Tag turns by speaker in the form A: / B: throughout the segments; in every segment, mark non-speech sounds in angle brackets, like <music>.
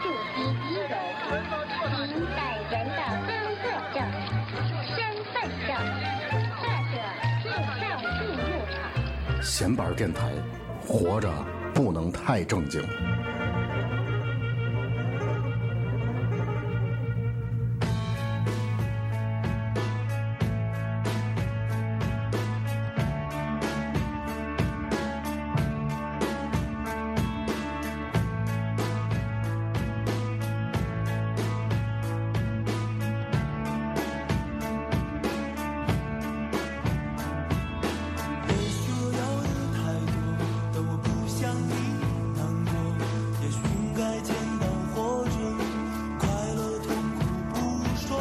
A: 主席遗容，您本人的工作证、身份证，或者自上进入场。
B: 闲板儿电台，活着不能太正经。
C: 也许我要的太多，但我不想你难过。也许应该简单活着，快乐痛苦不说。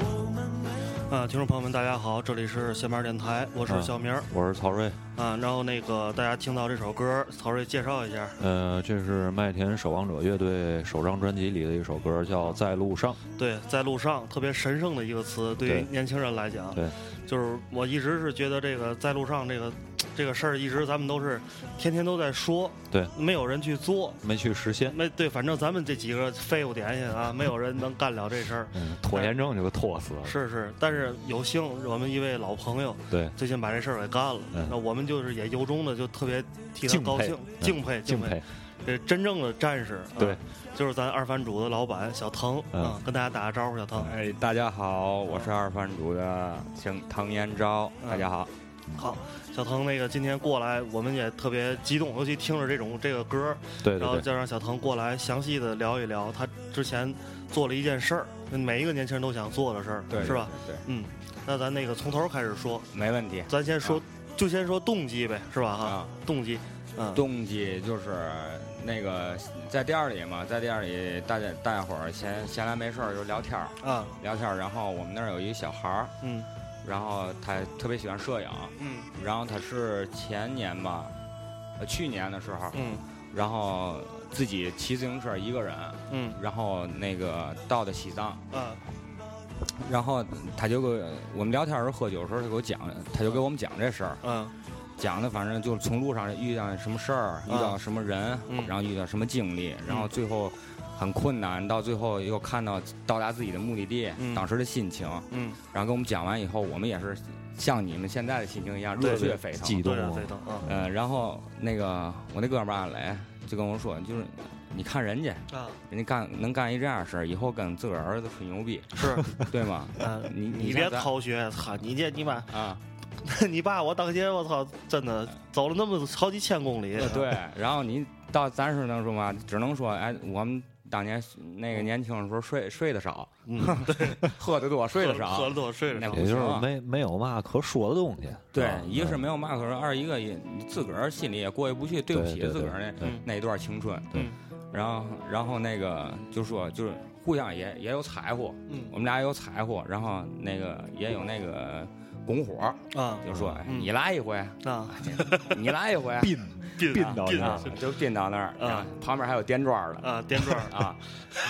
C: 我们没有。
D: 啊，听众朋友们，大家好，这里是闲班电台，我是小明儿
E: 啊我是曹睿，
D: 啊。然后那个大家听到这首歌，曹睿介绍一下。
E: 呃，这是麦田守望者乐队首张专辑里的一首歌，叫《在路上》。
D: 对，在路上特别神圣的一个词，对于
E: 对
D: 年轻人来讲，
E: 对，
D: 就是我一直是觉得这个在路上这个这个事儿，一直咱们都是天天都在说，
E: 对，
D: 没有人去做。
E: 没去实现，
D: 没对，反正咱们这几个废物点心
E: <laughs>
D: 啊，没有人能干了这事儿。
E: 嗯，拖延症就给拖死了。
D: 是是，但是有幸我们一位老朋友，
E: 对，
D: 最近把这事儿给干了，
E: 嗯
D: 那我们就是也由衷的就特别替他
E: 敬
D: 高
E: 佩
D: 兴，，
E: 嗯
D: 敬佩
E: 敬
D: 佩
E: 佩，，
D: 这真正的战士，啊
E: 对，
D: 就是咱二番主的老板小腾
E: 嗯
D: 啊，跟大家打个招呼，小腾，
F: 哎，大家好，我是二番主的请唐延昭，
D: 嗯
F: 大家好。
D: 好，小腾那个今天过来，我们也特别激动，尤其听着这种这个歌，
E: 对
D: 然后
E: 对对，
D: 就让小腾过来详细的聊一聊他之前做了一件事儿，每一个年轻人都想做的事儿，
F: 对，
D: 是吧？？
F: 对，
D: 嗯，那咱那个从头开始说，
F: 没问题。
D: 咱先说
F: 啊，
D: 就先说动机呗，是吧？哈
F: 啊，
D: 动机，嗯，
F: 动机就是那个在店儿里嘛，在店儿里大家大家伙儿闲闲来没事儿就聊天儿，
D: 啊，
F: 聊天儿。然后我们那儿有一小孩儿，
D: 嗯
F: 然后他特别喜欢摄影，
D: 嗯
F: 然后他是前年吧，呃去年的时候，
D: 嗯
F: 然后自己骑自行车一个人，
D: 嗯
F: 然后那个到的西藏。
D: 啊，
F: 然后他就给我我们聊天的时候喝酒的时候，他给我讲，他就给我们讲这事儿，
D: 嗯
F: 讲的反正就是从路上遇到什么事儿，遇到什么人，
D: 嗯
F: 然后遇到什么经历，然后最后很困难，到最后又看到到达自己的目的地，
D: 嗯
F: 当时的心情，
D: 嗯，
F: 然后给我们讲完以后，我们也是像你们现在的心情一样热
D: 对对
F: 血沸腾
E: 激，
D: 对
E: 动
D: 啊，
E: 啊
D: 沸，腾啊
F: 呃，然后那个我那哥们儿阿磊就跟我说，就是你看人家，
D: 啊，
F: 人家干能干一这样的事儿，以后跟自个儿儿子吹牛逼，
D: 是，
F: 对吗？
D: 啊，
F: 你
D: 你
F: 你
D: 别
F: 像咱
D: 逃学，操，你这你把 <laughs>
F: 啊。
D: 你爸我当街，我操，真的走了那么好几千公里。
F: 呃对，然后你到咱是能说嘛，只能说哎，我们当年那个年轻的时候睡睡得少，
D: 嗯，
F: 喝得多， <laughs> 睡得少。
D: 喝了多，睡得少
F: 那。
E: 也就
F: 不行
E: 是
F: 啊
E: 没没有嘛可说的东西。
F: 对
E: 吧，
F: 一个是
E: 嗯
F: 没有嘛可说，二一个也你自个儿心里也过意不去，对不起
E: 对
F: 自个儿那
E: 对
D: 嗯
F: 那一段青春。
E: 对
F: 然后然后那个就说就是互相也也有柴火，
D: 嗯
F: 我们俩也有柴火，然后那个也有那个拱火，
D: 啊
F: 就说哎
D: 嗯
F: 你来一回，
E: <laughs>
D: 啊，
F: 你来一回，
E: 并
D: 并
E: 并到那
F: 啊
E: 儿，
F: 就颠到那儿，
D: 啊
E: 嗯
F: 然后旁边还有颠砖的。
D: 啊，颠转
F: 啊，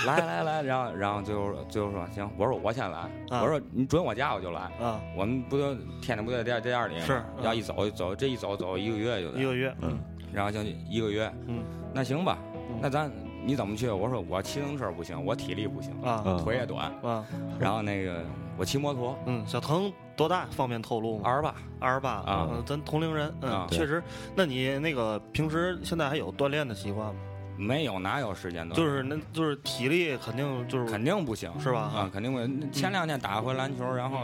F: 来来来，然后然后最后最后说行，我说我先来，
D: 啊
F: 我说你准我家我就来，
D: <laughs> 啊，
F: 我们不就天天不在店店里吗
D: 是嗯
F: 要一走就走这一走走一个月就
D: 一
F: 得，
D: 个月，
E: 嗯，
F: 然后就一个月，
D: 嗯，
F: 那行吧，那咱你怎么去？我说我骑自行车不行，我体力不行，
D: 啊
E: 嗯
F: 腿也短，
D: 啊，
F: 然后那个我骑摩托，
D: 嗯，小腾多大？方便透露吗？
F: 二十八，
D: 二十八
F: 啊
D: 嗯咱同龄人，嗯
F: 啊，
D: 确实。那你那个平时现在还有锻炼的习惯吗？
F: 没有哪有时间的，
D: 就是那，就是体力肯定就是
F: 嗯肯定不行，
D: 是嗯吧？
F: 啊，肯定会。那前两天打回篮球，然后，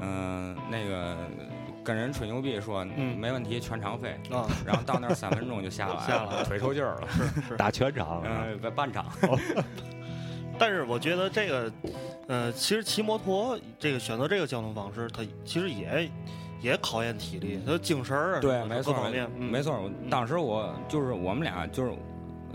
F: 嗯、那个跟人吹牛逼说、
D: 嗯
F: 没问题，全场废。
D: 啊，
F: 然后到那儿三分钟就下来
D: 下来了
F: 腿抽筋儿
D: <laughs>
F: 了。
E: 打全场啊，
F: 嗯，半场。
D: 但是我觉得这个，呃，其实骑摩托这个选择这个交通方式，它其实也也考验体力，它精神儿啊，
F: 对
D: 什，么
F: 没
D: 的
F: 错
D: 各，方面，嗯
F: 没错。我当时我就是我们俩就是。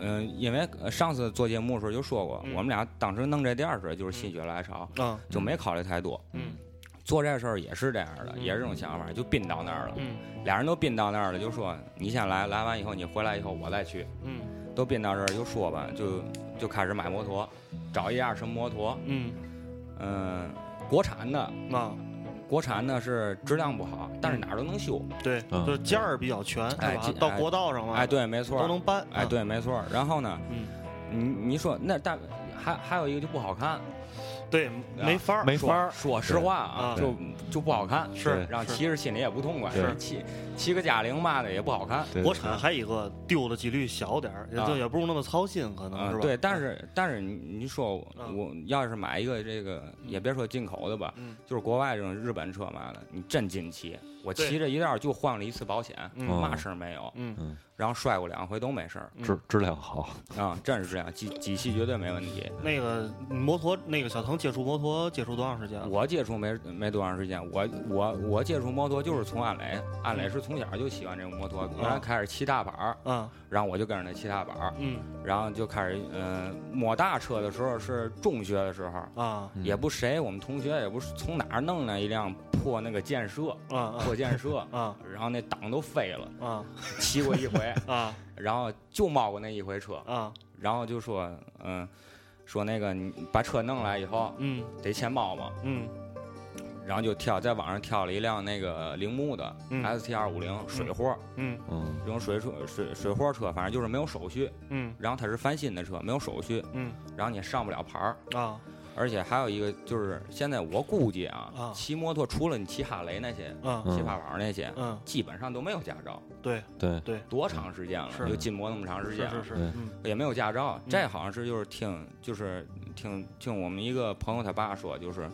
F: 嗯，因为呃上次做节目的时候就说过，
D: 嗯
F: 我们俩当时弄这店儿时就是心血来潮，
D: 啊，
F: 就没考虑太多。
D: 嗯，
F: 做这事儿也是这样的，
D: 嗯
F: 也是这种想法，就并到那儿了。
D: 嗯
F: 俩人都并到那儿了，就说你先来，来完以后你回来以后我再去，
D: 嗯
F: 都并到这儿就说吧，就就开始买摩托，找一辆什么摩托，
D: 嗯，
F: 嗯，国产的，
D: 那
F: 国产的是质量不好，但是
D: 嗯
F: 哪儿都能修。
D: 对，
E: 嗯
D: 就是件儿比较全，
F: 哎
D: 是吧
F: 这？
D: 到国道上了，
F: 哎，，对，没错
D: 都
F: 儿，
D: 能搬，
F: 哎，
D: 嗯，
F: 对，没错儿。然后呢，
D: 嗯，
F: 你你说那但还还有一个就不好看，
D: 对，没法儿，
E: 没法
F: 说
E: 儿
F: 说实话啊，
D: 对
F: 就就不好看，
D: 是
F: 让
D: 是
F: 骑着心里也不痛快，
E: 是
F: 骑骑个嘉陵嘛的也不好看。
E: 对
D: 国产还一个丢的几率小点儿，也就
F: 啊
D: 也不用那么操心，可能
F: 啊
D: 嗯是，吧？
F: 对，但是但是你你说我
D: 嗯
F: 我要是买一个这个，
D: 嗯
F: 也别说进口的吧，
D: 嗯
F: 就是国外这种日本车嘛的，你真进骑，我
D: 对
F: 骑着一道就换了一次保险，
D: 嗯
E: 哦
F: 嘛事儿没有，
D: 嗯
E: 嗯，
F: 然后摔过两回都没事儿
E: 质质量好，
D: 嗯
F: 啊，真是这样，几几系绝对没问题。
D: 那个摩托，那个小腾接触摩托接触多长时间了？
F: 我接触没没多长时间，我我我接触摩托就是从安磊，安磊是从小就喜欢这种摩托，原来开始骑大板儿，
D: 嗯
F: 然后我就跟着他骑大板儿，
D: 嗯
F: 然后就开始呃摸大车的时候是中学的时候，
D: 啊
E: 嗯
F: 也不谁我们同学也不是从哪儿弄了一辆破那个建设
D: 啊啊，
F: 破建设
D: 啊
F: 然后那档都废了，
D: 啊
F: 骑过一回，
D: 啊
F: 然后就冒过那一回车，
D: 啊
F: 然后就说嗯、说那个你把车弄来以后
D: 嗯
F: 得钱包嘛。
D: 嗯
F: 然后就挑在网上挑了一辆那个铃木的
D: 嗯
F: ST 二五零水货，
D: 嗯
E: 嗯
F: <laughs> 这种水车水水货车，反正就是没有手续。
D: 嗯
F: 然后它是翻新的车，没有手续，
D: 嗯
F: 然后你也上不了牌儿。
D: 啊
F: 而且还有一个就是，现在我估计
D: 啊
F: 啊，骑摩托除了你骑哈雷那些、
D: 嗯
F: 骑
E: 嗯
F: 法宝那些，
D: 嗯，
F: 基本上都没有驾照。
D: 对，
E: 对，
F: 多长时间了？
D: 是
F: 就禁摩那么长时间
D: 是
F: 了，
D: 是是，
E: 对
D: 嗯
F: 也没有驾照。
D: 嗯
F: 这好像是就是听就是听听我们一个朋友他爸说，就是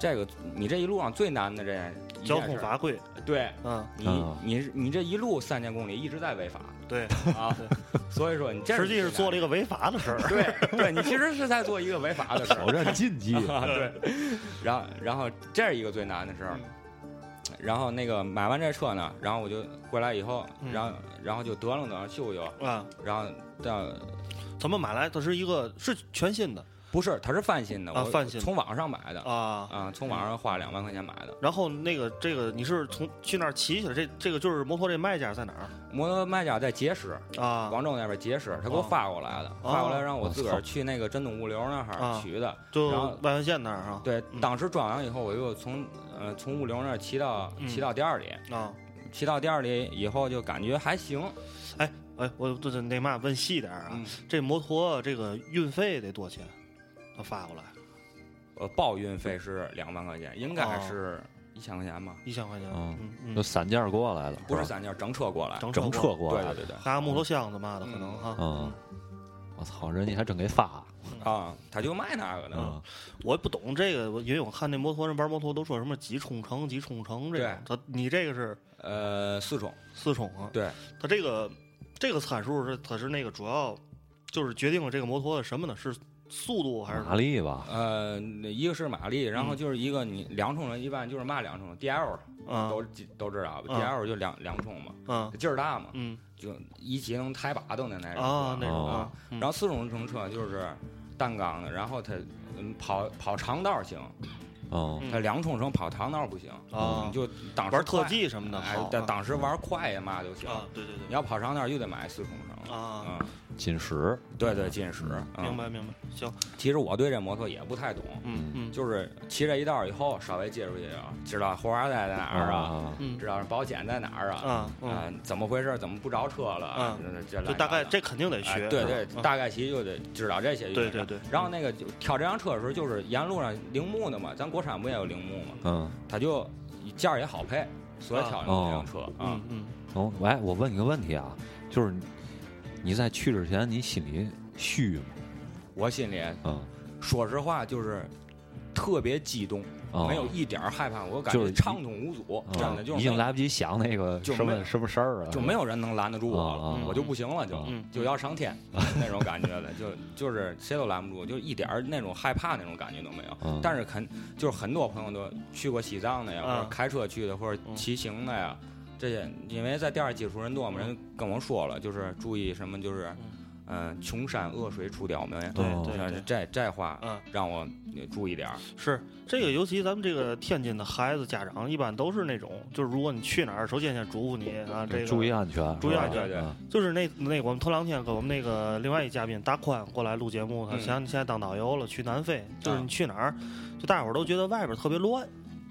F: 这个你这一路上最难的这一件
D: 交通
F: 事儿
D: 法规，
F: 对。
D: 嗯
F: 你
E: 啊
F: 你你这一路三千公里一直在违法
D: 对，
F: 啊，所以说你这
D: 实际是做了一个违法的事儿，
F: 对对，你其实是在做一个违法的事
E: 挑
F: 儿，
E: 战禁忌，
F: 啊对。然后然后这是一个最难的事儿，
D: 嗯
F: 然后那个买完这车呢，然后我就回来以后，
D: 嗯
F: 然后然后就得楞得楞修修，
D: 啊，
F: 然后到
D: 咱们买来它是一个是全新的
F: 不是它是翻新的，
D: 啊
F: 我
D: 翻新的
F: 从网上买的
D: 啊。
F: 啊，从网上花两万块钱买的。
D: 然后那个这个你是从去那儿骑起来，这这个就是摩托这卖家在哪儿
F: 摩托卖家在碣石，
D: 啊？
F: 广州那边碣石，他给我
D: 哦
F: 发过来的，发过来让我
E: 我
F: 自个儿
E: 操
F: 去那个真东物流那
D: 啊
F: 儿取的。
D: 就
F: 然后
D: 外环线那儿啊？
F: 对
D: 嗯，
F: 当时装完以后，我又从呃从物流那儿骑到
D: 嗯
F: 骑到店儿里，
D: 啊，
F: 骑到店儿里以后就感觉还行。
D: 哎，我这这那嘛问细点儿啊，这摩托这个运费得多少钱？他发过来
F: 呃，报运费是两万块钱，应该
D: 哦
F: 是一千块钱吧，
D: 一千块钱，
E: 嗯
D: 嗯
E: 就
D: 嗯，
E: 散件儿过来的，
F: 不是
E: 吧
F: 咱这儿整车过来。
D: 整
E: 整
D: 车
E: 车过
F: 对
E: 来
F: 对对
D: 还有木头箱子嘛的，
F: 嗯
D: 可能哈。
E: 嗯，我操，人家还真给发，
F: 啊，他就卖那个的。
E: 嗯
D: 我不懂这个，我因为我看那摩托人玩摩托都说什么几冲程、几冲程这个，他你这个是
F: 呃，四冲，
D: 四冲啊？
F: 对，
D: 他这个这个参数是它是那个主要就是决定了这个摩托的什么呢？是速度还是
E: 马力吧，
F: 呃，一个是马
D: 嗯
F: 力，然后就是一个你两冲的，一般就是嘛两冲，DL
D: 啊
F: 都都知道吧
D: 嗯
F: ，DL 就两两冲嘛，
D: 啊
F: 劲儿大嘛，
D: 嗯
F: 就一骑能抬把都的那种
D: 啊那种
E: 哦
D: 啊，嗯
F: 然后四种乘车就是单缸的，然后它嗯跑跑长道行，
E: 嗯
F: 它两冲程跑长道不行，
D: 啊
F: 你就当时
D: 玩特
F: 快，
D: 技什么的
F: 哎
D: 好，
F: 但当时玩快呀嘛就行。
D: 啊对对
F: 你
D: 对
F: 要跑长道又得买四冲程
D: 啊。
F: 嗯，
E: 进食，
F: 对对，近视。
D: 明
F: 嗯，
D: 白明白，行，
F: 其实我对这摩托也不太懂，
D: 嗯嗯，
F: 就是骑这一道以后稍微接触接触，啊知道火花塞在哪儿啊，
E: 啊，
D: 嗯
F: 知道保险在哪儿啊，
D: 啊嗯，啊
F: 啊，怎么回事？怎么不着车了？这
D: 就大概这肯定得
F: 哎
D: 学，
F: 对
D: 是吧嗯
F: 对，大概其实就得知道这些。
D: 对对对嗯
F: 然后那个就挑这辆车的时候，就是沿路上铃木的嘛，咱国产不也有铃木嘛？
E: 嗯，
F: 它就价儿也好配，所以挑这辆车啊
D: 嗯。嗯
E: 哦，喂，我问你个问题啊，就是你你在去之前，你心里虚吗？
F: 我心里
E: 嗯，
F: 说实话就是特别激动，
E: 哦
F: 没有一点儿害怕，我感
E: 就
F: 觉
E: 是
F: 畅通无阻，
E: 嗯
F: 真的就
D: 哦
E: 已
F: 是
E: 经
F: 没
E: 来不及想那个
F: 就
E: 什
F: 没
E: 么什么事儿了，
F: 就没有人能拦得住我
E: 啊
F: 了
E: 啊，
F: 我就不行了，就
D: 嗯
F: 就要上天 <laughs> 那种感觉的，就就是谁都拦不住，就一点儿那种害怕那种感觉都没有
E: 嗯。
F: 但是肯就是很多朋友都去过西藏的
D: 啊
F: 呀，或者开车去的，或者
D: 嗯
F: 骑行的呀，这些因为在店儿接触人多嘛，人跟我说了，就是注意什么，就是
D: 嗯
F: 嗯，穷山恶水出刁民，呃
D: 对
E: 哦
D: 对对，
F: 这这话
D: 嗯，
F: 让我呃注意点儿。
D: 是这个，尤其咱们这个天津的孩子家长，一般都是那种，就是如果你去哪儿，首先先嘱咐你啊，这个
E: 注意安全，
D: 注意
E: 是吧
D: 安全
F: 对
E: 啊
D: 就是那那我们头两天跟我们那个另外一嘉宾大宽过来录节目，他
F: 嗯
D: 现在现在当导游了，去南非，就是
F: 啊
D: 你去哪儿，就大伙儿都觉得外边特别乱，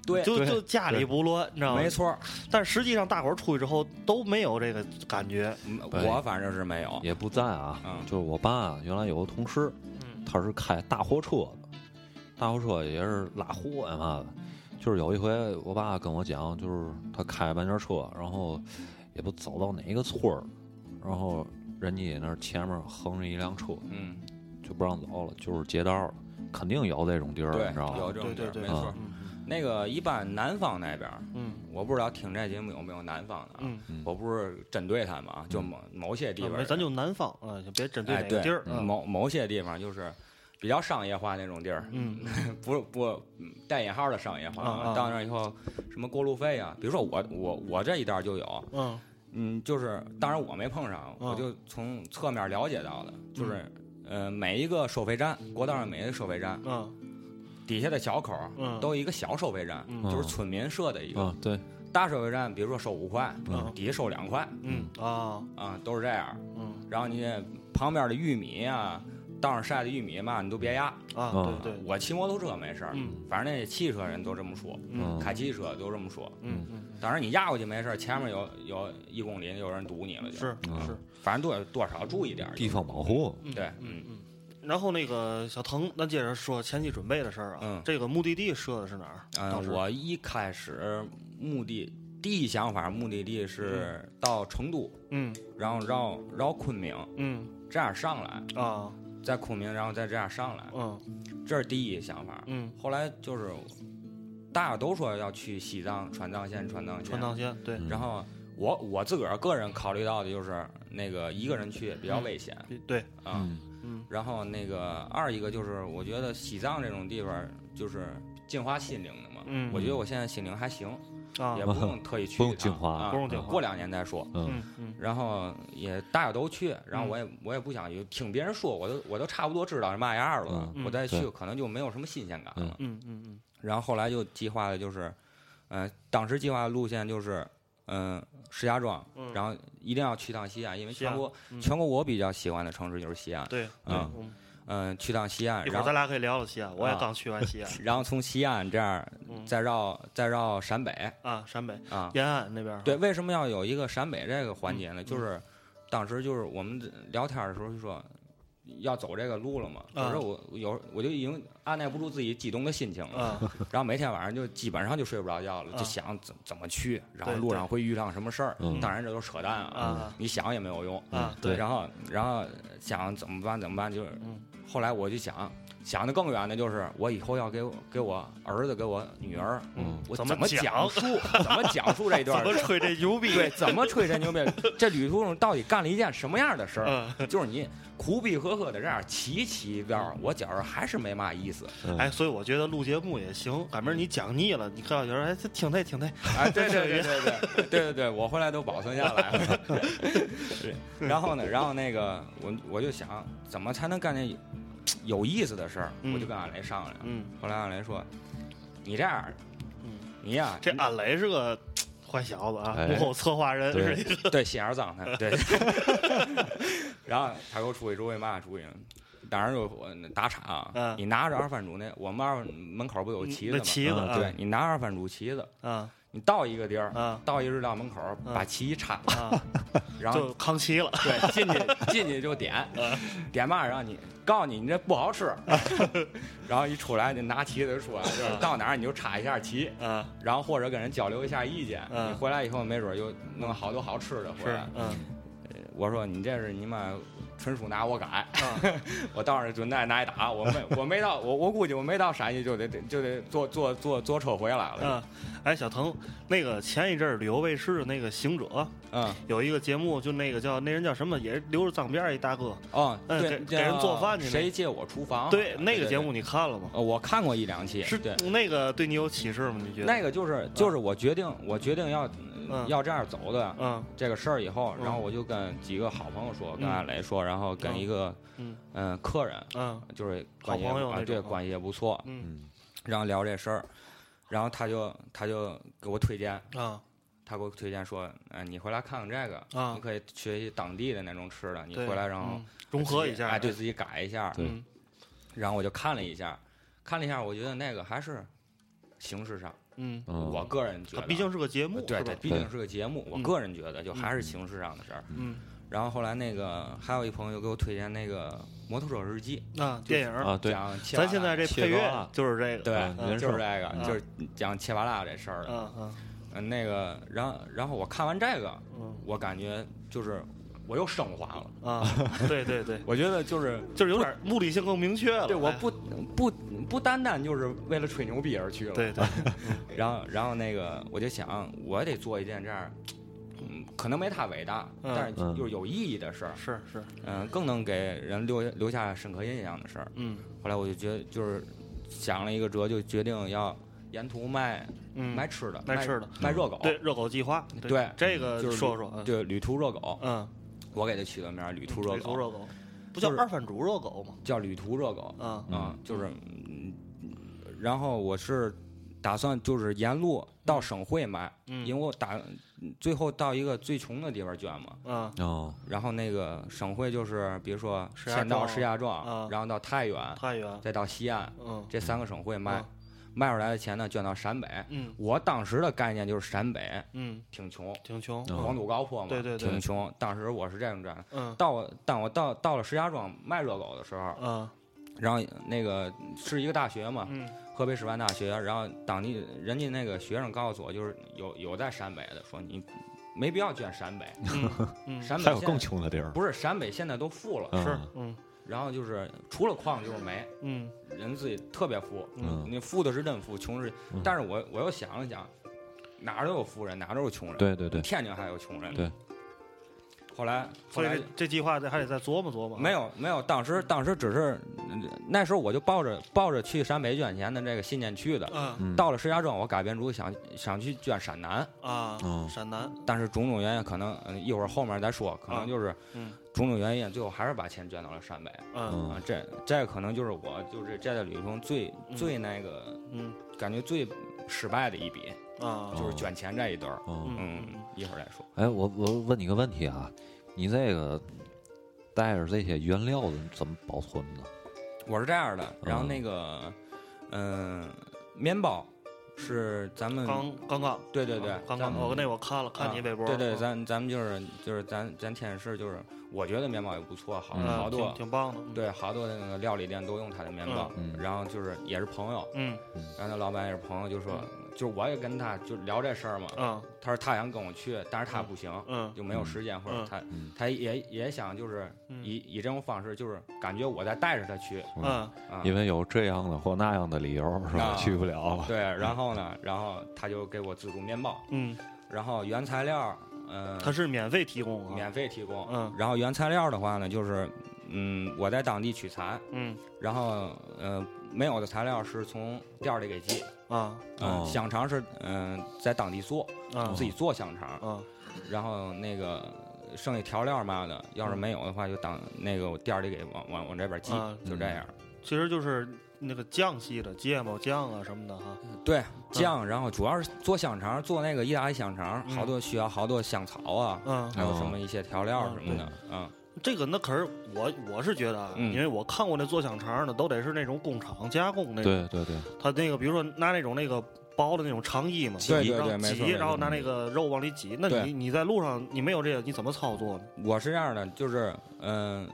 F: 对
D: 就
E: 对
D: 就家里不乱，你知道吗
F: 没？错儿，
D: 但实际上大伙儿出去之后都没有这个感觉，
F: 嗯
E: 对
F: 我反正是没有。
E: 也不在啊。
F: 嗯
E: 就是我爸啊原来有个同事，
D: 嗯
E: 他是开大货车的，大货车也是拉货呀嘛的。就是有一回，我爸跟我讲，就是他开半截车，然后也不走到哪个村儿，然后人家那儿前面横着一辆车，
F: 嗯，
E: 就不让走了，就是劫道了，肯定有这种地儿，
F: 对，
E: 你知道
F: 有
E: 吗？啊
F: 这种地
D: 对
F: 儿，
D: 对
F: 没
D: 对
F: 错儿。
D: 嗯
F: 那个一般南方那边儿，
D: 嗯
F: 我不知道听这节目有没有南方的啊。
D: 嗯，
E: 嗯
F: 我不是针对他们啊，就某某些地
D: 啊
F: 方
D: 没
F: 儿，
D: 咱就南方啊，就别针对
F: 哎
D: 哪个
F: 对
D: 地儿，
E: 嗯
D: 嗯
F: 某某些地方就是比较商业化那种地儿，
D: 嗯
F: 不是不嗯带引号的商业化。
D: 啊啊
F: 到那儿以后，什么过路费啊，比如说我我我这一带儿就有，
D: 嗯
F: 嗯，就是当然我没碰上，
D: 嗯
F: 我就从侧面了解到的，就是呃每一个收费站，国道上每一个收费站
D: 嗯
F: 底下的小口儿
D: 嗯
F: 都有一个小收费站，
D: 嗯
F: 就是村民设的一个
E: 啊，对，
F: 大收费站，比如说收五块，
D: 嗯
F: 底下收两块
D: 嗯啊
F: 啊，都是这样。
D: 嗯
F: 然后你旁边的玉米啊，道上晒的玉米嘛，你都别压。
D: 啊
E: 嗯
D: 对对，
F: 我骑摩托车没事儿，
D: 嗯
F: 反正那汽车人都这么说，
D: 嗯
E: 嗯
F: 开汽车都这么说。
D: 嗯嗯
F: 当然你压过去没事儿，前面有有一公里有人堵你了就，
D: 是
E: 嗯
D: 是
F: 反正多多少注意点儿就。
E: 地方保护，
D: 嗯
F: 对
D: 嗯
F: 嗯
D: 嗯。然后那个小腾，咱接着说前期准备的事儿啊。
F: 嗯
D: 这个目的地设的是哪儿？当
F: 嗯，
D: 时
F: 我一开始目的第一想法目的地是到成都，
D: 嗯
F: 然后绕绕昆明，
D: 嗯
F: 这样上来，
D: 啊
F: 在昆明，然后再这样上来，
D: 嗯
F: 这是第一想法。
D: 嗯，
F: 后来就是大家都说要去西藏川藏线，川藏线，
D: 川藏线对
E: 嗯
F: 然后我我自个儿个人考虑到的就是那个一个人去
E: 嗯
F: 比较危险
D: 对
F: 啊，
D: 嗯
F: 然后那个二一个就是我觉得西藏这种地方就是净化心灵的嘛，
D: 嗯
F: 我觉得我现在心灵还行，
D: 啊
F: 也不用特意去一
E: 不
F: 趟，
E: 用净化
F: 啊
D: 不用净化
F: 过两年再说。
D: 嗯嗯
F: 然后也大家都去，然后我也、我也不想有听别人说，我都我都差不多知道是嘛样了，
D: 嗯
F: 我再去
E: 对
F: 可能就没有什么新鲜感了。
E: 嗯
D: 嗯嗯嗯
F: 然后后来就计划的就是，呃，当时计划的路线就是，嗯、石家庄，
D: 嗯，
F: 然后一定要去趟西安，因为
D: 西安
F: 全国、
D: 嗯
F: 全国我比较喜欢的城市就是西安，
D: 对对
F: 嗯，
D: 嗯
F: 嗯、去趟西安，
D: 一会儿
F: 然
D: 咱
F: 后
D: 俩可以聊聊西安，我也
F: 啊
D: 刚去完
F: <laughs>
D: 西安
F: 然后从西安这样
D: 嗯
F: 再绕再绕陕北
D: 啊，陕北
F: 啊，
D: 延安那边儿
F: 对，为什么要有一个陕北这个
D: 嗯
F: 环节呢？就是当时就是我们聊天的时候就说要走这个路了嘛，
D: 啊
F: 可是我有我就已经按耐不住自己激动的心情了，
D: 啊
F: 然后每天晚上就基本上就睡不着觉了，
D: 啊
F: 就想怎怎么去，然后
D: 对
F: 路
D: 对
F: 上会遇上什么事儿
E: 嗯。
F: 当然这都是扯淡啊，
D: 啊
F: 你想也没有用。
D: 啊
E: 对
F: 然后然后想怎么办怎么办，就是
D: 嗯
F: 后来我就想。想的更远的就是，我以后要给我给我儿子给我女儿，
E: 嗯
F: 我
D: 怎
F: 怎
D: 么
F: 么
D: 讲
F: 讲述怎么讲述这
D: <laughs>
F: 段
D: 怎
F: 儿
D: 么吹这牛逼？
F: 对，怎么吹这牛逼？这旅途中到底干了一件什么样的事儿？
D: 嗯，
F: 就是你苦逼呵呵的这样骑骑一道儿，我觉着还是没嘛意思。
E: 嗯
D: 哎，所以我觉得录节目也行，赶明儿你讲腻了，你看有人哎，这挺累挺累， <laughs>
F: 哎，对对对对对对对对，我后来都保存下来了。
D: <laughs>
F: 对，然后呢，然后那个我我就想，怎么才能干这有意思的事儿？
D: 嗯
F: 我就跟俺雷商量。
D: 嗯，
F: 后来俺雷说：“你这样儿，你呀，
D: 这安磊是个坏小子啊，
E: 哎
D: 幕后策划人
E: 对
D: 是一个
F: 对，心眼儿脏他，对。 <laughs> 然后他给我出一主意嘛主意呢，当然就我打岔啊，
D: 嗯
F: 你拿着二番竹那，我们二门口不有旗子
D: 那
F: 吗？
D: 旗子
E: 嗯
D: 啊
F: 对你拿二番竹旗子，
D: 啊
F: 你到一个地儿，
D: 啊
F: 到一日料门口
D: 嗯
F: 把旗一插，
D: 啊，
F: <laughs> 然后
D: 就嗯康熙了，
F: 对 <laughs> 进去进去就点， <laughs> 点嘛，然后你告诉你你这不好吃， <laughs> 然后一出来你拿旗子就出来，
D: 嗯
F: 就是到哪儿你就插一下旗，
D: 啊
F: 然后或者跟人交流一下意见，
D: 嗯
F: 你回来以后没准儿又弄好多好吃的回
D: 是
F: 来。
D: 嗯
F: 我说你这是你妈纯属拿我改，
D: 啊
F: <laughs> 我到那儿准挨挨打，我没我没到我我估计我没到陕西就得就得坐坐坐坐车回来了，
D: 啊，哎，小腾，那个前一阵儿旅游卫视的那个《行者》
F: 嗯
D: 有一个节目，就那个叫那人叫什么，也是留着脏辫儿一大哥，
F: 哦
D: 嗯
F: 对
D: 给，
F: 叫
D: 给人做饭去那
F: 谁借我厨房？
D: 对，那个节目
F: 哦对，
D: 你看了吗
F: 对？呃我看过一两期，
D: 是嗯
F: 对
D: 那个对你有启示吗？你觉得？
F: 那个就是就是我决定我决定要
D: 嗯
F: 要这样走的
D: 嗯
F: 这个事儿以后，
D: 嗯
F: 然后我就跟几个好朋友说，跟
D: 嗯
F: 艾雷说，然后跟一个
D: 嗯
F: 嗯客人，
D: 嗯
F: 就是关系也
D: 好朋友那
F: 啊，
D: 种
F: 对，
D: 啊
F: 关系也不错，
D: 嗯
E: 嗯
F: 然后聊这事儿，然后他就他就给我推荐，
D: 啊
F: 他给我推荐说，哎，你回来看看这个，
D: 啊
F: 你可以学习当地的那种吃的，你
D: 对
F: 回来然后
D: 嗯融合一下，
F: 哎，对自己改一下，
E: 对
D: 嗯
F: 然后我就看了一下，看了一下，我觉得那个还是形式上，
D: 嗯，
E: 嗯，
F: 我个人觉
D: 它
F: 得，
D: 毕竟是个节目，
F: 对
D: 是
F: 对，
D: 吧？
F: 毕竟是个节目，我
D: 嗯
F: 个人觉得就还是形式上的事儿。
D: 嗯，
F: 然后后来那个还有一朋友给我推荐那个《摩托车日记
D: 那电影》儿，
E: 啊，对，
F: 讲切
D: 咱
F: 瓦拉
D: 现在这
E: 切
D: 配
E: 割
D: 乐
E: 了
D: 就是这个，
F: 对、
E: 啊
D: 嗯
F: 就是这个，
D: 嗯
F: 就是讲切瓦拉这事儿的。
D: 嗯嗯
F: 嗯，那个，然后然后我看完这个，
D: 嗯
F: 我感觉就是我又升华了。
D: 啊，
F: <laughs>
D: 对对对，
F: 我觉得就是
D: 就是有点目的性更明确了，
F: 对，我
D: 哎
F: 不不不单单就是为了吹牛逼而去了。 <laughs>
D: 对对，
F: 然后，然后那个，我就想，我得做一件这样，嗯，可能没他伟大，
D: 嗯
F: 但是
E: 嗯
F: 就是有意义的事儿，
D: 是是，
F: 嗯、更能给人留下留下深刻印象的事儿。
D: 嗯
F: 后来我就觉得，就是想了一个辙，就决定要沿途卖、
D: 嗯，
F: 卖吃的，
D: 卖
F: 卖
D: 吃的，
F: 卖热狗，
D: 对热狗计划，对
F: 对
D: 这个
F: 就是
D: 说说，嗯
F: 对，旅途热狗，
D: 嗯，
F: 我给它起个名儿，旅途
D: 嗯
F: 热
D: 旅途
F: 狗，
D: 热狗，不叫
F: 就是
D: 二贩煮热狗吗？
F: 叫旅途热狗，
D: 啊
F: 嗯，就是，嗯然后我是打算就是沿路到省会买，
D: 嗯
F: 因为我打最后到一个最穷的地方捐嘛，
D: 啊
E: 哦，
F: 然后那个省会就是比如说
D: 石家
F: 先到
D: 庄
F: 石家
D: 啊
F: 庄，然后到太原，
D: 太原，
F: 再到西安，
D: 嗯
F: 这三个省会卖
D: 啊，
F: 卖出来的钱呢捐到陕北。
D: 嗯
F: 我当时的概念就是陕北
D: 嗯，
F: 挺穷，
D: 挺穷，
E: 嗯
F: 黄土高坡嘛，
D: 对对对
F: 挺穷。当时我是这种状态。
D: 嗯
F: 到我当我到到了石家庄卖热狗的时候，
D: 啊
F: 然后那个是一个大学嘛，
D: 嗯
F: 河北师范大学，然后当地人家那个学生告诉我，就是有有在陕北的说你没必要捐陕北，
D: 嗯嗯，
F: 陕北
E: 还有
F: 现
E: 更
F: 在
E: 穷的地儿，
F: 不是陕北现在都富了，
D: 是
E: 嗯
D: 嗯
F: 然后就是除了矿就是煤，
D: 嗯
F: 人自己特别富，
D: 嗯
F: 你富的是真富，穷是，
E: 嗯
F: 但是我我又想了想，哪儿都有富人，哪儿都有穷人，
E: 对对对，
F: 天津还有穷人，
E: 对。
F: 后来，后
D: 所以
F: 来
D: 这这计划得还得再琢磨琢磨，啊
F: 没有没有，当时当时只是那时候我就抱着抱着去陕北捐钱的这个信念去的，
D: 嗯
E: 嗯，
F: 到了石家庄，我改变主意想想去捐陕南，
D: 啊
E: 嗯
D: 陕南
F: 但是种种原因，可能嗯一会儿后面再说，可
D: 啊
F: 能就是
D: 嗯
F: 种种原因，最后还是把钱捐到了陕北
D: 嗯
E: 嗯
F: 啊。这这可能就是我就是这在旅途中最
D: 嗯
F: 最那个
D: 嗯
F: 感觉最失败的一笔，
D: 啊
F: 就是捐钱这一段儿。
E: 嗯。
D: 嗯
F: 嗯，一会儿再说。
E: 哎，我我问你个问题啊，你这个带着这些原料的怎么保存呢？
F: 我是这样的，然后
E: 嗯
F: 那个嗯，面包是咱们
D: 嗯刚刚刚
F: 对对对
D: 啊，刚
F: 咱
D: 刚
F: 们啊
D: 我那我看了看你微博，
F: 对对，
D: 嗯
F: 咱咱们就是就是咱咱天津市就是，我觉得面包也不错，好
E: 嗯
F: 好多
D: 挺挺棒的，嗯，
F: 对，好多那个料理店都用他的面包，
E: 嗯嗯
F: 然后就是也是朋友，
D: 嗯
F: 然后那老板也是朋友，就说，就是我也跟他就聊这事儿嘛，
D: 嗯
F: 他说他想跟我去，但是他不行，
D: 嗯
F: 就没有时间，或者
D: 嗯
F: 他、
E: 嗯
F: 他也也想就是
D: 嗯
F: 以、以这种方式，就是感觉我在带着他去
D: 嗯
F: 啊，
E: 因为有这样的或那样的理由，是吧？
F: 啊
E: 去不了了。
F: 对，然后呢，然后他就给我自助面包，
D: 嗯，
F: 然后原材料，嗯、
D: 它是免费提供啊，
F: 免费提供，
D: 嗯
F: 然后原材料的话呢，就是嗯我在当地取材，
D: 嗯
F: 然后呃没有的材料是从店儿里给寄。
D: 啊
F: 嗯，
E: 哦
F: 香肠是嗯、在当地做，
D: 啊
F: 自己做香肠，
D: 啊
F: 然后那个剩下调料嘛的，要是没有的话就当那个我店儿里给往往往这边寄，
D: 啊，
F: 就这
E: 嗯
F: 样。
D: 其实就是那个酱系的芥末酱啊什么的哈，
F: 对酱，然后主要是做香肠，做那个意大利香肠，
D: 嗯
F: 好多需要好多香草啊，
D: 嗯，
F: 还有
E: 哦
F: 什么一些调料什么的，嗯
D: 这个那可是我我是觉得啊，
F: 嗯
D: 因为我看过那做香肠的都得是那种工厂加工那种，
E: 对对对，
D: 他那个比如说拿那种那个包的那种肠衣嘛，
F: 对对
D: 然后
F: 对没错
D: 挤，
F: 没错
D: 然后拿那个肉往里挤，那
F: 对
D: 你你在路上你没有这个你怎么操作呢？
F: 我是这样的，就是嗯、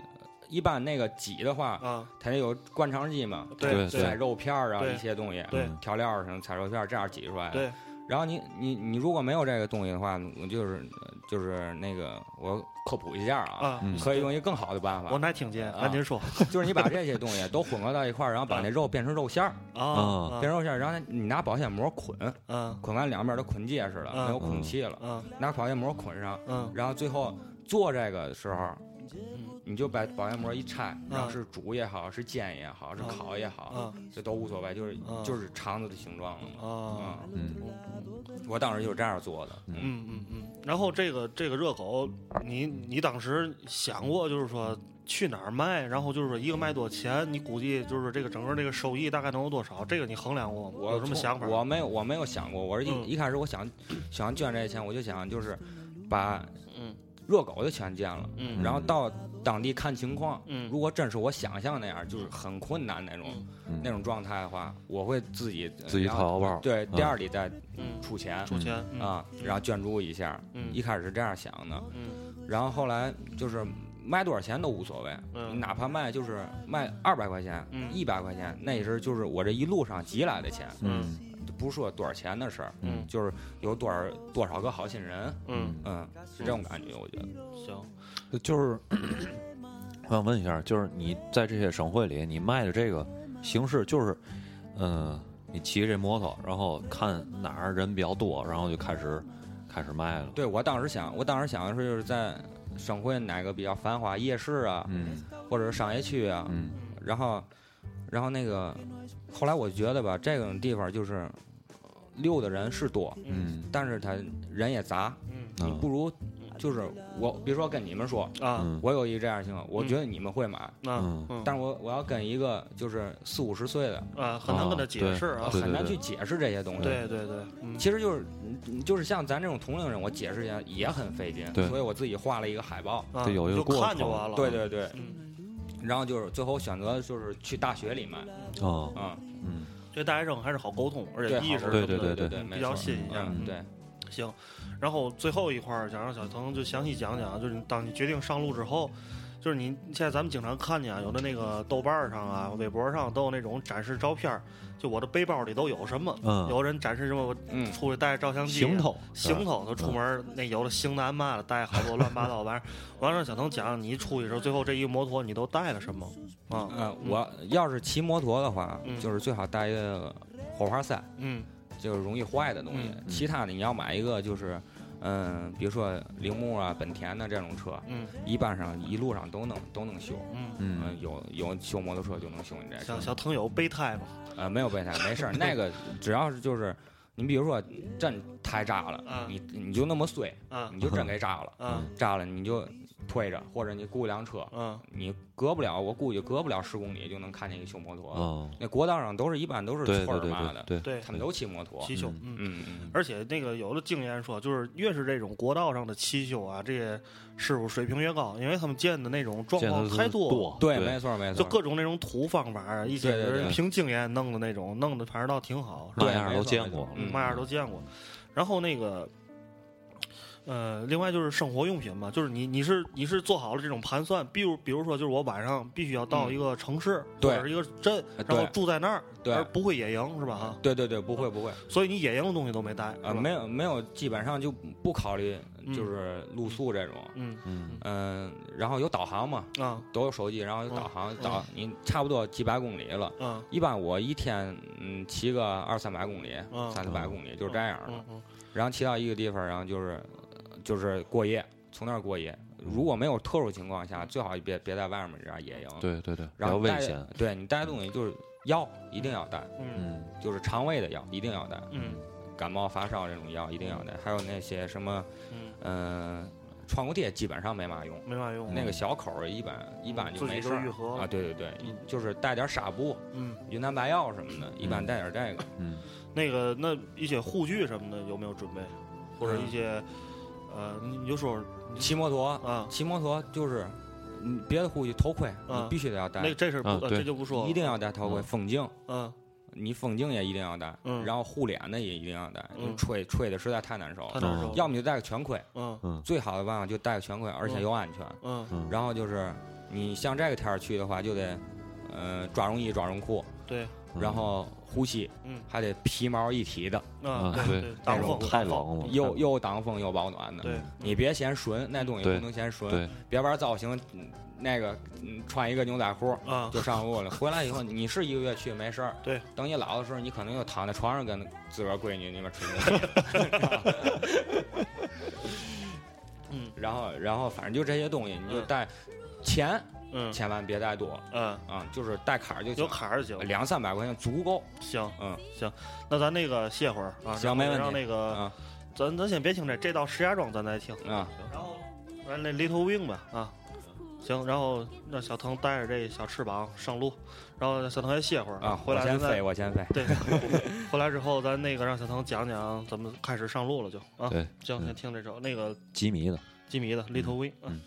F: 一般那个挤的话，
D: 啊，
F: 它得有灌肠机嘛，
D: 对
E: 对
F: 采肉片儿啊
D: 对
F: 一些东西，
D: 对
E: 嗯
F: 调料儿什么采肉片儿这样挤出来的。
D: 对，
F: 然后你你你如果没有这个东西的话，我就是就是那个我科普一下啊，
D: 啊，
E: 嗯
F: 可以用一个更好的办
D: 我
F: 法，
D: 哪听见？
F: 啊
D: 赶紧说
F: <laughs> 就是你把这些东西都混合到一块儿，然后把那肉变成肉馅儿，
D: 啊，
F: 变成肉馅儿，然后你拿保鲜膜捆，
D: 嗯
F: 捆完两边都捆结实了，
D: 嗯
F: 没有空气了，
D: 嗯
F: 拿保鲜膜捆上，
D: 嗯
F: 然后最后做这个的时候。你就把保鲜膜一拆，然后
D: 嗯
F: 是煮也好，是煎也好，是
D: 嗯
F: 烤也好，这都无所谓，就是
D: 嗯
F: 就是肠子的形状了嘛。
D: 啊
F: 嗯，
E: 嗯，
F: 我我当时就是这样做的。
D: 嗯嗯嗯。然后这个这个热狗，你你当时想过就是说去哪儿卖，然后就是说一个卖多少钱，你估计就是这个整个这个收益大概能有多少？这个你衡量过吗？
F: 我
D: 有什么
F: 从
D: 想法？
F: 我没有，我没有想过。我是一、
D: 嗯
F: 一开始我想想捐这些钱，我就想就是把
D: 嗯
F: 热狗的钱捐了，
D: 嗯
F: 然后到当地看情况。
D: 嗯
F: 如果真是我想象那样，就是很困难那种、
E: 嗯
F: 那种状态的话，我会自己
E: 自己
F: 然
E: 掏腰
F: 后
E: 包，
F: 对
E: 嗯
F: 店儿里再
D: 嗯，
F: 出钱
D: 出钱嗯
F: 啊，然后捐助一下。
D: 嗯
F: 一开始是这样想的，
D: 嗯
F: 然后后来就是卖多少钱都无所谓，
D: 嗯
F: 你哪怕卖就是卖二百块钱
D: 嗯、
F: 一百、块钱，那也是就是我这一路上集来的钱，
E: 嗯
F: 就不是说多少钱的事儿，
D: 嗯
F: 就是有多少多少个好心人，
D: 嗯，
F: 嗯，是这种感觉，我觉得。
D: 行。
E: 就是我想问一下，就是你在这些省会里，你卖的这个形式就是，嗯、你骑这摩托，然后看哪儿人比较多，然后就开始开始卖了。
F: 对我当时想，我当时想的是就是在省会哪个比较繁华夜市啊，
E: 嗯
F: 或者是商业区啊，
E: 嗯
F: 然后，然后那个，后来我觉得吧，这种地方就是溜的人是多，
E: 嗯
F: 但是他人也杂，
D: 嗯
F: 你不如就是我，比如说跟你们说，
D: 啊，
E: 嗯
F: 我有一这样的情况，我
D: 嗯
F: 觉得你们会买，
D: 那
E: 嗯
D: 嗯，
F: 但是我我要跟一个就是四五十岁的，
D: 啊，很难跟他解释啊
E: 对，
F: 很难去解释这些东西。
D: 对对对，嗯
F: 其实就是嗯就是像咱这种同龄人，我解释一下也很费劲，
E: 对
F: 所以我自己画了一个海报。
D: 啊
E: 得有一个
D: 就
E: 过
D: 看就
E: 程
D: 完了，
F: 对，对对，
D: 嗯，
F: 然后就是最后选择就是去大学里买，
E: 哦
F: 嗯，
E: 嗯
D: 这大学生还是好沟通，而且
F: 对，
D: 意识
F: 好
E: 对
F: 对
E: 对对对
F: 对对，没
D: 比较
F: 错
D: 新一样
F: 嗯，对，
D: 行，然后最后一块儿想让小腾就详细讲讲，就是你当你决定上路之后，就是你现在咱们经常看见啊，有的那个豆瓣儿上啊、微博上都有那种展示照片儿，就我的背包里都有什么，
E: 嗯
D: 有人展示什么，我
F: 嗯
D: 出去带着照相机啊，
E: 行头是吧
D: 行头，他出门儿那有的行男嘛的，带好多乱七八糟玩意儿。我要让小腾讲讲你出去的时候，最后这一摩托你都带了什么啊？
F: 呃，我要是骑摩托的话
D: 嗯，
F: 就是最好带一个火花塞，
D: 嗯
F: 就是容易坏的东西
D: 嗯。
F: 其他的你要买一个就是，嗯，比如说铃木啊、本田的这种车，
D: 嗯
F: 一般上一路上都能都能修。
D: 嗯。
E: 嗯
F: 嗯，有有修摩托车就能修你这
D: 小
F: 车，
D: 小腾有备胎吗？
F: 呃，没有备胎没事儿，那个只要是就是，你比如说真胎炸了
D: 嗯，
F: 你你就那么碎，
D: 啊
F: 你就真给炸了，
D: 啊
F: 炸了你就推着或者你雇一辆车，
D: 啊
F: 你隔不了，我估计隔不了十公里就能看见一个修摩托的。
E: 哦，
F: 那国道上都是一般都是
E: 对
F: 村
E: 对
F: 儿
E: 对
F: 嘛的，
E: 对对，
D: 对，
F: 他们都骑摩托。
D: 骑修，嗯
F: 嗯嗯，
D: 而且那个有的经验说，就是越是这种国道上的七修啊，这些师傅水平越高，因为他们见的那种状
E: 见
D: 况
E: 的
D: 太多了，
E: 多，
F: 对，没错没错，
D: 就各种那种土方法啊，一些
F: 对对对
D: 人凭经验弄的那种，弄的反正倒挺好，是吧
E: 那样都见过，
F: 嗯
D: 嘛样都见过。然后那个，呃，另外就是生活用品嘛，就是你你是你是做好了这种盘算，比如比如说就是我晚上必须要到一个城市、
F: 嗯对呃
D: 或者一个镇，然后
F: 对
D: 住在那儿，
F: 对
D: 而不会野营是吧？哈，
F: 对对对，不会不会，
D: 所以你野营的东西都没带
F: 啊，
D: 是吧
F: 没有没有，基本上就不考虑就是露宿这种，
D: 嗯
E: 嗯
F: 嗯，然后有导航嘛，
D: 啊
F: 都有手机，然后有导航，导你差不多几百公里了。
D: 嗯
F: 一般我一天嗯骑个二三百公里
D: 嗯，
F: 三四百公里就是这样的
D: 嗯，嗯
F: 然后骑到一个地方，然后就是呃就是过夜，从那儿过夜。如果没有特殊情况下，最好也别别在外面这样野营。
E: 对对对，比
F: 然
E: 较
F: 后
E: 危
F: 带
E: 险，。
F: 对你带的东西就是药，一定要带，
D: 嗯
E: 嗯
F: 就是肠胃的药一定要带，
D: 嗯
F: 感冒发烧这种药一定要带，还有那些什么，
D: 嗯，
F: 嗯、创口贴基本上没嘛用，
D: 没法用
F: 那个小口儿一般一般就
D: 自己
F: 没
D: 就
F: 事儿
D: 愈合了
F: 啊。对对对
D: 嗯，
F: 就是带点纱布、
D: 嗯，
F: 云南白药什么的，一般带点这个。
E: 嗯，
D: 那个那一些护具什么的有没有准备，或
F: 嗯
D: 者一些呃，你你就说
F: 骑摩托，
D: 啊，
F: 骑摩托就是，嗯，别的护具，头盔
D: 啊
F: 你必须得要戴
D: 那，个这事儿不
E: 啊
D: 呃
E: 对
D: 这就不说了，
F: 一定要戴头盔，
E: 嗯
F: 风镜。
D: 嗯，
F: 你风镜也一定要戴，
D: 嗯
F: 然后护脸的也一定要戴，
D: 嗯
F: 就吹吹的实在太难受
D: 他
F: 了。
E: 哦
D: 那时候
F: 哦要么就戴个全盔，
D: 嗯
E: 嗯
F: 最好的办法就戴个全盔，而且又安全。
D: 嗯
E: 嗯，
F: 然后就是你像这个天儿去的话，就得，呃，抓绒衣、抓绒裤，
D: 对，
F: 然后呼吸，
D: 嗯
F: 还得皮毛一体的，
D: 啊
E: 啊
D: 对
E: 对
D: 挡风
E: 太
D: 挡风
E: 冷了，
F: 又又挡风又保暖的。
D: 对，
F: 你别嫌纯，那东西
E: 对
F: 不能嫌纯，
E: 对，
F: 别玩造型，嗯那个嗯穿一个牛仔裤。
D: 啊
F: 就上路了，回来以后你是一个月去没事儿，
D: 对，
F: 等你老的时候，你可能又躺在床上跟自个儿闺女那边吹牛逼，
D: 嗯 <laughs>
F: 嗯然后然后反正就这些东西，你就带钱，
D: 嗯
F: 千万别带多
D: 嗯，
F: 啊，就是带坎儿就行
D: 有，卡儿就行。
F: 两三百块钱足够。
D: 行，
F: 嗯，
D: 那咱那个歇会儿啊，
F: 行
D: 然后
F: 没问题
D: 让那个
F: 啊
D: 咱咱先别听这，这到石家庄咱再听。
F: 啊，
D: 咱那 Little Wing 吧啊，行，然后让小腾带着这小翅膀上路，然后让小腾先歇会儿
F: 啊！
D: 回
F: 我
D: 来
F: 先
D: 咱
F: 飞，
D: 再
F: 我先飞。
D: 对，回来之后咱那个让小腾讲讲怎么开始上路了就啊，
E: 对，
D: 行，
E: 嗯
D: 先听这首那个
E: 吉米的，
D: 吉米的 Little Wing，啊
E: 嗯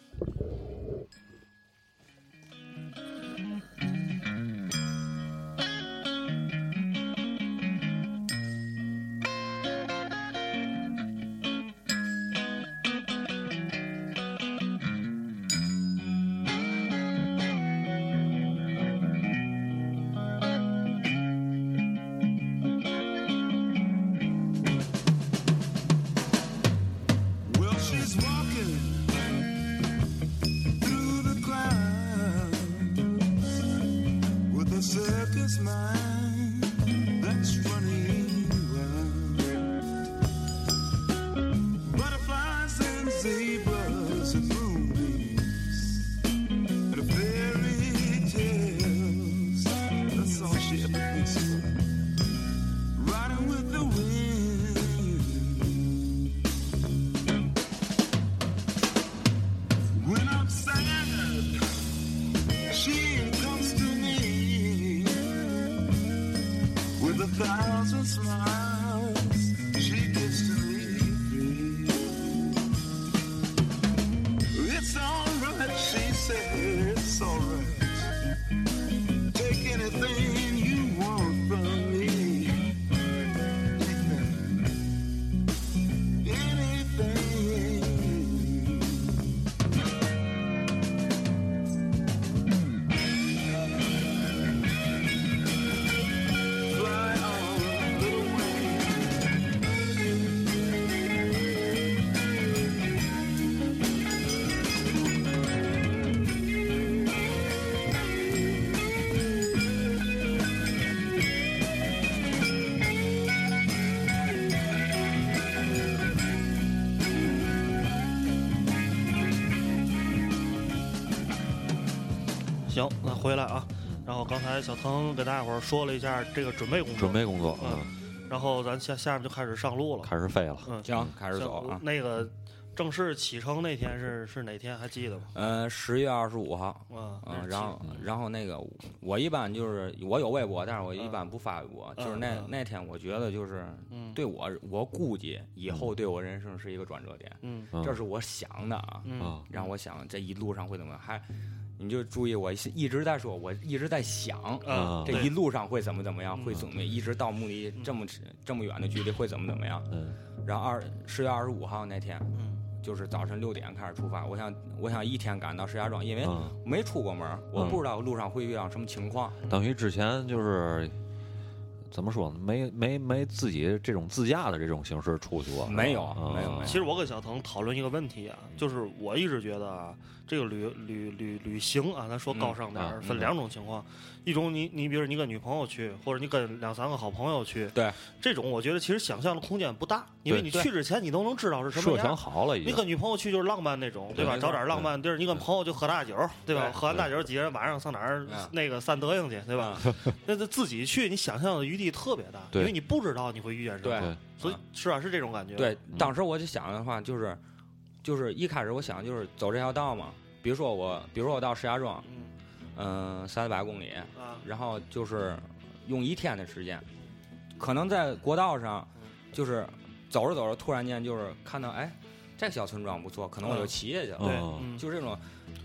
C: Well, she's walking through the clouds with a circus mind that's running round. Butterflies and zebras and moonbeams and fairy tales. That's all she ever thinks about. Riding with the wind. When I'm sad, she comes to me with a thousand smiles. She gives to me. It's alright, she says. It's alright. Take anything you want from me. Anything. Anything. Fly on, little wing.
D: 行，那回来啊，然后刚才小腾给大家伙儿说了一下这个准备工作，
E: 准备工作，
D: 嗯
E: 嗯，
D: 然后咱下下面就开始上路了，
E: 开始飞了。
D: 嗯，
F: 行，开始走啊
D: 像。那个正式启程那天是是哪天还记得吗？
F: 嗯，十月二十五号，
D: 啊，那
F: 嗯，
D: 是
F: 然后然后那个我一般就是我有微博，但是我一般不发微博。就是那
D: 嗯
F: 那天我觉得就是
D: 嗯
F: 对我我估计以后对我人生是一个转折点，
D: 嗯
E: 嗯
F: 这是我想的啊。
D: 嗯
E: 啊，
F: 然后我想这一路上会怎么样？还你就注意我是一直在说，我一直在想。
D: 啊
E: 啊，
F: 这一路上会怎么怎么样？
D: 嗯
F: 会怎么一直到目的地这么这么远的距离会怎么怎么样？
E: 嗯
F: 然后二十月二十五号那天，
D: 嗯
F: 就是早晨六点开始出发。我想我想一天赶到石家庄，因为
E: 嗯，
F: 没出过门儿，我
E: 嗯
F: 不知道路上会遇到什么情况。
E: 等于之前就是怎么说呢？没没没自己这种自驾的这种形式出去过，
F: 没有
E: 啊
F: 没有没有
D: 其实我跟小腾讨论一个问题啊，就是我一直觉得啊，这个旅旅旅旅行啊，咱说高尚点儿，
E: 嗯啊
D: 分两种情况，一种你你比如你跟女朋友去，或者你跟两三个好朋友去，
F: 对，
D: 这种我觉得其实想象的空间不大，因为
E: 对
D: 你去之前你都能知道是什么
E: 设
D: 样
E: 想。好了已
D: 你
E: 经。
D: 跟女朋友去就是浪漫那种，对吧？
F: 对
D: 找点浪漫地儿，你跟朋友就喝大酒，对吧？
F: 对
D: 喝完大酒，几个人晚上上哪儿
E: 啊
F: 嗯
D: 那个散德行去，对吧？那那自己去，你想象的余地特别大，
E: 对啊
D: 因为你不知道你会遇见什
F: 对
D: 么，所以是吧？是这种感觉。，
F: 对，
E: 嗯
F: 当时我就想的话就是，就是一开始我想就是走这条道嘛，比如说我，比如说我到石家庄，
D: 嗯
F: 嗯，三百公里，
D: 啊，
F: 然后就是用一天的时间，可能在国道上，就是走着走着，突然间就是看到，哎，这小村庄不错，可能我就
D: 嗯
F: 骑下去了，
D: 对，
E: 哦
D: 嗯
F: 就这种，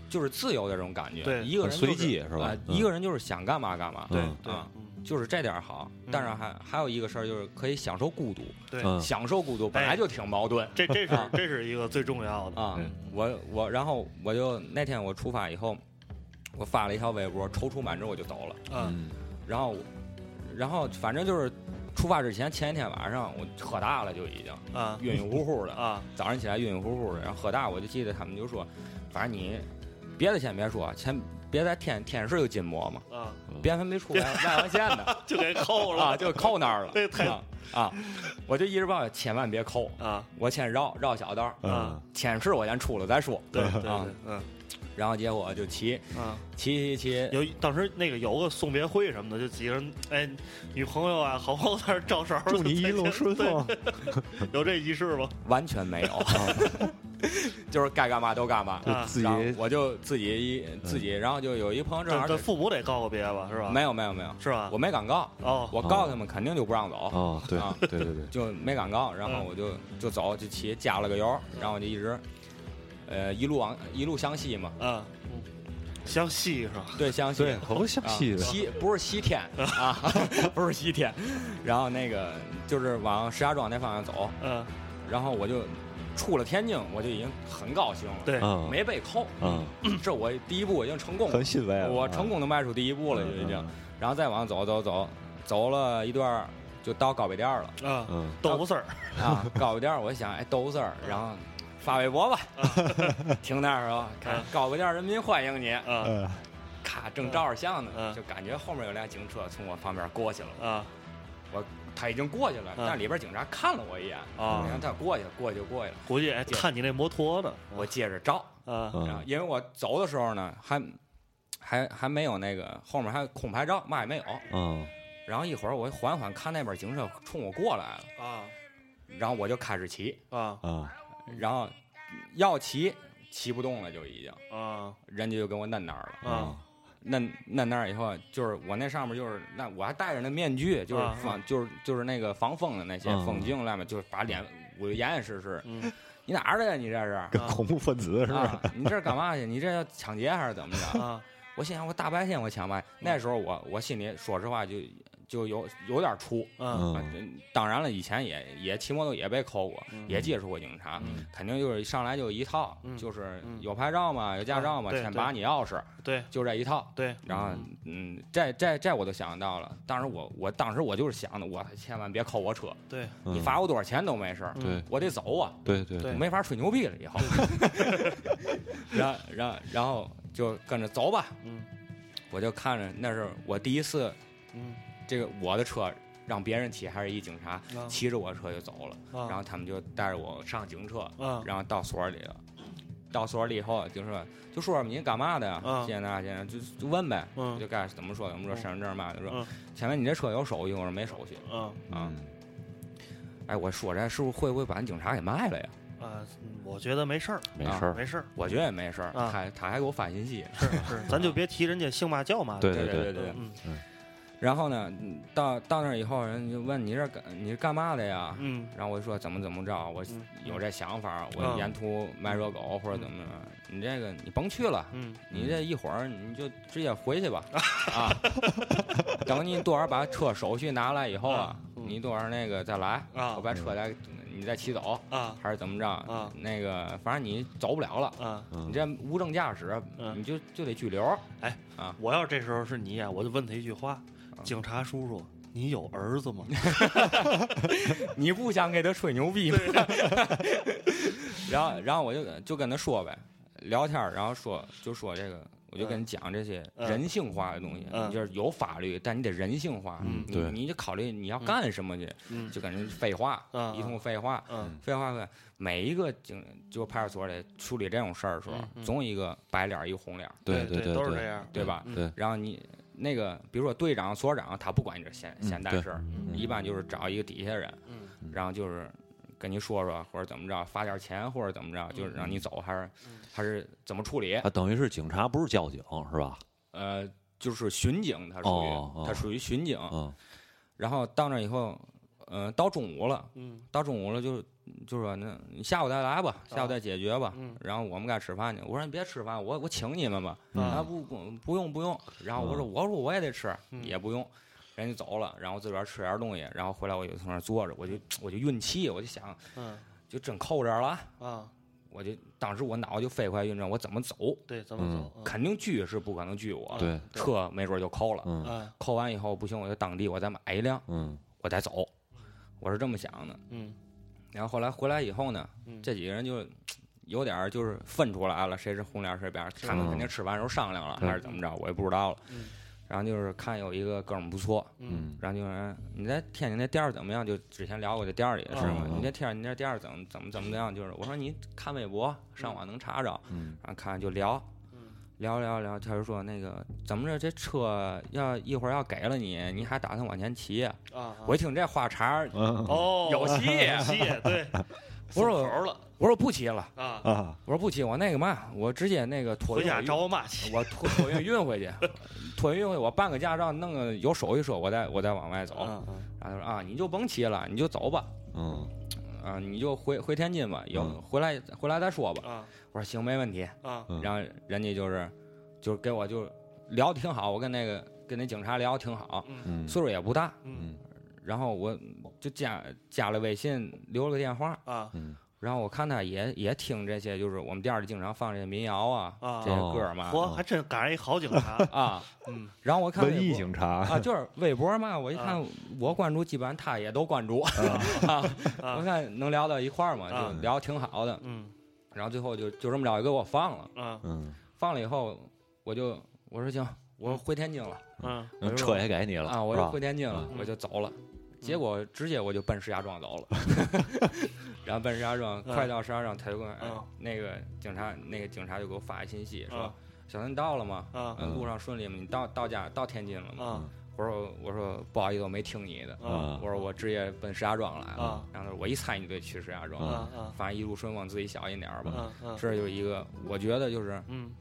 F: 就是自由的这种感觉，
D: 对
F: 一个人
E: 很随
F: 就是
E: 机是吧
F: 哎
E: 嗯
F: 一个人就是想干嘛干嘛，
D: 对
E: 嗯
D: 对
F: 啊，
D: 嗯
F: 就是这点儿好，但是还还有一个事儿就是可以享受孤独，
D: 对，
E: 嗯
F: 享受孤独
D: 哎
F: 本来就挺矛盾
D: 这这是这是一个最重要的。
F: 啊。我我然后我就那天我出发以后，我发了一条微博，踌躇满志我就走了。
D: 嗯
E: 嗯
F: 然后然后反正就是出发之前前一天晚上我喝大了就已经
D: 啊
F: 晕晕乎乎的，
D: 啊
F: 早上起来晕晕乎乎的，然后喝大我就记得他们就说，反正你别的先别说，先别在天天是有筋膜嘛，
D: 啊，
F: 别还没
D: <laughs>
F: 出外外环线呢。
D: 就给扣了
F: <laughs> 啊，就扣那儿了。
D: <laughs> 对太
F: 啊啊，我就一直抱怨，千万别扣，
D: 啊
F: 我先绕绕小道儿，
E: 嗯
D: 啊，
F: 前世我先出了再说。
D: 对对
F: 啊
D: 对，嗯
F: 然后结果就骑
D: 啊，
F: 骑骑骑，
D: 有当时那个有个送别会什么的，就几个人哎，女朋友啊，好朋友在那儿照手，
G: 祝你一路顺风。
D: 对，有这仪式吗？
F: 完全没
D: <laughs>
F: 有，就是该干嘛都干嘛。
G: 就自己
F: 然后我就自己一自己，
E: 嗯
F: 然后就有一朋友正好
D: 这这父母得告个别吧，是吧？
F: 没有没有没有，
D: 是吧
F: 我没敢告，
D: 哦，
F: 我告他们肯定就不让走，
E: <laughs> 哦，对
F: 啊
E: 对对对，
F: 就没敢告，然
D: 嗯
F: 后我就就走就骑加了个油，然后我就一直，呃一路往一路向西嘛，
D: 啊，嗯相戏是吧？
F: 对向西
E: 对，，好像戏的
F: 啊、，西不是西天啊， <laughs> 不是西天，然后那个就是往石家庄那方向走，
D: 嗯，
F: 然后我就出了天津，我就已经很高兴了，，
D: 对，
E: 嗯
F: 啊没被扣，
E: 嗯，
F: <clears throat> 这我第一步已经成功了
E: 很，欣慰了，
F: 我成功的迈出第一步了，就已经，然后再往走走走，走了一段儿就到高碑店儿了
D: 啊，
E: 嗯，
D: 豆腐丝儿，
F: 啊，高碑店儿我想哎豆丝儿，然后发微博吧， <laughs> 停那儿时候看
D: 嗯
F: 高碑店儿人民欢迎你，
D: 啊
G: 嗯，
F: 咔正照着相呢，
D: 嗯
F: 就感觉后面有辆警车从我旁边过去了。
D: 啊
F: 他已经过去了，
D: 嗯
F: 但里边警察看了我一眼，
D: 啊
F: 你看他过去了，过去就过去了，
D: 估计哎看你那摩托呢，
F: 我接着照，
D: 啊
F: 然后
E: 嗯
F: 因为我走的时候呢，还还还没有那个后面还有空牌照，嘛也没有。
E: 嗯，
F: 然后一会儿我缓缓看那边警车冲我过来了，
D: 啊
F: 然后我就开始骑，
D: 啊
E: 啊，
F: 然后要骑骑不动了就已经，
D: 啊
F: 人家就给我摁那儿了，
E: 嗯
D: 啊
F: 摁摁那儿以后啊就是我那上面就是那我还戴着那面具，就是
D: 啊
F: 防就是就是那个防风的那些
E: 嗯
F: 风镜外面，就是把脸捂得严严实实。
D: 嗯
F: <laughs> 你哪儿的呀？你这是？
G: 跟 <laughs> 恐怖分子是吧？
F: 啊，你这是干嘛去？你这要抢劫还是怎么着？ <laughs>
D: 啊
F: 我心想，我大白天我抢吧。那时候我我心里说实话就就有有点怵。
D: 啊
F: 啊
E: 嗯，
F: 当然了，以前也也骑摩托也被扣过，
D: 嗯
F: 也接触过警察，
D: 嗯
F: 肯定就是上来就一套，
D: 嗯
F: 就是
D: 嗯
F: 有牌照嘛，有驾照嘛，
D: 啊对
F: 先把你钥匙，
D: 对
F: 就这一套。
D: 对，
F: 然后，嗯，这这这我都想到了。当时我我当时我就是想的，我千万别扣我车，
D: 对
F: 你
E: 嗯
F: 罚我多少钱都没事儿，
E: 对
F: 我得走啊。
E: 对对
D: 对
F: 没法吹牛逼了
E: <laughs>
F: 以后。然然然后就跟着走吧，
D: 嗯
F: 我就看着那是我第一次，
D: 嗯
F: 这个我的车让别人骑，还是一警察
D: 啊
F: 骑着我的车就走了，
D: 啊
F: 然后他们就带着我上警车，
D: 啊
F: 然后到所里了。到所里以后，就说就说你干嘛的呀？
D: 啊
F: 现在现在就就问呗，
D: 嗯
F: 就该怎么说怎么说，身份证嘛，就说
D: 嗯
F: 前面你这车有手续，我说没手续
D: 啊
F: 啊。
E: 嗯
F: 哎，我说这是不是会不会把那警察给卖了呀？
D: 啊，我觉得没事儿，
E: 没
F: 啊
E: 事儿，
D: 没事儿，
F: 我觉得也没事儿，
D: 啊
F: 他他还给我发信息，
D: 是
F: <laughs>
D: 是，咱就别提人家姓嘛叫嘛，
E: 对
F: 对
E: 对
F: 对。
D: 嗯
F: 然后呢，嗯到到那儿以后，人就问你这干你是干嘛的呀？
D: 嗯
F: 然后我就说怎么怎么着，我
D: 嗯
F: 有这想法，
D: 啊
F: 我沿途卖热狗或者怎么着，你这个你甭去了。
D: 嗯
F: 你这一会儿你就直接回
D: <laughs>
F: 去吧，啊！等你多少把车手续拿来以后啊
D: 啊，嗯
F: 你多少那个再来，
D: 啊
F: 我把车再你再骑走，
D: 啊
F: 还是怎么着？
D: 啊
F: 那个反正你走不了了，
D: 啊，
F: 你这无证驾驶，
D: 嗯
F: 你就就得拘留。
D: 哎
F: 啊
D: 我要这时候是你呀，我就问他一句话，警察叔叔，你有儿子
F: <laughs>
D: 吗？
F: 你不想给他吹牛逼吗？ <laughs> 然后，然后我就跟就跟他说呗，聊天儿，然后说就说这个，我就跟你讲这些
D: 嗯
F: 人性化的东西，
D: 嗯
F: 你就是有法律，但你得人性化，
D: 嗯
F: 你
E: 对
F: 你得考虑你要干什么去，
D: 嗯
F: 就跟人废话，
D: 嗯
F: 一通废话，
D: 嗯
F: 废话呗。每一个警就派出所里处理这种事儿的时候，
D: 嗯嗯
F: 总有一个白脸儿一个红脸儿，
E: 对
D: 对
E: 对，
D: 都是这样，
F: 对吧？嗯
E: 对对
F: 然后你那个，比如说队长、所长，他不管你这闲闲蛋
E: 嗯对
F: 事儿，一般就是找一个底下人，
D: 嗯
F: 然后就是跟你说说或者怎么着，发点钱或者怎么着，就是让你走还是还是怎么处理？
E: 啊，等于是警察不是交警是吧？
F: 呃，就是巡警，他属
E: 哦
F: 于
E: 哦
F: 他属于巡警。
E: 嗯
F: 然后到那以后，呃，到中午了，
D: 嗯
F: 到中午了就就说那你下午再来吧，下午再解决吧。
D: 嗯
F: 然后我们该吃饭去，我说你别吃饭，我我请你们吧。
E: 嗯
F: 啊不不不用不用。然后我说我说我也得吃，
D: 嗯
F: 也不用。人家走了，然后自个儿吃点东西，然后回来我就从那儿坐着，我就我就运气，我就想
D: 嗯
F: 就真扣这儿了。
D: 啊，
F: 我就当时我脑子就飞快运转，我怎么走？
D: 对，怎
F: 嗯
D: 么走？嗯
F: 肯定拒是不可能拒我，
E: 对，
F: 车没准就扣了。
E: 嗯
D: 啊
F: 扣完以后不行，我就当地我再买一辆，
E: 嗯
F: 我再走，我是这么想的。
D: 嗯
F: 然后后来回来以后呢，
D: 嗯
F: 这几个人就有点儿就是分出来了，谁是红脸儿谁是白脸儿，他们肯定吃饭时候商量了，还是怎么着，我也不知道了。
D: 嗯
F: 然后就是看有一个哥们儿不错，
D: 嗯
E: 嗯
F: 然后就说你在天津那店儿怎么样？就之前聊过这店儿里的事儿嘛。
E: 嗯
F: 你这店儿你这店儿怎么怎么怎么样？就是我说你看微博上网能查着，
E: 嗯
F: 然后看就聊，
D: 嗯
F: 聊聊聊，他就说那个怎么着，这车要一会儿要给了你，你还打算往前骑？
D: 啊，
F: 我一听这话茬儿，
G: 嗯
D: 哦，
F: 有戏
D: 戏，对，
F: <laughs> 不是我
D: 送头了
F: 我说不骑了，
D: 啊，
G: 啊，
F: 我说不骑，我那个嘛，我直接那个托
D: 回
F: 运
D: 家找我妈去。
F: 我托托运运回去，托运运回去，我办个驾照，弄个有手续说，我再我再往外走。
D: 嗯嗯
F: 然后他说啊，你就甭骑了，你就走吧，
E: 嗯，
F: 啊，你就回回天津吧，有
E: 嗯
F: 回来回来再说吧。
D: 啊
F: 我说行，没问题。
D: 啊
E: 嗯
F: 然后人家就是就是给我就聊得挺好，我跟那个跟那警察聊得挺好，
D: 嗯
E: 嗯，
F: 岁数也不大，
D: 嗯
F: 然后我就加加了微信，留了个电话。
D: 啊
F: 然后我看他也也听这些，就是我们店里经常放这些民谣啊，
D: 啊
F: 这些歌儿嘛，
D: 嚯，还真赶上一好警察
F: 啊。
D: <laughs> 嗯
F: 然后我看微
G: 文艺
F: 博
G: 警察
F: 啊，就是微博嘛，我一
D: 啊
F: 看我关注，基本上他也都关注，
D: 嗯
F: 啊，我看能聊到一块儿嘛，
D: 啊
F: 就聊挺好的。
D: 嗯
F: 然后最后就就这么着，也给我放了，
D: 啊
E: <laughs> 嗯
F: 放了以后，我就我说行，我回天津了
D: 嗯
F: 我就
E: 车也给你了
F: 啊，我
E: 是
F: 就
E: 吧
F: 回天津了，
D: 嗯
F: 我就走了。结果直接我就奔石家庄走了，然后奔石家庄，
D: 嗯
F: 快到石家庄，他就跟我哎
D: 嗯
F: 那个警察，那个警察就给我发一信息说
D: 啊：“
F: 小陈你到了吗？
D: 啊
E: 嗯
F: 呃路上顺利吗？你到到家到天津了吗？”
D: 啊
F: 我说我说不好意思，我没听你的。
D: 啊
E: 嗯
F: 我说我直接奔石家庄来了。
D: 啊
F: 然后他说我一猜你得去石家庄，
D: 啊啊
F: 反正一路顺风，自己小心点儿吧。
D: 啊啊，
F: 这有一个，我觉得就是
D: 嗯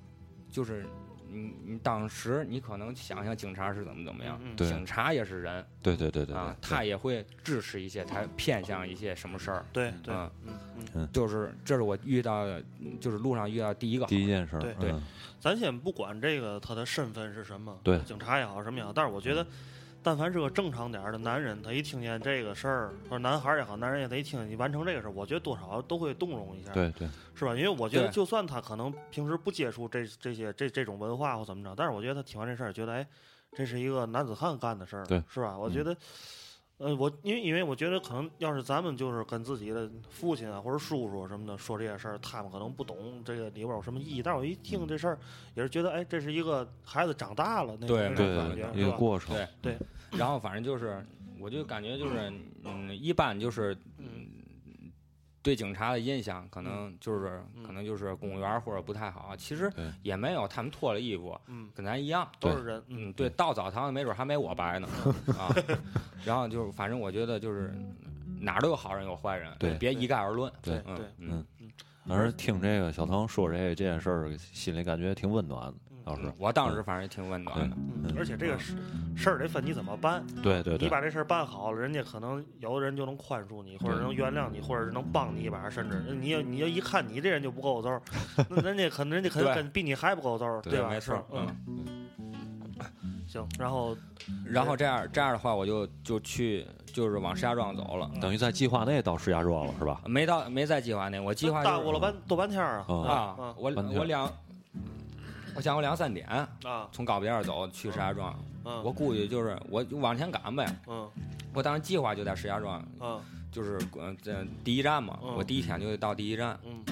F: 就是你你当时你可能想想警察是怎么怎么样，
D: 嗯嗯
E: 对
F: 警察也是人
E: 对对对对
F: 啊
E: 对，
F: 他也会支持一些，他偏向一些什么事儿。
D: 对对
F: 啊，
D: 嗯嗯。
F: 就是这是我遇到的，就是路上遇到第一个好
E: 第一件事儿，嗯
D: 对
E: 对
D: 咱先不管这个他的身份是什么，
E: 对
D: 警察也好，什么也好，但是我觉得，但凡是个正常点儿的男人，他一听见这个事儿，或者男孩儿也好，男人也得一听见你完成这个事儿，我觉得多少都会动容一下，，
E: 对对，
D: 是吧？因为我觉得，
F: 对
D: 就算他可能平时不接触这这些这这种文化或怎么着，但是我觉得他听完这事儿，觉得哎，这是一个男子汉干的事儿，
E: 对嗯
D: 是吧？我觉得。呃，我因为因为我觉得可能要是咱们就是跟自己的父亲啊或者叔叔什么的说这些事儿，他们可能不懂这个里边儿有什么意义。但是我一听这事儿，也是觉得哎，这是一个孩子长大了那种
F: 对
D: 那
E: 对
D: 种
E: 对
D: 感
E: 对
D: 觉，
E: 一
D: 是
E: 个
D: 吧？
E: 过程，
F: 对
D: 对，
F: 然后反正就是，我就感觉就是，嗯，一般就是，
D: 嗯
F: 嗯，对警察的印象可能就是，
D: 嗯
F: 可能就是公务员或者不太好。啊其实
E: 对
F: 也没有，他们脱了衣服
D: 嗯，
F: 跟咱一样。
D: 都是人，
F: 嗯，对，到澡堂没准还没我白呢啊。然后就是，反正我觉得就是哪儿都有好人有坏人，
E: 对
F: 别一概而论。
E: 对
D: 对对
F: 嗯嗯，
E: 反正听这个小唐说这这件事儿，心里感觉挺温暖的，倒是，
F: 我当时反正挺温暖的。
D: 嗯，而且这个事事儿得分你怎么办。
E: 对对
D: 你
E: 对，
D: 把这事儿办好了，人家可能有的人就能宽恕你，或者
E: 对
D: 能原谅你，或者是能帮你一把，甚至你你要一看你这人就不够揍儿，那人家可能人家可能
F: 对
D: 跟比你还不够揍儿，
E: 对
D: 吧？
F: 没错
D: 是嗯，行，然后
F: 然后这样这样的话，我就就去就是往石家庄走了。
E: 等于在计划内到石家庄了是吧？
F: 没到没在计划内，我计划、就是、
D: 大误了半多半天儿
E: 啊
D: 啊
F: 啊
D: 啊，
F: 我
E: 半天
F: 我两，我想我两三点
D: 啊
F: 从高碑店走去石家庄，
D: 嗯
F: 我估计就是我就往前赶呗。
D: 嗯
F: 我当时计划就在石家庄，
D: 嗯
F: 就是呃这第一站嘛，
D: 嗯
F: 我第一天就到第一站，
D: 嗯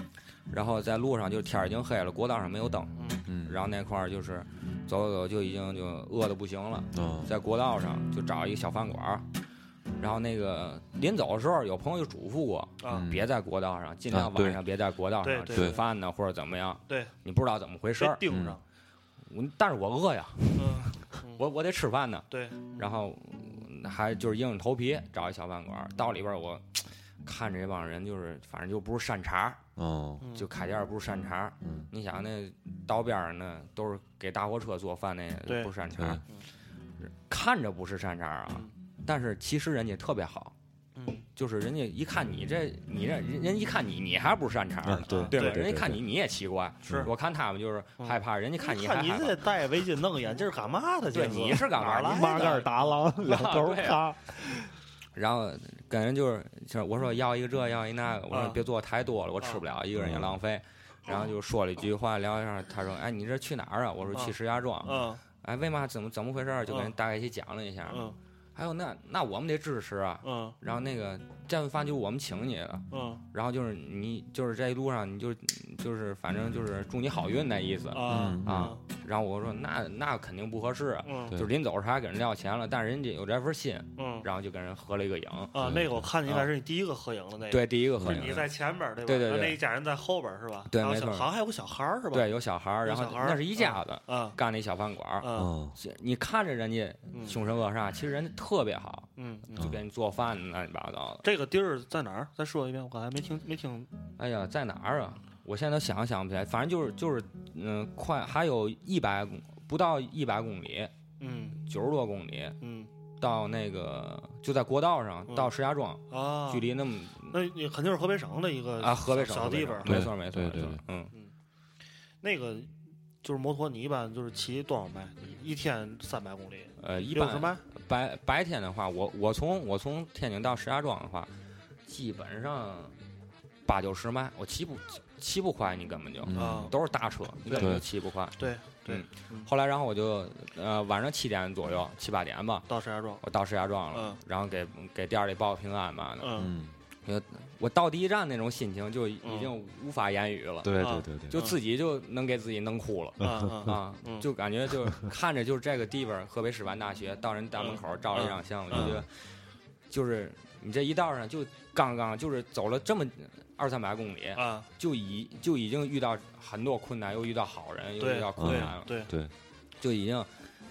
F: 然后在路上就天儿已经黑了，国道上没有灯，
E: 嗯
F: 然后那块儿就是走走走就已经就饿的不行了，
E: 嗯
F: 在国道上就找一个小饭馆儿，然后那个临走的时候有朋友就嘱咐我，
D: 啊
E: 嗯
F: 别在国道上，尽
E: 啊
F: 量
E: 对
F: 晚上别在国道
D: 对
F: 上
D: 对
F: 吃
E: 对
F: 饭呢，或者怎么样。
D: 对，
F: 你不知道怎么回事
D: 谁
F: 儿，
D: 盯上？
F: 我但是我饿呀，
D: 嗯，
F: 我我得吃饭呢。
D: 对，
F: 然后嗯还就是硬着头皮找一小饭馆儿，到里边儿我看着这帮人就是，反正就不是善茬儿，
E: 嗯
D: 嗯
F: 就开店儿不是善茬儿。
E: 嗯
F: 你想那道边儿那都是给大货车做饭那
D: 对
F: 不是善茬儿，看着不是善茬儿啊，但是其实人家特别好。
D: 嗯，
F: 就是人家一看你这，你这人人一看你，你还不是善茬儿
E: 嗯
F: 呢，
E: 对
F: 对吧？
D: 对
F: 人家看你，你也奇怪。
D: 是
F: 我看他们就是害怕，人家看
D: 你
F: 你还
D: 你
F: 害怕
D: 这。戴围巾弄眼镜儿干嘛的？这
F: 对
D: 个
F: 你是干嘛
D: 哪儿来
F: 你
G: 马
D: 的
G: 杆达郎，两头
F: 对啊
G: 咔，
F: 然后跟人就是，就是我说要一个
D: 嗯
F: 这，要一那个，我说别做太多了，我吃不了，一个人也浪费。
D: 嗯
F: 然后就说了一句话，聊一下，他说：“哎，你这去哪儿啊？”我说：“去石家庄。
D: 嗯”
F: 哎，为嘛怎么怎么回事儿？就跟人大概一起讲了一下。哎
D: 嗯
F: 还有那那我们得支持啊。
D: 嗯
F: 然后那个战饭就我们请你了，
D: 嗯
F: 然后就是你就是这一路上你就就是反正就是祝你好运那意思。
D: 啊
F: 啊，然后我说那那肯定不合适啊，
D: 嗯
F: 就是临走时候还给人撂钱了，但是人家有这份心，
D: 嗯
F: 然后就跟人合了一个影。
D: 啊，那个我看你应该是你第一个合影的那个，，
F: 对，第一个合
D: 你
F: 影。
D: 在前边儿对吧？
F: 对对对
D: 那一家人在后边儿是吧？
F: 对
D: 还有
F: 没
D: 小
F: 错
D: 好像还有个小孩儿是吧？
F: 对，有小孩儿，
D: 有
F: 然后
D: 小孩儿
F: 那是一家子，
D: 啊，
F: 干了一小饭馆儿。
D: 嗯
E: 嗯
F: 你看着人家
D: 嗯
F: 凶神恶煞，其实人家特别好，
D: 嗯嗯，
F: 就给你做饭呢乱七八糟的。
D: 这个地儿在哪儿？再说一遍，我刚才没听没听。
F: 哎呀，在哪儿啊？我现在都想想不起来，反正就是就是，嗯、快还有一百不到一百公里，
D: 嗯
F: 九十多公里
D: 嗯
F: 到那个就在国道上
D: 嗯
F: 到石家庄，
D: 啊，
F: 距离那么
D: 那也肯定是河北省的一个
F: 啊河北省
D: 小小
F: 河北
D: 地
F: 省
D: 方。
F: 没错没错
E: 对
F: 没
E: 对
F: 错
E: 对，
F: 嗯，
D: 那个就是摩托，你一般就是骑多少迈？一天三百公里，
F: 呃，一
D: 六十
F: 般
D: 迈。
F: 白白天的话，我我从我从天津到石家庄的话，基本上八九十迈，我骑不骑不快，你根本就、
D: 啊
E: 嗯，
F: 都是大车，你根本就
E: 对
F: 骑不快。
D: 对对
F: 嗯，后来，然后我就呃晚上七点左右，七八点吧，
D: 到石家庄。
F: 我到石家庄了，
D: 嗯
F: 然后给给店里报平安嘛的。
D: 嗯
E: 嗯，
F: 我到第一站那种心情就已经无法言语了，
E: 对
D: 啊
E: 对对对，
F: 就自己就能给自己弄哭了。
D: 嗯嗯
F: 啊
D: 嗯，
F: 就感觉就是看着就是这个地方，河北师范大学到人大门口
D: 嗯
F: 照了一张相，我就觉得，就是你这一道上就刚刚就是走了这么二三百公里， <laughs>
D: 啊，
F: 就已就已经遇到很多困难，又遇到好人，又
D: 对
F: 遇到困难了
D: 对，对，
E: 对，
F: 就已经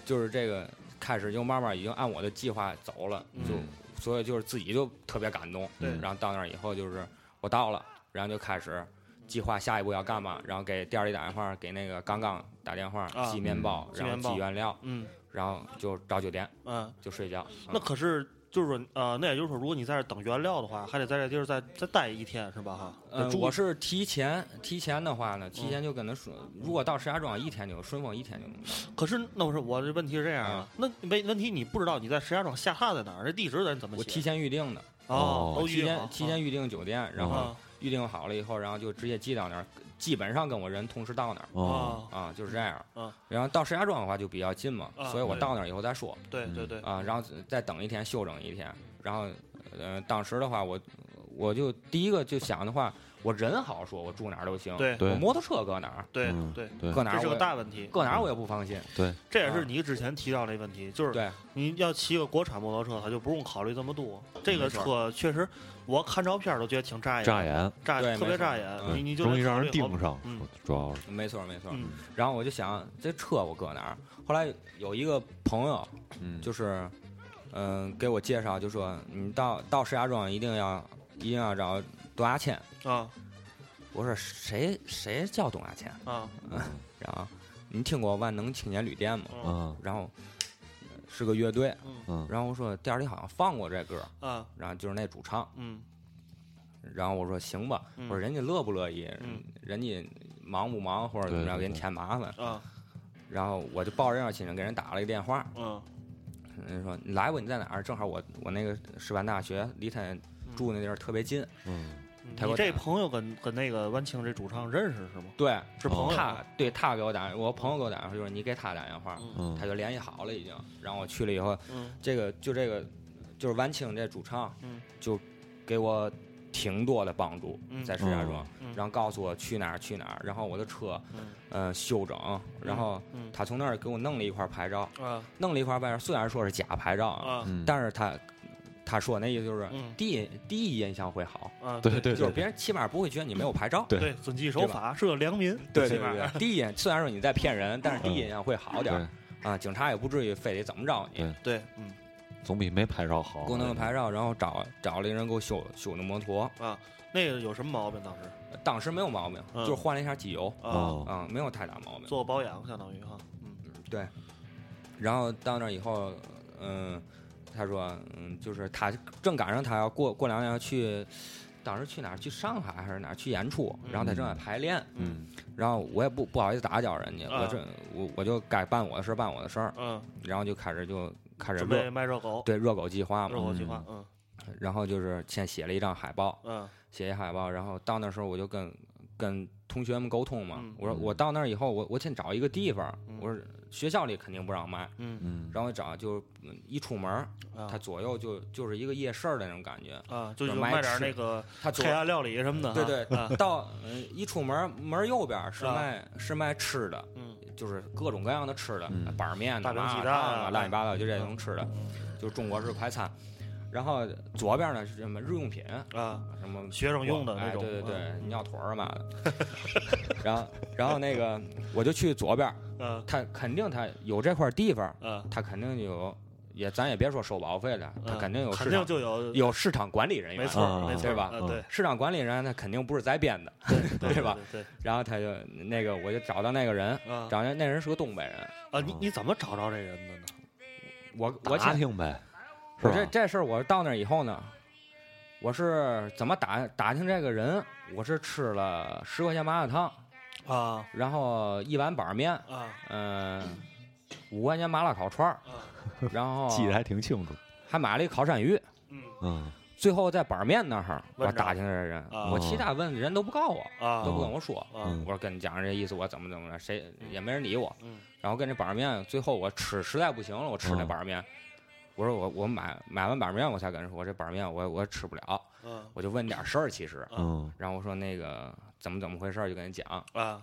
F: 就是这个开始就慢慢已经按我的计划走了，
D: 嗯
E: 嗯
F: 就所以就是自己就特别感动。
D: 对
F: 然后到那儿以后就是我到了，然后就开始计划下一步要干嘛，然后给店里打电话，给那个刚刚打电话
D: 啊
F: 寄面包，
D: 寄
F: 然
D: 面
F: 后
D: 包
F: 寄原料，
D: 嗯
F: 然后就找酒店
D: 嗯，
F: 就睡觉。
D: 那
F: 嗯
D: 可是就是说，呃，那也就是说，如果你在这儿等原料的话，还得在这地儿再再待一天是吧？哈，
F: 呃
D: 得，住
F: 我是提前提前的话呢，提前就跟他说，如果到石家庄一天就顺丰一天就能到。
D: 可是那不是我这问题是这样
F: 啊
D: 啊？那问问题你不知道你在石家庄下榻在哪儿，这地址咱怎么
F: 我
D: 写
F: 提？前预定的，
D: 哦，
E: 我
D: 都
F: 提
D: 预好
F: 前提前预定酒店，然后
D: 啊
F: 预定好了以后，然后就直接寄到那儿，基本上跟我人同时到那儿
E: 哦，
D: 啊，
F: 啊，就是这样。
D: 啊
F: 然后到石家庄的话就比较近嘛，
D: 啊
F: 所以我
D: 对
F: 到那儿以后再说
D: 对对对，
F: 啊，然后再等一天休整一天。然后，呃，当时的话我我就第一个就想的话，我人好说，我住哪儿都行。，
D: 对
F: 我
E: 对
F: 摩托车搁哪儿，
D: 对
E: 嗯
D: 对，
E: 对
F: 搁哪
D: 这
F: 儿
D: 是
F: 我
D: 个
F: 也
D: 大问题。
F: 搁哪儿我也不放心。
D: 这也
F: 啊
D: 是你之前提到的问题，就是
F: 对，
D: 你要骑个国产摩托车，它就不用考虑这么多。这个
F: 没错
D: 车确实，我看照片都觉得挺扎眼，
E: 扎眼，
D: 扎
F: 对
D: 特别
F: 没错
D: 扎眼。
F: 嗯
D: 你你就
G: 容易
D: 得
G: 让
D: 考
G: 人
D: 虑好
G: 盯上，
D: 嗯
E: 主要是
F: 没错没错。
D: 嗯
F: 然后我就想这车我搁哪儿？后来有一个朋友
E: 嗯，
F: 就是，嗯、给我介绍就说你到到石家庄一定要一定要找董亚千。
D: 啊
F: 我说谁谁叫董亚千？
D: 啊
F: 然后你听过万能青年旅店吗？
D: 嗯
E: 嗯
F: 然后呃是个乐队，
E: 嗯
F: 然后我说店儿里好像放过这歌，
D: 啊
F: 然后就是那主唱，
D: 嗯
F: 然后我说行吧，
D: 嗯
F: 我说人家乐不乐意，
D: 嗯
F: 人家忙不忙或者怎么着
E: 对对
F: 给你添麻烦，
D: 啊
F: 然后我就抱着这样心情给人打了一个电话，
D: 嗯
F: 人家说你来吧，你在哪儿？正好我我那个师范大学离他住那地儿特别近，
E: 嗯，
D: 你
F: 泰国
D: 这
F: 打
D: 朋友跟跟那个万青这主唱认识是吗？
F: 对，
E: 哦
D: 是朋友
F: 他对他给我打，我朋友给我打电话就是你给他打电话，
D: 嗯
E: 嗯
F: 他就联系好了已经，然后我去了以后，
D: 嗯
F: 这个就这个就是晚清这主唱，
D: 嗯
F: 就给我挺多的帮助，
D: 嗯
F: 在石家庄，
D: 嗯
F: 然后告诉我去哪儿去哪儿，然后我的车，
D: 嗯
F: 呃，修整，然后
D: 嗯
F: 他从那儿给我弄了一块牌照，
D: 啊
F: 弄了一块牌照，虽然说是假牌照啊，
D: 啊
E: 嗯
F: 但是他他说那意思就是
D: 嗯
F: 第一第一印象会好，
D: 啊！
G: 对对
F: 就是
G: 对，
F: 别人起码不会觉得你没有牌照，
G: 对
D: 对，遵纪守法，是个良民，
F: 对
D: 起
F: 对
D: 码
F: 对，第一眼虽然说你在骗人，但是第一印象会好点
E: 嗯对
F: 儿，啊，警察也不至于非得怎么着你
E: 对。
D: 对，嗯
E: 总比没拍照好，
F: 给我弄个牌照，然后找找了一个人给我修修那摩托，
D: 啊，那个有什么毛病当时
F: 当时没有毛病，
D: 嗯
F: 就是换了一下机油，
D: 啊？
E: 哦，
F: 嗯，没有太大毛病。
D: 做保养相当于哈，嗯
F: 对，然后到那儿以后，嗯，他说，嗯，就是他正赶上他要过过两年要去，当时去哪儿？去上海还是哪儿去演出？然后他正在排练，
E: 嗯
F: 然后我也不不好意思打搅人家，
D: 啊
F: 我这我我就该办我的事儿办我的事儿，
D: 嗯，
F: 然后就开始就开始
D: 准备
F: 热
D: 卖热狗，
F: 对热狗计划
D: 热
F: 嘛，
D: 狗计划，嗯
F: 然后就是先写了一张海报，
D: 嗯
F: 写一海报，然后到那时候我就跟跟同学们沟通嘛。
D: 嗯
F: 我说我到那儿以后，我我先找一个地方，
D: 嗯
F: 我说学校里肯定不让卖，
D: 嗯
E: 嗯，
F: 然后找就是嗯一出门儿，
D: 啊
F: 它左右就就是一个夜市儿的那种感觉。
D: 啊，就
F: 就
D: 就
F: 卖
D: 卖点
F: 吃
D: 那
F: <laughs>
D: 个
F: 它左
D: 黑暗料理什么的，
F: 对
D: 啊 <laughs>
F: 对
D: 啊，
F: 到嗯一出门儿门儿右边儿是
D: 啊
F: 卖是卖吃的，
D: 嗯
F: 就是各种各样的吃的，
E: 嗯
F: 板儿面、
D: 大饼
F: 麻辣
D: 鸡
F: 烫
D: 蛋啊嗯
F: 啊，乱七八糟就这种吃的，就是中国式快餐。然后左边呢是什么日用品，
D: 啊，
F: 什么
D: 学生用的
F: 哎
D: 那种，嗯
F: 对对对，尿坨儿嘛的。然后然后那个我就去左边儿，
D: 嗯
F: 他肯定他有这块地方，
D: 啊
F: 他肯定有，也咱也别说收保费了，他
D: 嗯
F: 肯定有
D: 肯
F: 市
D: 定
F: 场
D: 就有，
F: 有市场管理人员，
D: 没错
E: 啊
D: 没错，
F: 对吧嗯
D: 啊对
F: 市场管理人员他肯定不是在编的，
D: 对
F: 对吧？
D: 对
F: 然后他就那个我就找到那个人，
D: 对啊
F: 找那那人是个东北人，
D: 啊！你你怎么找着这人的呢？
F: 我
E: 打
F: 我先
E: 听呗，是
F: 我这
E: 吧？
F: 这事儿我到那儿以后呢，我是怎么打打听这个人？我是吃了十块钱麻辣烫，
D: 啊
F: 然后一碗板儿面，
D: 啊
F: 嗯、五块钱麻辣烤串儿，
D: 啊
E: <laughs>
F: 然后
G: 记得还挺清楚。
F: 还买了一烤鳝鱼。
D: 嗯
E: 嗯
F: 最后在板儿面那儿，我
D: 问着
F: 打听这人，
D: 啊
F: 我其他问人都不告我，
D: 啊
F: 都不嗯跟我说。
D: 啊
F: 我说跟你讲这意思，我怎么怎么着，谁也没人理我。
D: 嗯
F: 然后跟这板儿面，最后我吃实在不行了，我吃那
E: 嗯
F: 板儿面，我说我我买买完板儿面，我才跟人说，我这板儿面我我吃不了。
D: 嗯
F: 我就问点事儿，其实，
E: 嗯
F: 然后我说那个怎么怎么回事，儿，就跟人讲，
D: 啊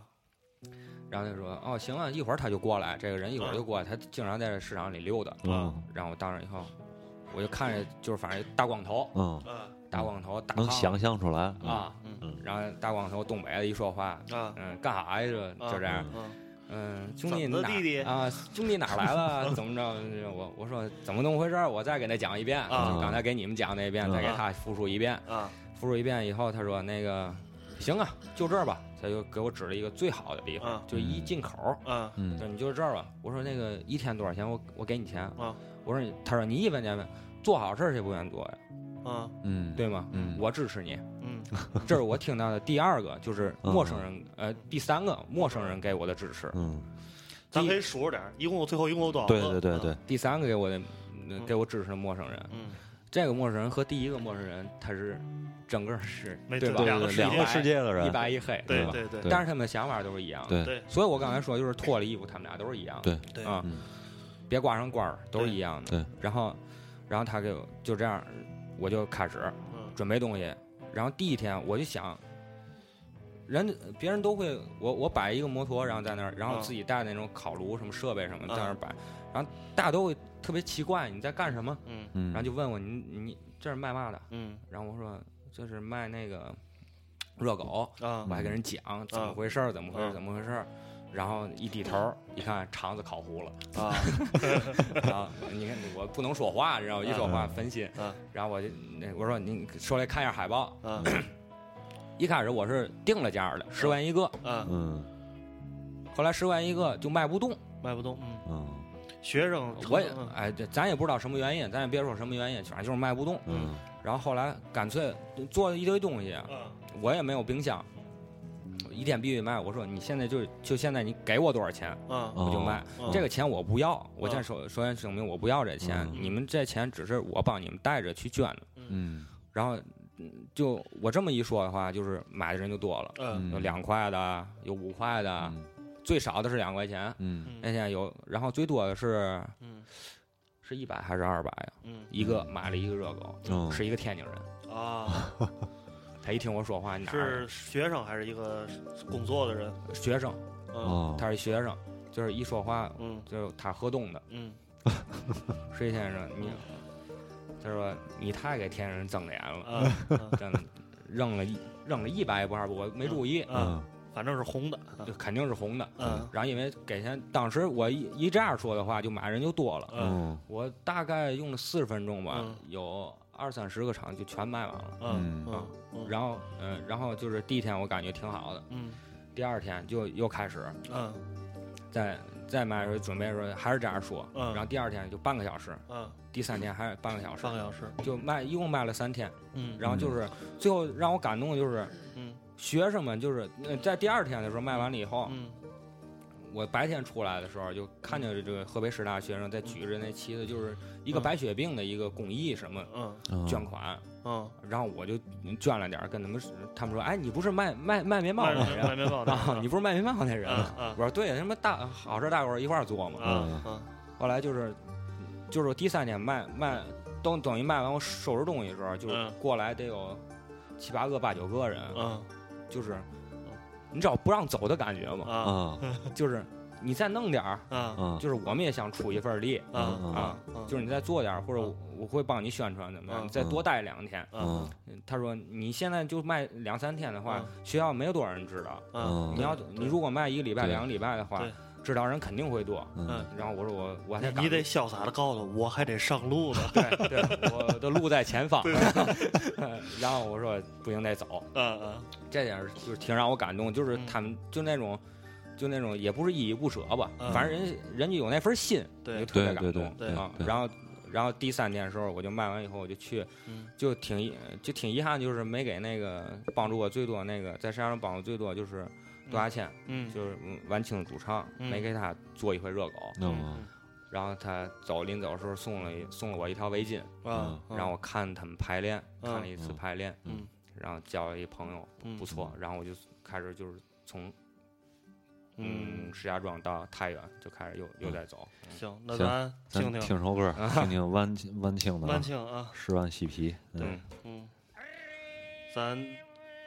F: 然后他说哦行了，一会儿他就过来，这个人一会儿就过来，他经常在这市场里溜达。
E: 嗯
F: 然后我到那以后，我就看着就是反正大光头，
E: 嗯，
D: 啊
F: 大光头，大
E: 能
F: 胖子
E: 想象出来，
F: 啊，
D: 嗯
F: 然后大光头东北的一说话，
D: 啊
F: 嗯，干啥呀？这就这样，
D: 嗯
F: 嗯，兄
D: 怎
F: 弟你
D: 么
F: 哪
D: 地地
F: 啊？兄弟哪来了？怎么着？我我说怎么怎么回事儿？我再给他讲一遍，
D: 啊
F: 就刚才给你们讲那一遍，再给
D: 啊
F: 他复述一遍。
D: 啊
F: 复述一遍以后，他说那个行啊，就这儿吧。他就给我指了一个最好的地方，
D: 啊
F: 就一进口，
D: 啊
E: 嗯
F: 就你就这儿吧。我说那个一天多少钱？我我给你钱。
D: 啊
F: 我说你，他说你一分钱没，做好事儿谁不愿做呀？
D: 啊
E: 嗯，
F: 对吗？
E: 嗯
F: 我支持你。
D: 嗯
F: 这是我听到的第二个，就是
E: 嗯
F: 陌生人，呃，第三个陌生人给我的支持，
E: 嗯，
D: 咱可以数着点儿，一共最后一共有多少
E: 对
D: 个？
E: 对对对
D: 啊，，
F: 第三个给我的呃给我支持的陌生人，
D: 嗯，
F: 这个陌生人和第一个陌生人他是整个是
D: 没
F: 对
D: 错
F: 吧？
D: 两个世界
E: 两个世界的
F: 一
E: 人，
F: 白一黑，
D: 嗯对
F: 吧？
D: 对对
E: 对
F: 但是他们的想法都是一样的。
E: 对
D: 对
F: 所以我刚才说，就是脱了衣服，他们俩都是一样的。
D: 对
F: 啊
E: 嗯，
F: 别挂上官儿，都是一样的。
E: 对对
F: 然后，然后他给我就这样，我就开始
D: 嗯
F: 准备东西。然后第一天我就想，人别人都会，我我摆一个摩托，然后在那儿，然后
D: 嗯
F: 自己带那种烤炉什么设备什么，
D: 嗯
F: 在那儿摆，然后大家都会特别奇怪你在干什么，
D: 嗯
E: 嗯，
F: 然后就问我你你这是卖嘛的？
D: 嗯
F: 然后我说这是卖那个热狗。
D: 啊
F: 我还跟人讲怎么回事儿，怎么
D: 嗯
F: 回事儿，怎么回事儿。然后一低头儿，一看肠子烤糊了。
D: 啊
E: <laughs>
F: 然后啊你看我不能说话，然后一说
E: 啊
F: 话分心。
D: 嗯
F: 然后我就那我说你手里看一下海报。
D: 啊
F: 一开始我是定了价儿的，十元一个。
D: 啊，
E: 嗯
F: 后来十元一个就卖不动，
D: 卖不动，嗯，
E: 嗯
D: 学生
F: 我也
E: 啊
D: 嗯
F: 哎，这咱也不知道什么原因，咱也别说什么原因，反正就是卖不动。
E: 嗯
F: 然后后来干脆做了一堆东西，
D: 嗯
F: 我也没有冰箱，一天必须卖。我说你现在就就现在你给我多少钱，
D: 嗯
E: 哦
F: 我就卖。
D: 嗯
F: 这个钱我不要，我先
D: 嗯
F: 首首先声明我不要这钱，
E: 嗯
F: 你们这钱只是我帮你们带着去捐的。
E: 嗯
F: 然后嗯就我这么一说的话，就是买的人就多了，
D: 嗯
F: 有
E: 嗯
F: 两块的，有五块的，最少的是两块钱，
E: 嗯
F: 那现在有，然后最多的是
D: 嗯
F: 是一百还是二百呀？
D: 嗯
F: 一个买了一个热狗，
E: 嗯
F: 是一个天津人，
D: 啊，
F: 他一听我说话，你哪儿啊
D: 是学生还是一个工作的人？
F: 学生，
D: 嗯
E: 哦，
F: 他是学生，就是一说话
D: 嗯
F: 就是他河东的，
D: 嗯
F: 石先生，你，他说你太给天津人睁着眼了，
D: 啊，嗯
F: 真的扔了一扔了一百不二我没注意，
D: 啊，
E: 嗯
D: 反正是红的，
F: 就肯定是红的。
D: 嗯
F: 然后因为给钱，当时我一一这样说的话，就买人就多了。
D: 嗯
F: 我大概用了四十分钟吧
D: 嗯，
F: 有二三十个厂就全卖完了。
D: 嗯
F: 嗯
D: 嗯，
F: 然后，嗯、然后就是第一天我感觉挺好的，
D: 嗯
F: 第二天就又开始
D: 嗯
F: 再再买的时候准备说还是这样说，
D: 嗯
F: 然后第二天就半个小时，
D: 嗯，
F: 第三天还是半个小时，
D: 半个小时，
F: 就卖一共卖了三天。
D: 嗯
F: 然后就是最后让我感动的就是
D: 嗯
F: 学生们，就是呃在第二天的时候卖完了以后，
D: 嗯
F: 我白天出来的时候就看见这个河北师大学生在举着那旗子，就是一个
D: 嗯
F: 白血病的一个公益什么
D: 嗯
E: 嗯
F: 捐款，
D: 嗯，
F: 然后我就捐了点儿，跟他们他们说，哎，你不是卖卖卖棉帽
D: 卖
F: 的人
D: 卖面包的
F: 啊？你不是卖棉帽那人啊
D: 嗯嗯
F: 吗？我说对，他妈大好事大伙儿一块儿做嘛。
D: 嗯嗯
F: 后来就是，就是我第三天卖卖，等等于卖完我收拾东西的时候，就是
D: 嗯
F: 过来得有七八个、八九个人，
D: 嗯
F: 就是你知道不让走的感觉吗？
D: 啊
E: 啊
F: 就是你再弄点儿，
D: 啊
E: 啊
F: 就是我们也想出一份力
D: 啊啊
F: 啊，，就是你再做点儿，或者
D: 嗯
F: 我会帮你宣传怎么
D: 嗯
F: 样，你再多待两天。
D: 嗯
F: 他说你现在就卖两三天的话，学校没有多少人知道，
D: 嗯，
F: 你要
D: 对
F: 你如果卖一个礼拜、
E: 对
F: 两个礼拜的话
D: 对，
F: 知道人肯定会多。
E: 嗯
F: 然后我说我我还
D: 你
F: 赶
D: 你得潇洒的告诉我，我还得上路
F: <laughs>
D: 呢。
F: 对对，我的路在前方。 <laughs> 然后我说不行，得走。
D: 嗯嗯
F: 这点儿就是挺让我感动，就是
D: 嗯
F: 他们就那种，就那种也不是依依不舍吧，
D: 嗯
F: 反正人人家有那份心，
D: 对嗯
F: 我就特别感
E: 对对
F: 动。
D: 对
F: 啊
E: 对
F: 然后然后第三天的时候，我就卖完以后，我就去，
D: 嗯
F: 就挺遗就挺遗憾，就是没给那个帮助我最多那个在山上帮我最多就是杜亚倩，
D: 嗯
F: 就是晚清的主唱，
D: 嗯
F: 没给他做一回热狗。
E: 嗯
F: 然后他走临走的时候送了一送了我一条围巾，
D: 啊，
F: 嗯然后我看他们排练，
D: 嗯
F: 看了一次排练，
D: 嗯，
F: 然后交了一朋友，
D: 嗯
F: 不错，然后我就开始就是从
D: 嗯
F: 嗯石家庄到太原就开始又又在走，
D: 行，那
E: 行
D: 咱
E: 咱
D: 听听
E: 听首歌，听听弯弯庆的
D: 万
E: 啊
D: 庆啊，
E: 《十万细皮》。
F: 嗯，
D: 嗯，咱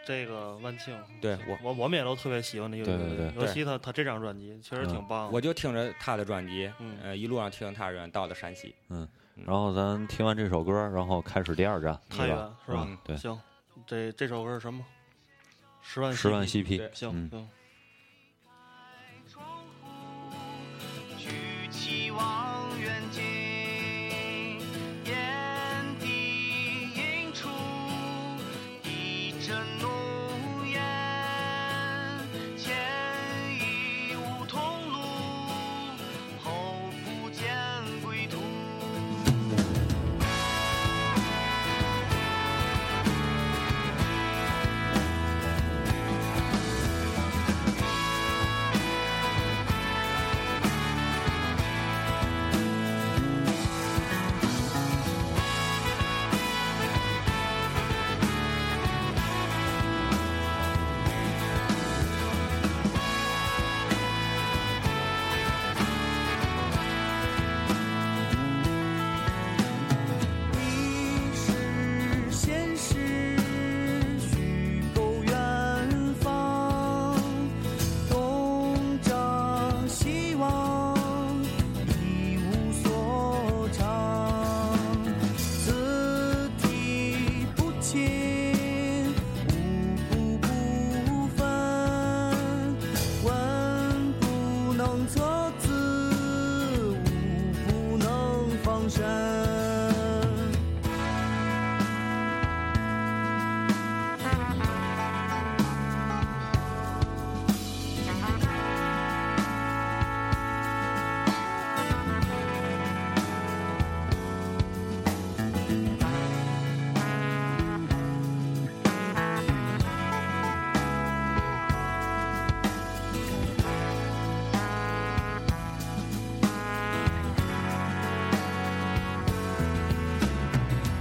D: 这个万庆，
F: 对我
D: 我我们也都特别喜欢的一个乐队，
E: 对对嗯
F: 对
D: 尤其他他这张专辑其实挺棒的。
F: 我就听着他的专辑，
D: 嗯
F: 呃一路上听着他的人到了山西，
E: 然后咱听完这首歌，然后开始第二站，
D: 太
E: 对
D: 原
E: 吧？
D: 是吧
E: 嗯对，
D: 行，这这首歌是什么？十万
E: 十万
D: 西
E: 细皮，
F: 对
D: 行
E: 嗯
D: 行，
C: 窗户，举起望远镜，眼底映出一阵浓烟，前已无同路，后不见归途。你是现实，虚构远方，东张西望，一无所长，字体不清，五步不分，文不能测字，武不能防身。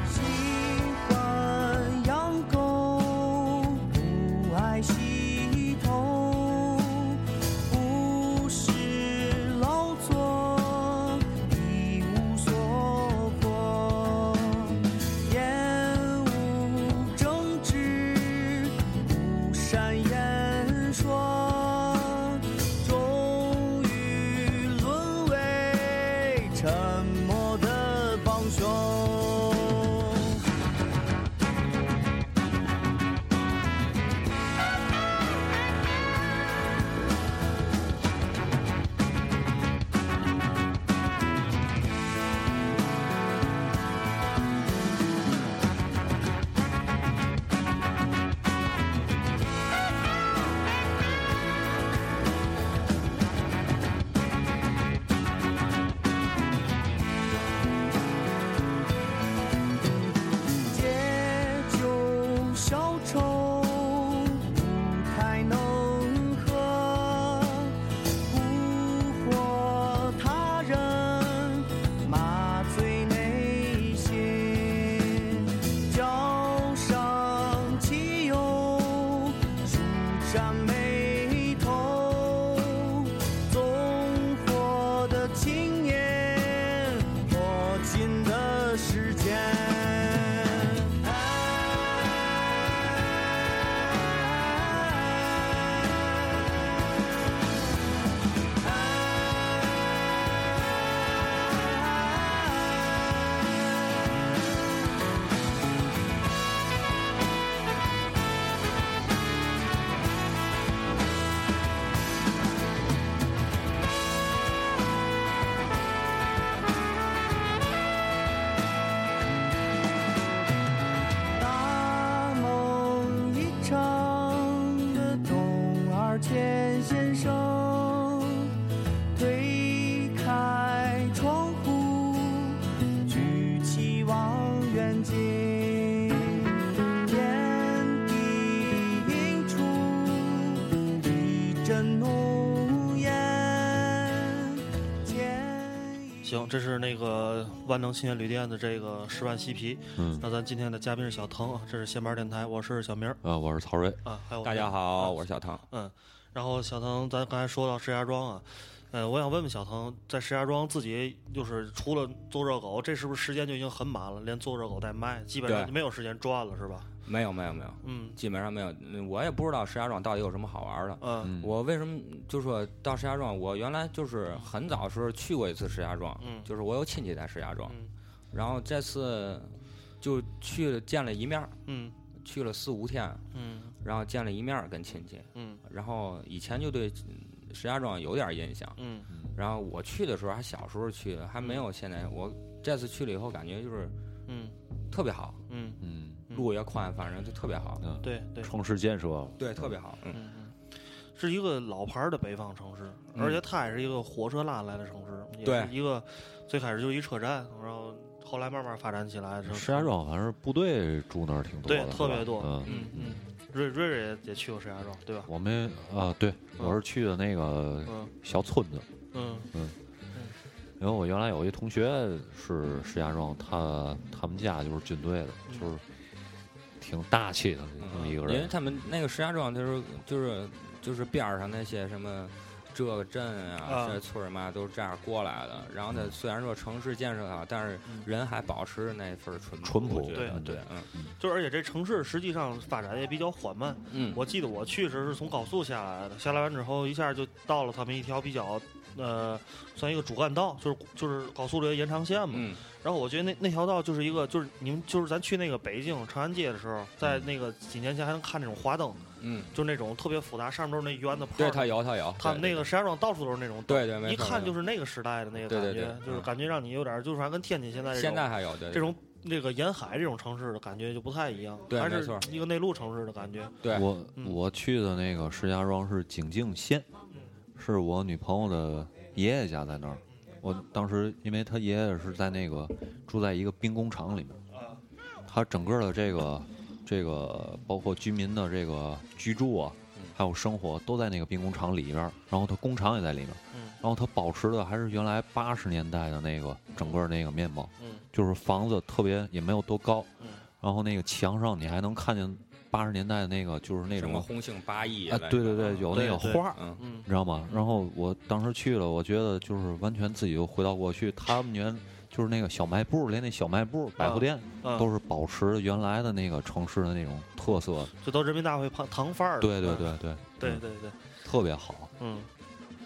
C: 喜欢养狗，不爱洗头，不是劳作，一无所获，厌恶争执，不善言说，终于沦为沉默的帮凶。
D: 嗯
C: 上眉头。纵火的青年，握紧的时间。大梦一场的董二千先生，推开窗户，举起望远镜，眼底映出一阵浓烟。见一
D: 行，这是那个万能青年旅店的这个十万嬉皮。
E: 嗯
D: 那咱今天的嘉宾是小腾啊，这是闲班电台，我是小明儿
E: 啊，我是曹睿，
D: 啊，还有
F: 大家
D: 啊
F: 好，我是小唐。
D: 嗯，然后小腾，咱刚才说到石家庄啊，呃，我想问问小腾，在石家庄自己就是除了做热狗，这是不是时间就已经很满了？连做热狗带卖，基本上
F: 对
D: 就没有时间赚了，是吧？
F: 没有没有没有，
D: 嗯
F: 基本上没有。嗯我也不知道石家庄到底有什么好玩的。
D: 嗯
E: 嗯
F: 我为什么就说到石家庄？我原来就是很早时候去过一次石家庄，
D: 嗯
F: 就是我有亲戚在石家庄，
D: 嗯
F: 然后这次就去了见了一面儿，
D: 嗯
F: 去了四五天，
D: 嗯
F: 然后见了一面儿跟亲戚，
D: 嗯
F: 然后以前就对嗯石家庄有点印象，
D: 嗯
F: 然后我去的时候还小时候去的，还没有现在。我这次去了以后，感觉就是
D: 嗯
F: 特别好，
D: 嗯，
E: 嗯，
F: 路也宽，反正就特别好，
E: 嗯
D: 对对，
E: 创世建设，
F: 对，特别好，嗯。
D: 嗯嗯，是一个老牌儿的北方城市，
F: 嗯
D: 而且它也是一个火车拉来的城市，也
F: 对
D: 是一个最开始就一车站，然后后来慢慢发展起来的城市。
E: 石家庄反正部队住那儿挺多的，
D: 对特别
E: 是吧
D: 多
E: 嗯，
D: 嗯嗯，瑞瑞瑞也也去过石家庄，对吧？
E: 我们啊，对，我是去的那个
D: 嗯
E: 小村子，
D: 嗯
E: 因为我原来有一同学是石家庄，他他们家就是军队的，
D: 嗯
E: 就是挺大气的这么一个
F: 嗯因为
E: 人。
F: 他们那个石家庄，就是就是就是边儿上那些什么这个镇啊、
D: 啊
F: 这村儿嘛，都是这样过来的。然后呢，虽然说城市建设好，但是
D: 嗯
F: 人还保持那份淳
E: 淳朴
F: 朴。
D: 对
F: 对
E: 对，
F: 嗯
D: 就是而且这城市实际上发展也比较缓慢。
F: 嗯，
D: 我记得我去时是从高速下来的，下来完之后一下就到了他们一条比较呃算一个主干道，就是就是高速的延长线嘛。
F: 嗯
D: 然后我觉得那那条道就是一个，就是你们就是咱去那个北京长安街的时候，在那个几年前还能看那种花灯，
F: 嗯，
D: 就是那种特别复杂，上面都是那圆的泡
F: 对
D: 儿。
F: 他有他有，
D: 他们
F: 对
D: 那个石家庄到处都是那种灯，
F: 对对，没
D: 一
F: 错
D: 看
F: 没
D: 就
F: 错
D: 是那个时代的那个
F: 对
D: 感觉，
F: 对对
D: 就是
F: 嗯
D: 感觉让你有点儿就是还跟天津现在这
F: 现
D: 种
F: 在还有对
D: 这种那个沿海这种城市的感觉就不太一样，
F: 对
D: 还
F: 没
D: 是
F: 错
D: 一个内陆城市的感觉。
F: 对
E: 我
D: 嗯
E: 我去的那个石家庄是景靖县，是我女朋友的爷爷家在那儿。
D: 嗯
E: 我当时因为他爷爷是在那个住在一个兵工厂里面，
D: 啊
E: 他整个的这个这个包括居民的这个居住啊，
D: 嗯
E: 还有生活都在那个兵工厂里边儿，然后他工厂也在里面，
D: 嗯
E: 然后它保持的还是原来八十年代的那个整个那个面貌，
D: 嗯
E: 就是房子特别也没有多高，
D: 嗯
E: 然后那个墙上你还能看见八十年代的那个就是那
F: 什么
E: 种
F: 红杏八义
E: 啊，对对对，有那个
D: 对对
E: 花儿，
F: 嗯
D: 嗯
E: 你知道吗？然后我当时去了，我觉得就是完全自己又回到过去，他们原就是那个小卖部，连那小卖部百货店
D: 嗯，
E: 都是保持原来的那个城市的那种特色，
D: 这都人民大会堂堂范儿。
E: 对对
D: 嗯
E: 对对
D: 对
E: 嗯
D: 对对，
E: 特别好，
D: 嗯，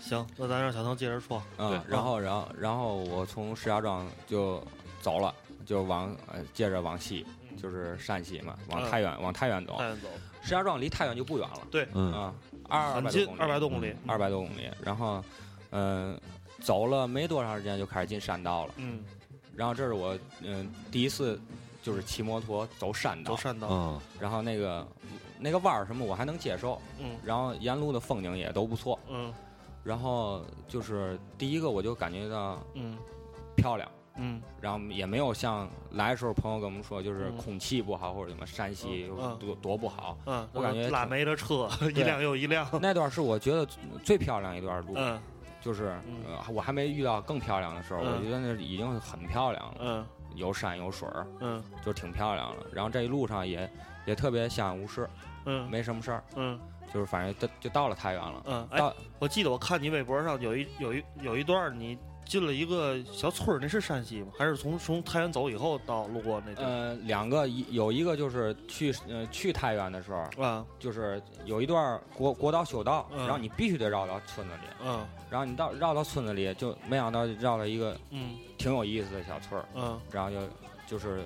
D: 行，那咱让小唐接着说。
F: 嗯，然后然后然后我从石家庄就走了，就往呃接着往西，嗯就是山西嘛，往
D: 嗯
F: 太原往太原走。
D: 太走，
F: 石家庄离太原就不远了，
E: 嗯
F: 啊，二
D: 很
F: 百
D: 近，二
F: 二
D: 百
F: 百
D: 多
F: 多
D: 公里。
F: 二百多公里。然后，嗯、走了没多长时间就开始进山道了。
D: 嗯，
F: 然后这是我嗯、第一次就是骑摩托走山道，
D: 走山道。
E: 嗯
F: 然后那个那个弯儿什么我还能接受，
D: 嗯
F: 然后沿路的风景也都不错。
D: 嗯
F: 然后就是第一个我就感觉到
D: 嗯
F: 漂亮。
D: 嗯
F: 然后也没有像来的时候朋友跟我们说，就是
D: 嗯
F: 空气不好或者什么山西
D: 嗯嗯
F: 多多不好。
D: 嗯，
F: 我感觉
D: 拉
F: 挺
D: 煤的
F: <laughs>
D: 车一
F: 对
D: 辆又一辆。
F: 那段是我觉得最漂亮一段路，
D: 嗯
F: 就是
D: 嗯
F: 呃我还没遇到更漂亮的时候，
D: 嗯
F: 我觉得那已经很漂亮了，
D: 嗯
F: 有山有水儿，
D: 嗯
F: 就挺漂亮了。然后这一路上也也特别相安无事，
D: 嗯
F: 没什么事儿。
D: 嗯
F: 就是反正就就到了太原了。
D: 嗯，哎，
F: 到
D: 我记得我看你微博上有一有一有一段你进了一个小村儿，那是山西吗？还是从从太原走以后到路过那地儿？
F: 呃，两个一有一个就是去呃去太原的时候，
D: 啊，
F: 就是有一段国国道修道，
D: 嗯
F: 然后你必须得绕到村子里，
D: 嗯
F: 然后你到绕到村子里，就没想到绕了一个
D: 嗯
F: 挺有意思的小村儿，
D: 嗯
F: 然后就就是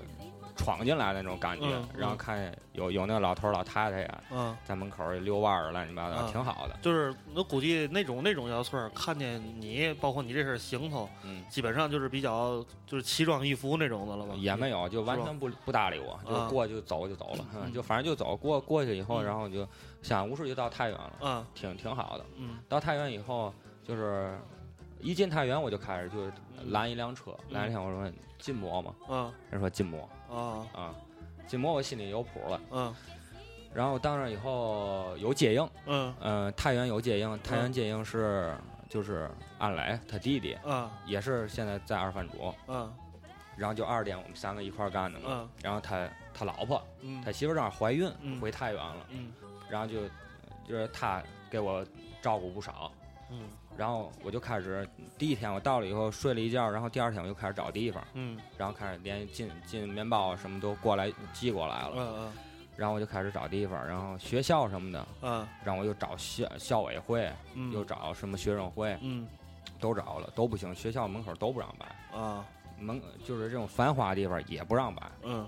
F: 闯进来的那种感觉，
D: 嗯嗯
F: 然后看见有有那个老头儿老太太呀，
D: 嗯，
F: 在门口儿遛弯儿乱七八糟，
D: 嗯
F: 挺好的。
D: 就是我估计那种那种小村儿，看见你，包括你这身行头，
F: 嗯，
D: 基本上就是比较就是奇装异服那种的了吧？
F: 也没有，就完全不不搭理我，
D: 啊
F: 就过就走就走了，
D: 嗯
F: 嗯就反正就走过过去以后，
D: 嗯
F: 然后就想无事就到太原了，
D: 啊，
F: 挺挺好的。
D: 嗯
F: 到太原以后，就是一进太原我就开始就拦一辆车，
D: 嗯
F: 拦一辆我说禁摩吗？
D: 啊
F: 人说禁摩
D: 啊
F: 啊，禁摩我心里有谱了。
D: 啊
F: 然后到那以后有接应，
D: 嗯
F: 嗯、太原有接应，太原接应是就是安磊他弟弟，
D: 啊
F: 也是现在在二番主，
D: 啊
F: 然后就二点我们三个一块儿干的嘛。
D: 啊
F: 然后他他老婆
D: 嗯
F: 他媳妇儿正好怀孕
D: 嗯，
F: 回太原了，
D: 嗯
F: 然后就就是他给我照顾不少，
D: 嗯
F: 然后我就开始第一天我到了以后睡了一觉，然后第二天我就开始找地方，
D: 嗯
F: 然后开始连进进面包啊什么都过来寄过来了，
D: 啊
F: 然后我就开始找地方，然后学校什么的，
D: 啊啊
F: 然后我又找校校委会，
D: 嗯
F: 又找什么学生会，
D: 嗯
F: 都找了都不行，学校门口都不让摆，
D: 啊
F: 门就是这种繁华地方也不让摆，
D: 嗯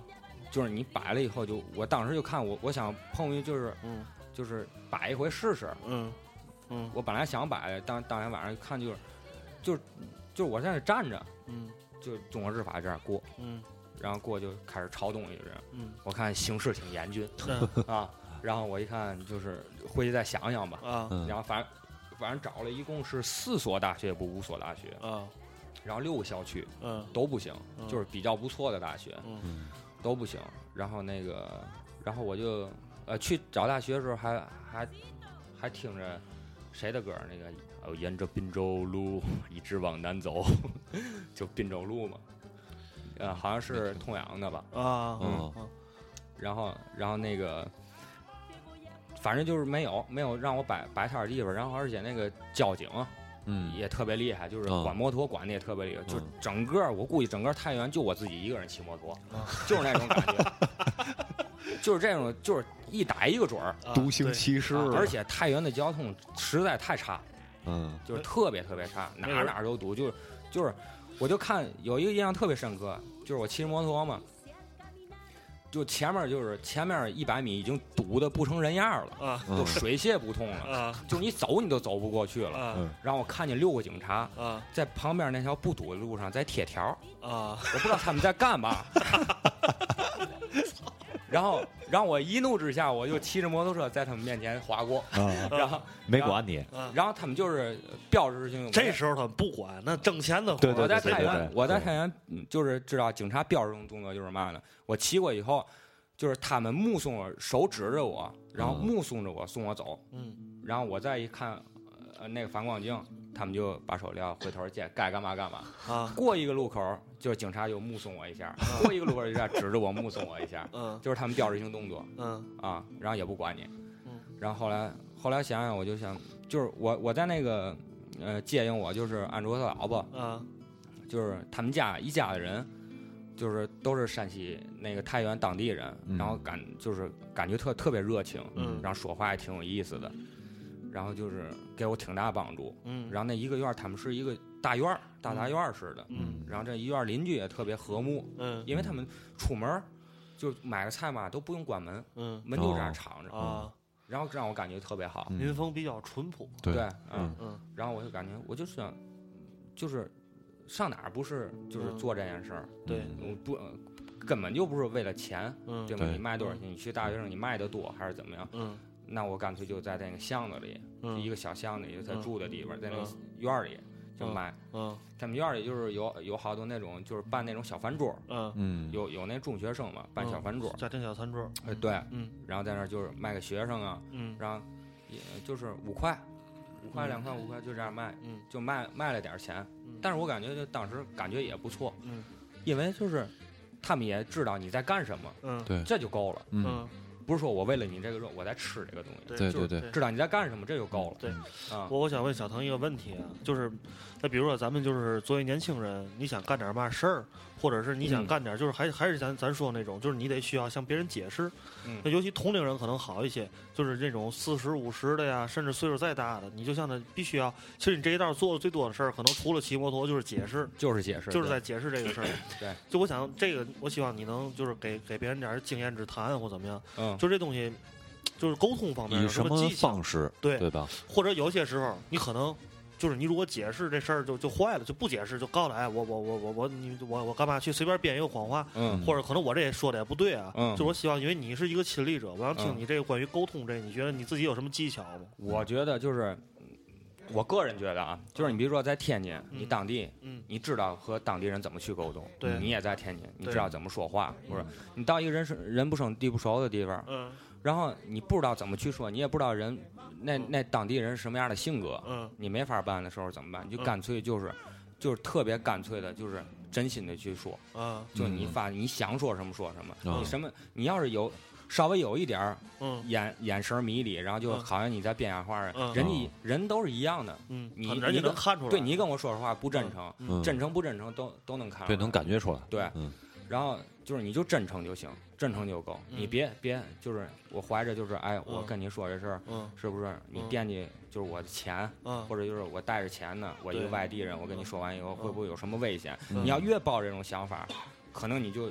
F: 就是你摆了以后就我当时就看我我想碰一就是
D: 嗯
F: 就是摆一回试试。
D: 嗯嗯
F: 我本来想摆的，当当天晚上看就是，就是就是我在那站着，
D: 嗯
F: 就中国日法这样过，
D: 嗯
F: 然后过就开始抄东西这样。
D: 嗯
F: 我看形势挺严峻
D: 嗯
F: 啊，然后我一看就是回去再想想吧，
D: 啊
E: 嗯
F: 然后反正反正找了一共是四所大学不五所大学，
D: 啊
F: 然后六个校区
D: 嗯
F: 都不行，
D: 嗯
F: 就是比较不错的大学
D: 嗯
F: 都不行。然后那个，然后我就呃去找大学的时候还还还听着谁的歌儿？那个呃，沿着滨州路一直往南走， <laughs> 就滨州路嘛。呃，好像是痛阳的吧。
D: 啊
E: 嗯
F: 哦
D: 嗯
F: 然后，然后那个，反正就是没有没有让我摆摆摊儿的地方。然后，而且那个交警
E: 嗯，
F: 也特别厉害，就是
E: 嗯
F: 管摩托管的也特别厉害。就
E: 嗯
F: 整个儿我估计整个儿太原就我自己一个人骑摩托，
D: 啊
F: 就是那种感觉，
D: <laughs>
F: 就是这种，就是一打一个准儿。
D: 啊
G: 独行
D: 对
G: 其师，
F: 啊而且太原的交通实在太差，
E: 嗯
F: 就是特别特别差，哪
D: 那个
F: 儿哪儿都堵，就是就是，我就看有一个印象特别深刻，就是我骑着摩托嘛，就前面就是前面一百米已经堵得不成人样了，
D: 啊
E: 嗯
F: 就水泄不通了，
D: 啊
F: 就你走你都走不过去了。
D: 啊
F: 然后我看见六个警察
D: 啊
F: 在旁边那条不堵的路上在贴条，
D: 啊
F: 我不知道他们在干嘛。 <laughs> 然后，然后我一怒之下，我就骑着摩托车在他们面前划过，
G: 啊，
F: 然后
G: 没管你，
D: 啊！
F: 然后他们就是呃标志性。
D: 这时候他们不管，那挣钱的活
G: 对对
F: 我
G: 对
F: 在
G: 对
F: 太
G: 对
F: 原
G: 对，
F: 我在太原嗯就是知道警察标志性动作就是嘛呢？我骑过以后，就是他们目送我，手指着我，然后
G: 啊
E: 嗯
F: 目送着我送我走，
D: 嗯
F: 然后我再一看，呃，那个反光镜，他们就把手撂，回头见该干嘛干嘛。
D: 啊
F: 过一个路口，就是警察就目送我一下，过一个路口就这样指着我目送我一下， <laughs>
D: 嗯
F: 就是他们标志性动作。
D: 嗯
F: 啊，然后也不管你
D: 嗯。
F: 然后后来后来想想，我就想，就是我我在那个呃接应我就是安卓他老婆，
D: 啊
F: 就是他们家一家的人，就是都是山西那个太原当地人，
E: 嗯
F: 然后感就是感觉特特别热情，
D: 嗯
F: 然后说话也挺有意思的，然后就是给我挺大帮助。
D: 嗯
F: 然后那一个院儿他们是一个大院儿大杂院儿似的，
D: 嗯
F: 然后这一院儿邻居也特别和睦，
D: 嗯
F: 因为他们出门儿就买个菜嘛都不用关门，
D: 嗯
F: 门就这
E: 哦
F: 样敞着。
D: 啊，
F: 然后这让我感觉特别好。
E: 嗯
D: 民风比较淳朴。
E: 对
F: 对，
E: 嗯
F: 嗯，
D: 嗯
F: 然后我就感觉我就是想，就是上哪儿不是就是
D: 嗯
F: 做这件事儿，
D: 对
F: 我不呃根本就不是为了钱，
D: 嗯
F: 对吗？
E: 对
F: 你卖多少钱？你去大学生你卖的多还是怎么样？
D: 嗯
F: 那我干脆就在那个巷子里，就
D: 嗯
F: 一个小巷子里，就在
D: 嗯
F: 住的地方，在那个
D: 嗯
F: 院儿里就卖。
D: 嗯
F: 他们院儿里就是有有好多那种就是办那种小饭桌儿，
D: 嗯，
E: 嗯，
F: 有有那中学生嘛办小饭桌儿，
D: 家庭小餐桌。
F: 哎对，
D: 嗯
F: 然后在那儿就是卖给学生啊，
D: 嗯
F: 然后也就是五块，五块两块五块就这样卖，
D: 嗯
F: 就卖卖了点儿钱，但是我感觉就当时感觉也不错，
D: 嗯
F: 因为就是他们也知道你在干什么，
D: 嗯
E: 对，
F: 这就够了。
E: 嗯
F: 不是说我为了你这个肉我在吃这个东西，
E: 对
F: 就是
E: 对对
F: 知道你在干什么，这就够了。
D: 对，
F: 啊，
D: 我我想问小腾一个问题啊，就是，那比如说咱们就是作为年轻人，你想干点嘛事儿，或者是你想
F: 嗯
D: 干点，就是还还是咱咱说的那种，就是你得需要向别人解释。
F: 嗯
D: 那尤其同龄人可能好一些，就是这种四十五十的呀，甚至岁数再大的，你就像他必须要，其实你这一道做的最多的事儿，可能除了骑摩托就是解释，
F: 就是解释，
D: 就是
F: 对
D: 在解释这个事儿。
F: 对，
D: 就我想这个，我希望你能就是给给别人点儿经验之谈或怎么样，
F: 嗯，
D: 就这东西。就是沟通方面
E: 嗯以
D: 有
E: 什
D: 么
E: 么
D: 技巧？
E: 方式，
D: 对
E: 对吧？
D: 或者有些时候你可能就是你如果解释这事儿就就坏了，就不解释就告诉他哎我我我我我你我我干嘛去随便编一个谎话，
F: 嗯
D: 或者可能我这也说的也不对啊，
F: 嗯
D: 就我希望因为你是一个亲历者，我想听
F: 嗯
D: 你这个关于沟通这，你觉得你自己有什么技巧吗？
F: 我觉得就是，我个人觉得啊，就是你比如说在天津，你当地，
D: 嗯
F: 你知道和当地人怎么去沟通，
D: 对
F: 你也在天津，你
D: 对
F: 知道怎么说话，不是？你到一个人生人不生地不熟的地方，
D: 嗯
F: 然后你不知道怎么去说，你也不知道人那
D: 嗯
F: 那当地人是什么样的性格，
D: 嗯
F: 你没法办的时候怎么办？你
D: 嗯
F: 就干脆就是，就是特别干脆的，就是真心的去说，
D: 啊
F: 就你发你想说什么说什么，
E: 嗯
F: 你什么你要是有稍微有一点儿
D: 嗯
F: 眼眼神迷离，然后就
D: 嗯
F: 好像你在变瞎话儿
D: 嗯
F: 人
E: 嗯
F: 家人都是一样的，
D: 嗯，
F: 你
D: 人家
F: 你
D: 能
F: 跟
D: 看出来，
F: 对你跟我说实话不真诚，
E: 嗯，
F: 真诚不真诚都都能看出
E: 对，
F: 来，
E: 能感觉出来。
F: 对
E: 嗯，
F: 然后就是你就真诚就行，真诚就够，
D: 嗯
F: 你别别就是我怀着就是哎，我
D: 嗯
F: 跟你说这事儿
D: 嗯
F: 是不是你
D: 嗯
F: 惦记就是我的钱，
D: 嗯
F: 或者就是我带着钱呢，我一个
D: 对
F: 外地人，我跟你
D: 嗯
F: 说完以后
D: 嗯
F: 会不会有什么危险？
E: 嗯
F: 你要越抱这种想法，可能你就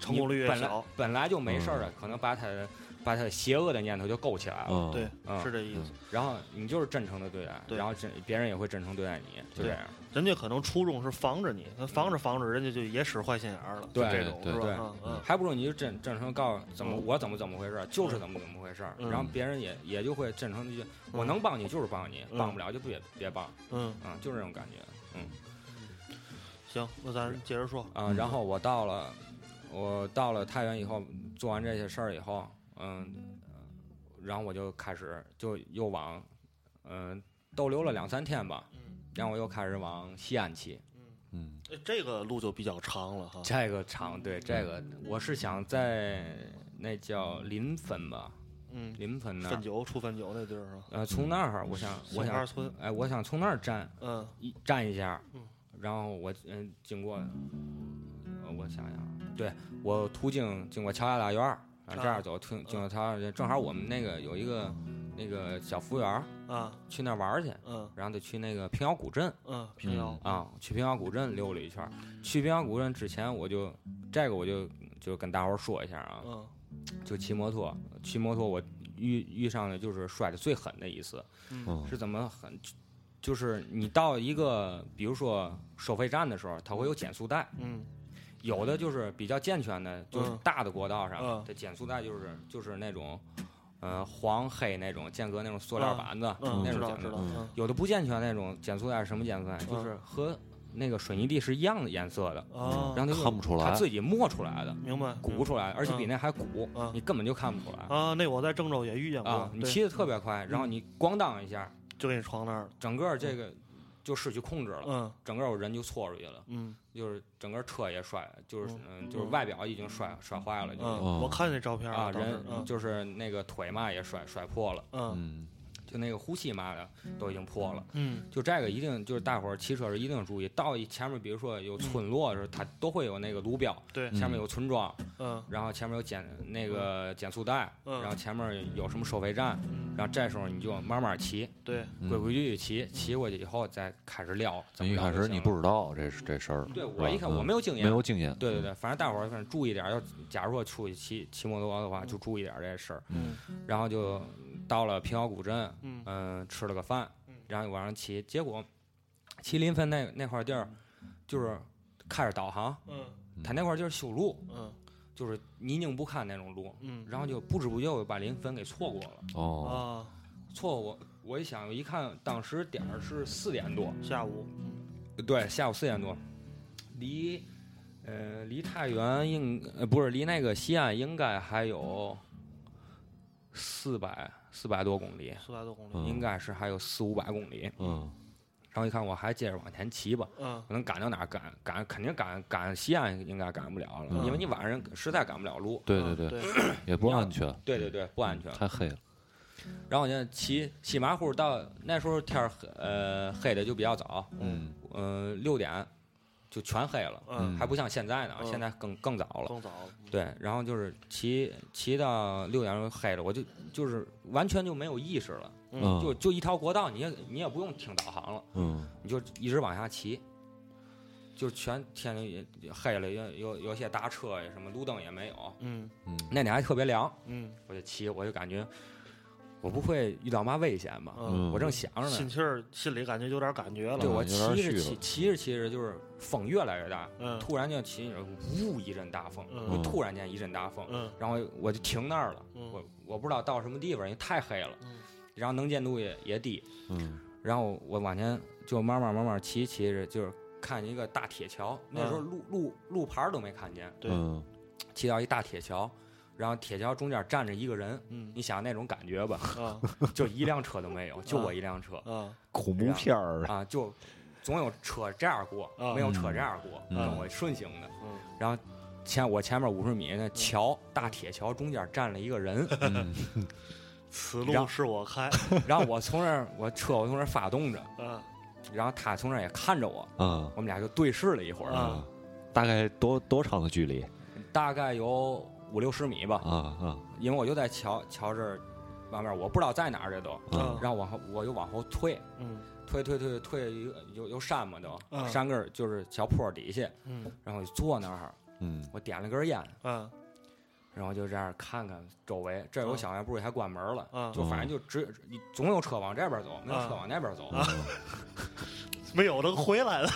D: 成功率越
F: 本来
D: 小
F: 本来就没事儿了，可能把他的把他的邪恶的念头就勾起来了。
E: 嗯，
D: 对，
F: 嗯
D: 是这意思。
F: 然后你就是真诚的对待，
D: 对
F: 然后真别人也会真诚对待你，就这样。
D: 人家可能初衷是防着你，那防着防着，人家就也使坏心眼儿了，就
F: 对
D: 这种
E: 对
D: 是吧？
F: 对
D: 嗯嗯
F: 还不如你就真真诚告诉怎么
D: 嗯
F: 我怎么怎么回事儿，就是怎么怎么回事儿，
D: 嗯
F: 然后别人也也就会真诚的去，我能帮你就是帮你，
D: 嗯
F: 帮不了就别别帮，
D: 嗯，
F: 嗯，就是这种感觉，嗯
D: 行，那咱接着说，
F: 啊。然后我到了，我到了太原以后，做完这些事儿以后，嗯，呃然后我就开始就又往，嗯，逗留了两三天吧，
D: 嗯
F: 然后我又开始往西安去。
E: 嗯，
D: 哎这个路就比较长了哈。
F: 这个场
D: 嗯
F: 对这个，我是想在那叫临汾吧，
D: 嗯，
F: 临汾那儿
D: 汾酒出汾酒那地儿啊，
F: 呃，从那儿我想，我
D: 杏花
F: 想，
D: 村，
F: 哎，我想从那儿站
D: 嗯
F: 一站一下
D: 嗯，
F: 然后我嗯、经过，呃我想想啊，对我途经经过乔家大院儿，啊这样走，途
D: 嗯
F: 经过乔家大院，正好我们那个有一个那个小服务员儿
D: 啊
F: 去那儿玩儿去，
D: 嗯
F: 然后就去那个平遥古镇
D: 嗯，平遥，
F: 啊，去平遥古镇溜了一圈儿。去平遥古镇之前，我就这个我就就跟大伙儿说一下啊，
D: 嗯
F: 就骑摩托，骑摩托我遇遇上的就是摔的最狠的一次。
E: 嗯
F: 是怎么很，就是你到一个比如说收费站的时候，它会有减速带，
D: 嗯
F: 有的就是比较健全的，就是
D: 嗯
F: 大的国道上，
D: 嗯
F: 它减速带就是就是那种，呃，黄黑那种间隔那种塑料板子，
D: 嗯，
F: 那
D: 知
F: 种
D: 道
F: 减
D: 知
F: 速
D: 道，
F: 带。
D: 嗯
F: 有的不健全那种减速带是什么减速带？就是和那个水泥地是一样的颜色的，
D: 啊，
F: 然后它就
E: 看不出来
F: 它自己磨出来的，
D: 明白，
F: 鼓出来的，而且比那还鼓
D: 嗯，
F: 你根本就看不出来。
D: 啊，那我在郑州也遇见过
F: 啊，，你
D: 对嗯
F: 骑的特别快，然后你咣当一下，
D: 就给你撞那儿了，
F: 整个这个就失去控制了，
D: 嗯
F: 整个我人就错出去了，
D: 嗯
F: 就是整个车也摔，就是
D: 嗯
F: 嗯，就是外表已经摔摔坏了，就是
D: 嗯，我看那照片
F: 啊，
D: 了，当时
F: 人就是那个腿嘛也摔摔破了，
D: 嗯
E: 嗯
F: 就那个呼吸嘛的都已经破了。
D: 嗯
F: 就这个一定就是大伙儿骑车时一定注意，到一前面比如说有村落的时候，它都会有那个路标，
D: 嗯对
F: 前面有村庄，
D: 嗯
F: 然后前面有减那个减速带，
D: 嗯
F: 然后前面有什么收费站，
D: 嗯
F: 然后这时候你就慢慢骑，
D: 对
E: 嗯
F: 规规矩矩骑，骑过去以后再开始撂。怎么
E: 一
F: 撂
E: 开
F: 就
E: 始
F: 行
E: 你
F: 了
E: 不知道这是这事儿，
F: 对
E: 是
F: 我
E: 吧
F: 一看
E: 嗯
F: 我没有经验，
E: 没有嗯经验，
F: 对对对，反正大伙儿反正注意点儿。要假如说出去骑骑摩托的话，就注意点儿这事儿。
D: 嗯
F: 然后就到了平遥古镇，
D: 嗯
F: 嗯、吃了个饭
D: 嗯，
F: 然后晚上骑，结果骑临汾那那块地儿，就是开着导航，
D: 嗯
F: 它那块地儿修路，
D: 嗯
F: 就是泥泞不堪那种路，
D: 嗯
F: 然后就不知不觉我就把临汾给错过了，
E: 哦，
D: 啊，
F: 错过。我一想，我一看当时点儿是四点多，
D: 下午
F: 呃对，下午四点多，离呃离太原应呃不是离那个西安应该还有四百四百多公里，
D: 四百多公里，
E: 嗯
F: 应该是还有四五百公里。
E: 嗯
F: 然后一看我还接着往前骑吧，
D: 嗯
F: 可能赶到哪儿赶赶肯定赶赶西安应该赶不了了，
E: 嗯
F: 因为你晚上实在赶不了路。
E: 对
D: 嗯
E: 对对，
D: 对，
E: 也不安全，
F: 对对对，不安全。
E: 嗯太黑了。
F: 然后我就骑西马虎到那时候天儿黑呃黑的就比较早，
E: 嗯
F: 嗯、六点就全黑了，
D: 嗯，
F: 还不像现在呢，
D: 嗯哦
F: 现在更更早了。
D: 更早了，
F: 对，然后就是骑骑到六点钟黑了，我就就是完全就没有意识了，
D: 嗯
F: 就就一条国道，你也你也不用听导航了，
E: 嗯
F: 你就一直往下骑，就全天就也也黑了，有有有些大车呀什么路灯也没有，
D: 嗯
E: 嗯
F: 那天还特别凉，
D: 嗯
F: 我就骑，我就感觉我不会遇到嘛危险吧？
D: 嗯，
F: 我正想着
D: 心
F: 呢，
D: 气儿心里感觉有点感觉了，
F: 对我
E: 有点
F: 骑
E: 虚了
F: 着骑骑着骑着，就是风越来越大，
D: 嗯
F: 突然就骑着呜一阵大风，
D: 嗯
F: 就突然间一阵大风，
D: 嗯
F: 然后我就停那儿了，
D: 嗯
F: 我我不知道到什么地方，因为太黑了，
D: 嗯
F: 然后能见度也也低，
E: 嗯
F: 然后我往前就慢慢慢慢骑骑着，就是看见一个大铁桥，
D: 嗯
F: 那时候路路路牌儿都没看见，
D: 对
E: 嗯
F: 骑到一大铁桥，然后铁桥中间站着一个人，
D: 嗯
F: 你想那种感觉吧， <laughs>
D: 啊
F: 就一辆车都没有，就我一辆车
D: 啊
G: 恐怖片儿，
F: 啊，就总有车这样过，
D: 啊
F: 没有车这样过，
E: 嗯
F: 跟我顺行的。
D: 嗯
F: 然后前我前面五十米那桥大铁桥中间站了一个人，
E: 嗯
D: <laughs> 此
F: 然
D: 路
F: 后
D: 是我 <laughs> 开，
F: <laughs> 然后我从那儿我车我从那儿发动着，
D: 啊
F: 然后他从那儿也看着我，
E: 啊
F: 我们俩就对视了一会儿，
D: 啊
E: 大概多多长的距离
F: 大概有五六十米吧，
E: 啊啊
F: 因为我就在桥桥这儿外面，我不知道在哪儿这都，
D: 啊
E: 啊
F: 然后往后我就往后退，
D: 嗯
F: 退退退退一个有有山嘛都，
D: 嗯
F: 山根儿就是小坡底下，
D: 嗯
F: 然后我就坐那儿，
E: 嗯
F: 我点了根烟，
D: 啊
F: 然后就这样看看周围，这有
D: 嗯
F: 小卖部还关门了，
D: 啊，
F: 就
E: 哦
F: 反正就只你总有车往这边走，没有车
D: 啊
F: 往那边走
E: 啊
F: 啊。
D: 没有的回来 <laughs> 了。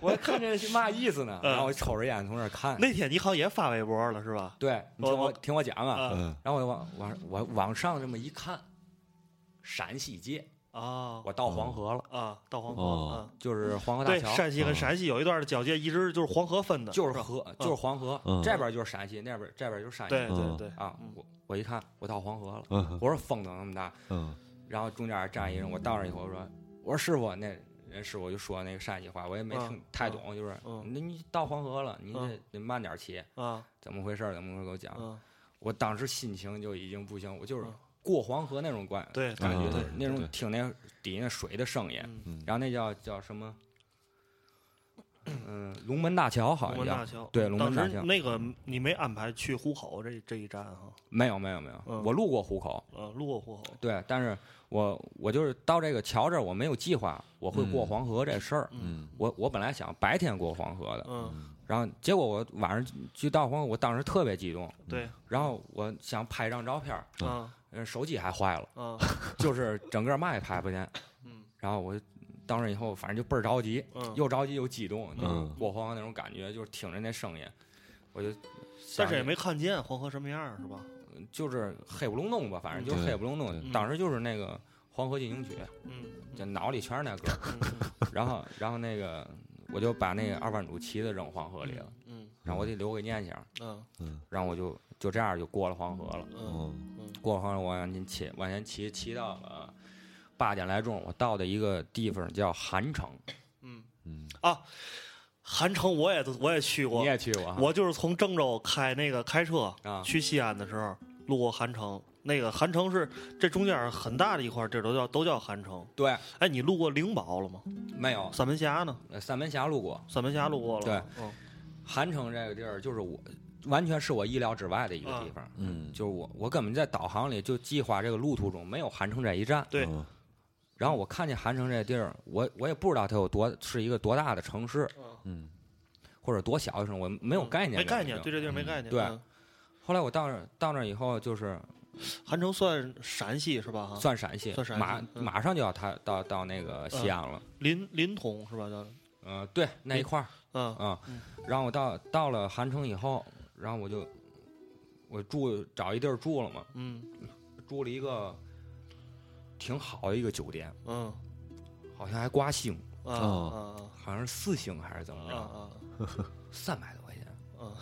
F: 我看这是嘛意思呢？
D: 嗯
F: 然后我抽着烟从那儿看，
D: 那天你好像也发微博了是吧？
F: 对你听
D: 我
F: 我听我讲啊，
D: 啊
E: 嗯
F: 然后我就往往我往上这么一看，陕西街，
D: 啊
F: 我到黄河了，
D: 啊，到黄河
E: 哦
D: 啊。
F: 就是黄河大
D: 对，
F: 桥。
D: 陕西跟陕西有一段的交界，一直就是黄河分的，
F: 就是
D: 吧
F: 河，就是黄河，
E: 嗯
F: 这边就是陕西，那边这边就是陕西。
D: 对对
E: 嗯
D: 对，
F: 啊
D: 嗯，
F: 我我一看，我到黄河了，
E: 嗯
F: 我说风能那么大，
E: 嗯
F: 然后中间站一人，我到那儿以后我说，我说师傅，那人师傅就说那个陕西话，我也没
D: 嗯
F: 听太懂，就是
D: 嗯
F: 那你到黄河了，你得
D: 嗯
F: 得慢点骑，
D: 啊
F: 怎么回事儿？怎么回事儿？给我讲。
D: 嗯，
F: 我当时心情就已经不行，我就是
D: 嗯
F: 过黄河那种感
D: 对
F: 感觉
E: 嗯
F: 的
E: 对，
F: 那种
E: 对
F: 听那底下那水的声音，
D: 嗯
E: 嗯
F: 然后那叫叫什么？嗯，龙门大桥好
D: 龙
F: 像
D: 门大
F: 叫。
D: 桥，
F: 对龙门
D: 当
F: 大
D: 时
F: 桥
D: 那个你没安排去壶口这这一站哈，
F: 没有没有没有，
D: 嗯
F: 我路过壶口，
D: 呃，路过壶口，
F: 对，但是我我就是到这个桥这儿，我没有计划我会
E: 嗯
F: 过黄河这事儿。
E: 嗯
F: 我我本来想白天过黄河的，
D: 嗯，
F: 然后结果我晚上去到黄河，我当时特别激动，
D: 对，
F: 然后我想拍张照片儿，
D: 啊
F: 呃手机还坏了，
D: 啊，
F: 就是整个嘛也拍不见。
D: <laughs> 嗯
F: 然后我当时以后反正就倍儿着急，
D: 嗯，
F: <laughs> 又着急又激动，就是
E: 嗯
F: 过黄河那种感觉，就是听着那声音，我就
D: 但
F: 想
D: 是也
F: 起
D: 没看见黄河什么样儿是吧？
F: 就是黑不隆咚吧，反正就是
E: 对
F: 黑不隆咚。
E: 对
F: 当时就是那个《黄河进行曲》，
D: 嗯
F: <laughs> 就脑里全是那歌儿。
D: 嗯嗯
F: 然后然后那个我就把那个二番主旗子扔黄河里了，
D: 嗯
F: 然后我得留给念想，
D: 嗯
E: 嗯
F: 然后我就就这样就过了黄河了。
D: 嗯
E: 嗯
F: 过了黄河，我往前骑，往前骑，骑到了八点来钟，我到的一个地方叫韩城，
D: 嗯，
E: 嗯
D: 韩城我也我也去
F: 你
D: 过，
F: 也去过啊哈？
D: 我就是从郑州开那个开车
F: 啊
D: 去西安的时候，路过韩城。那个韩城是这中间很大的一块，这都叫都叫韩城。
F: 对，
D: 哎，你路过灵宝了吗？
F: 没有
D: 三门峡呢？
F: 呃三门峡路过
D: 三门峡路过了。
F: 对，
D: 嗯
F: 韩城这个地儿，就是我完全是我意料之外的一个地方。
E: 嗯
F: 就是我，我根本在导航里就计划这个路途中没有韩城这一站，
D: 对
E: 嗯
F: 然后我看见韩城这地儿，我我也不知道它有多是一个多大的城市，
E: 嗯
F: 或者多小的城市，我没有概念，
D: 嗯没概
F: 根
D: 念，
F: 本
D: 对
F: 就。
D: 这地儿没概念。
F: 对
D: 嗯
F: 后来我到那儿到那儿以后，就是
D: 韩城算陕西是吧？哈，
F: 算陕西，
D: 啊算陕西
F: 马
D: 嗯
F: 马上就要他到到那个西安了，
D: 临临潼是吧？叫
F: 嗯、对那一块儿
D: 嗯
F: 啊、
D: 嗯
F: 然后我到到了韩城以后，然后我就我住找一地儿住了嘛，
D: 嗯
F: 住了一个挺好的一个酒店，
D: 嗯
F: 好像还刮星，
D: 啊啊
E: 哦
F: 好像是四星还是怎么
D: 啊
F: 着，
D: 啊
F: 三百多块钱。
D: 啊！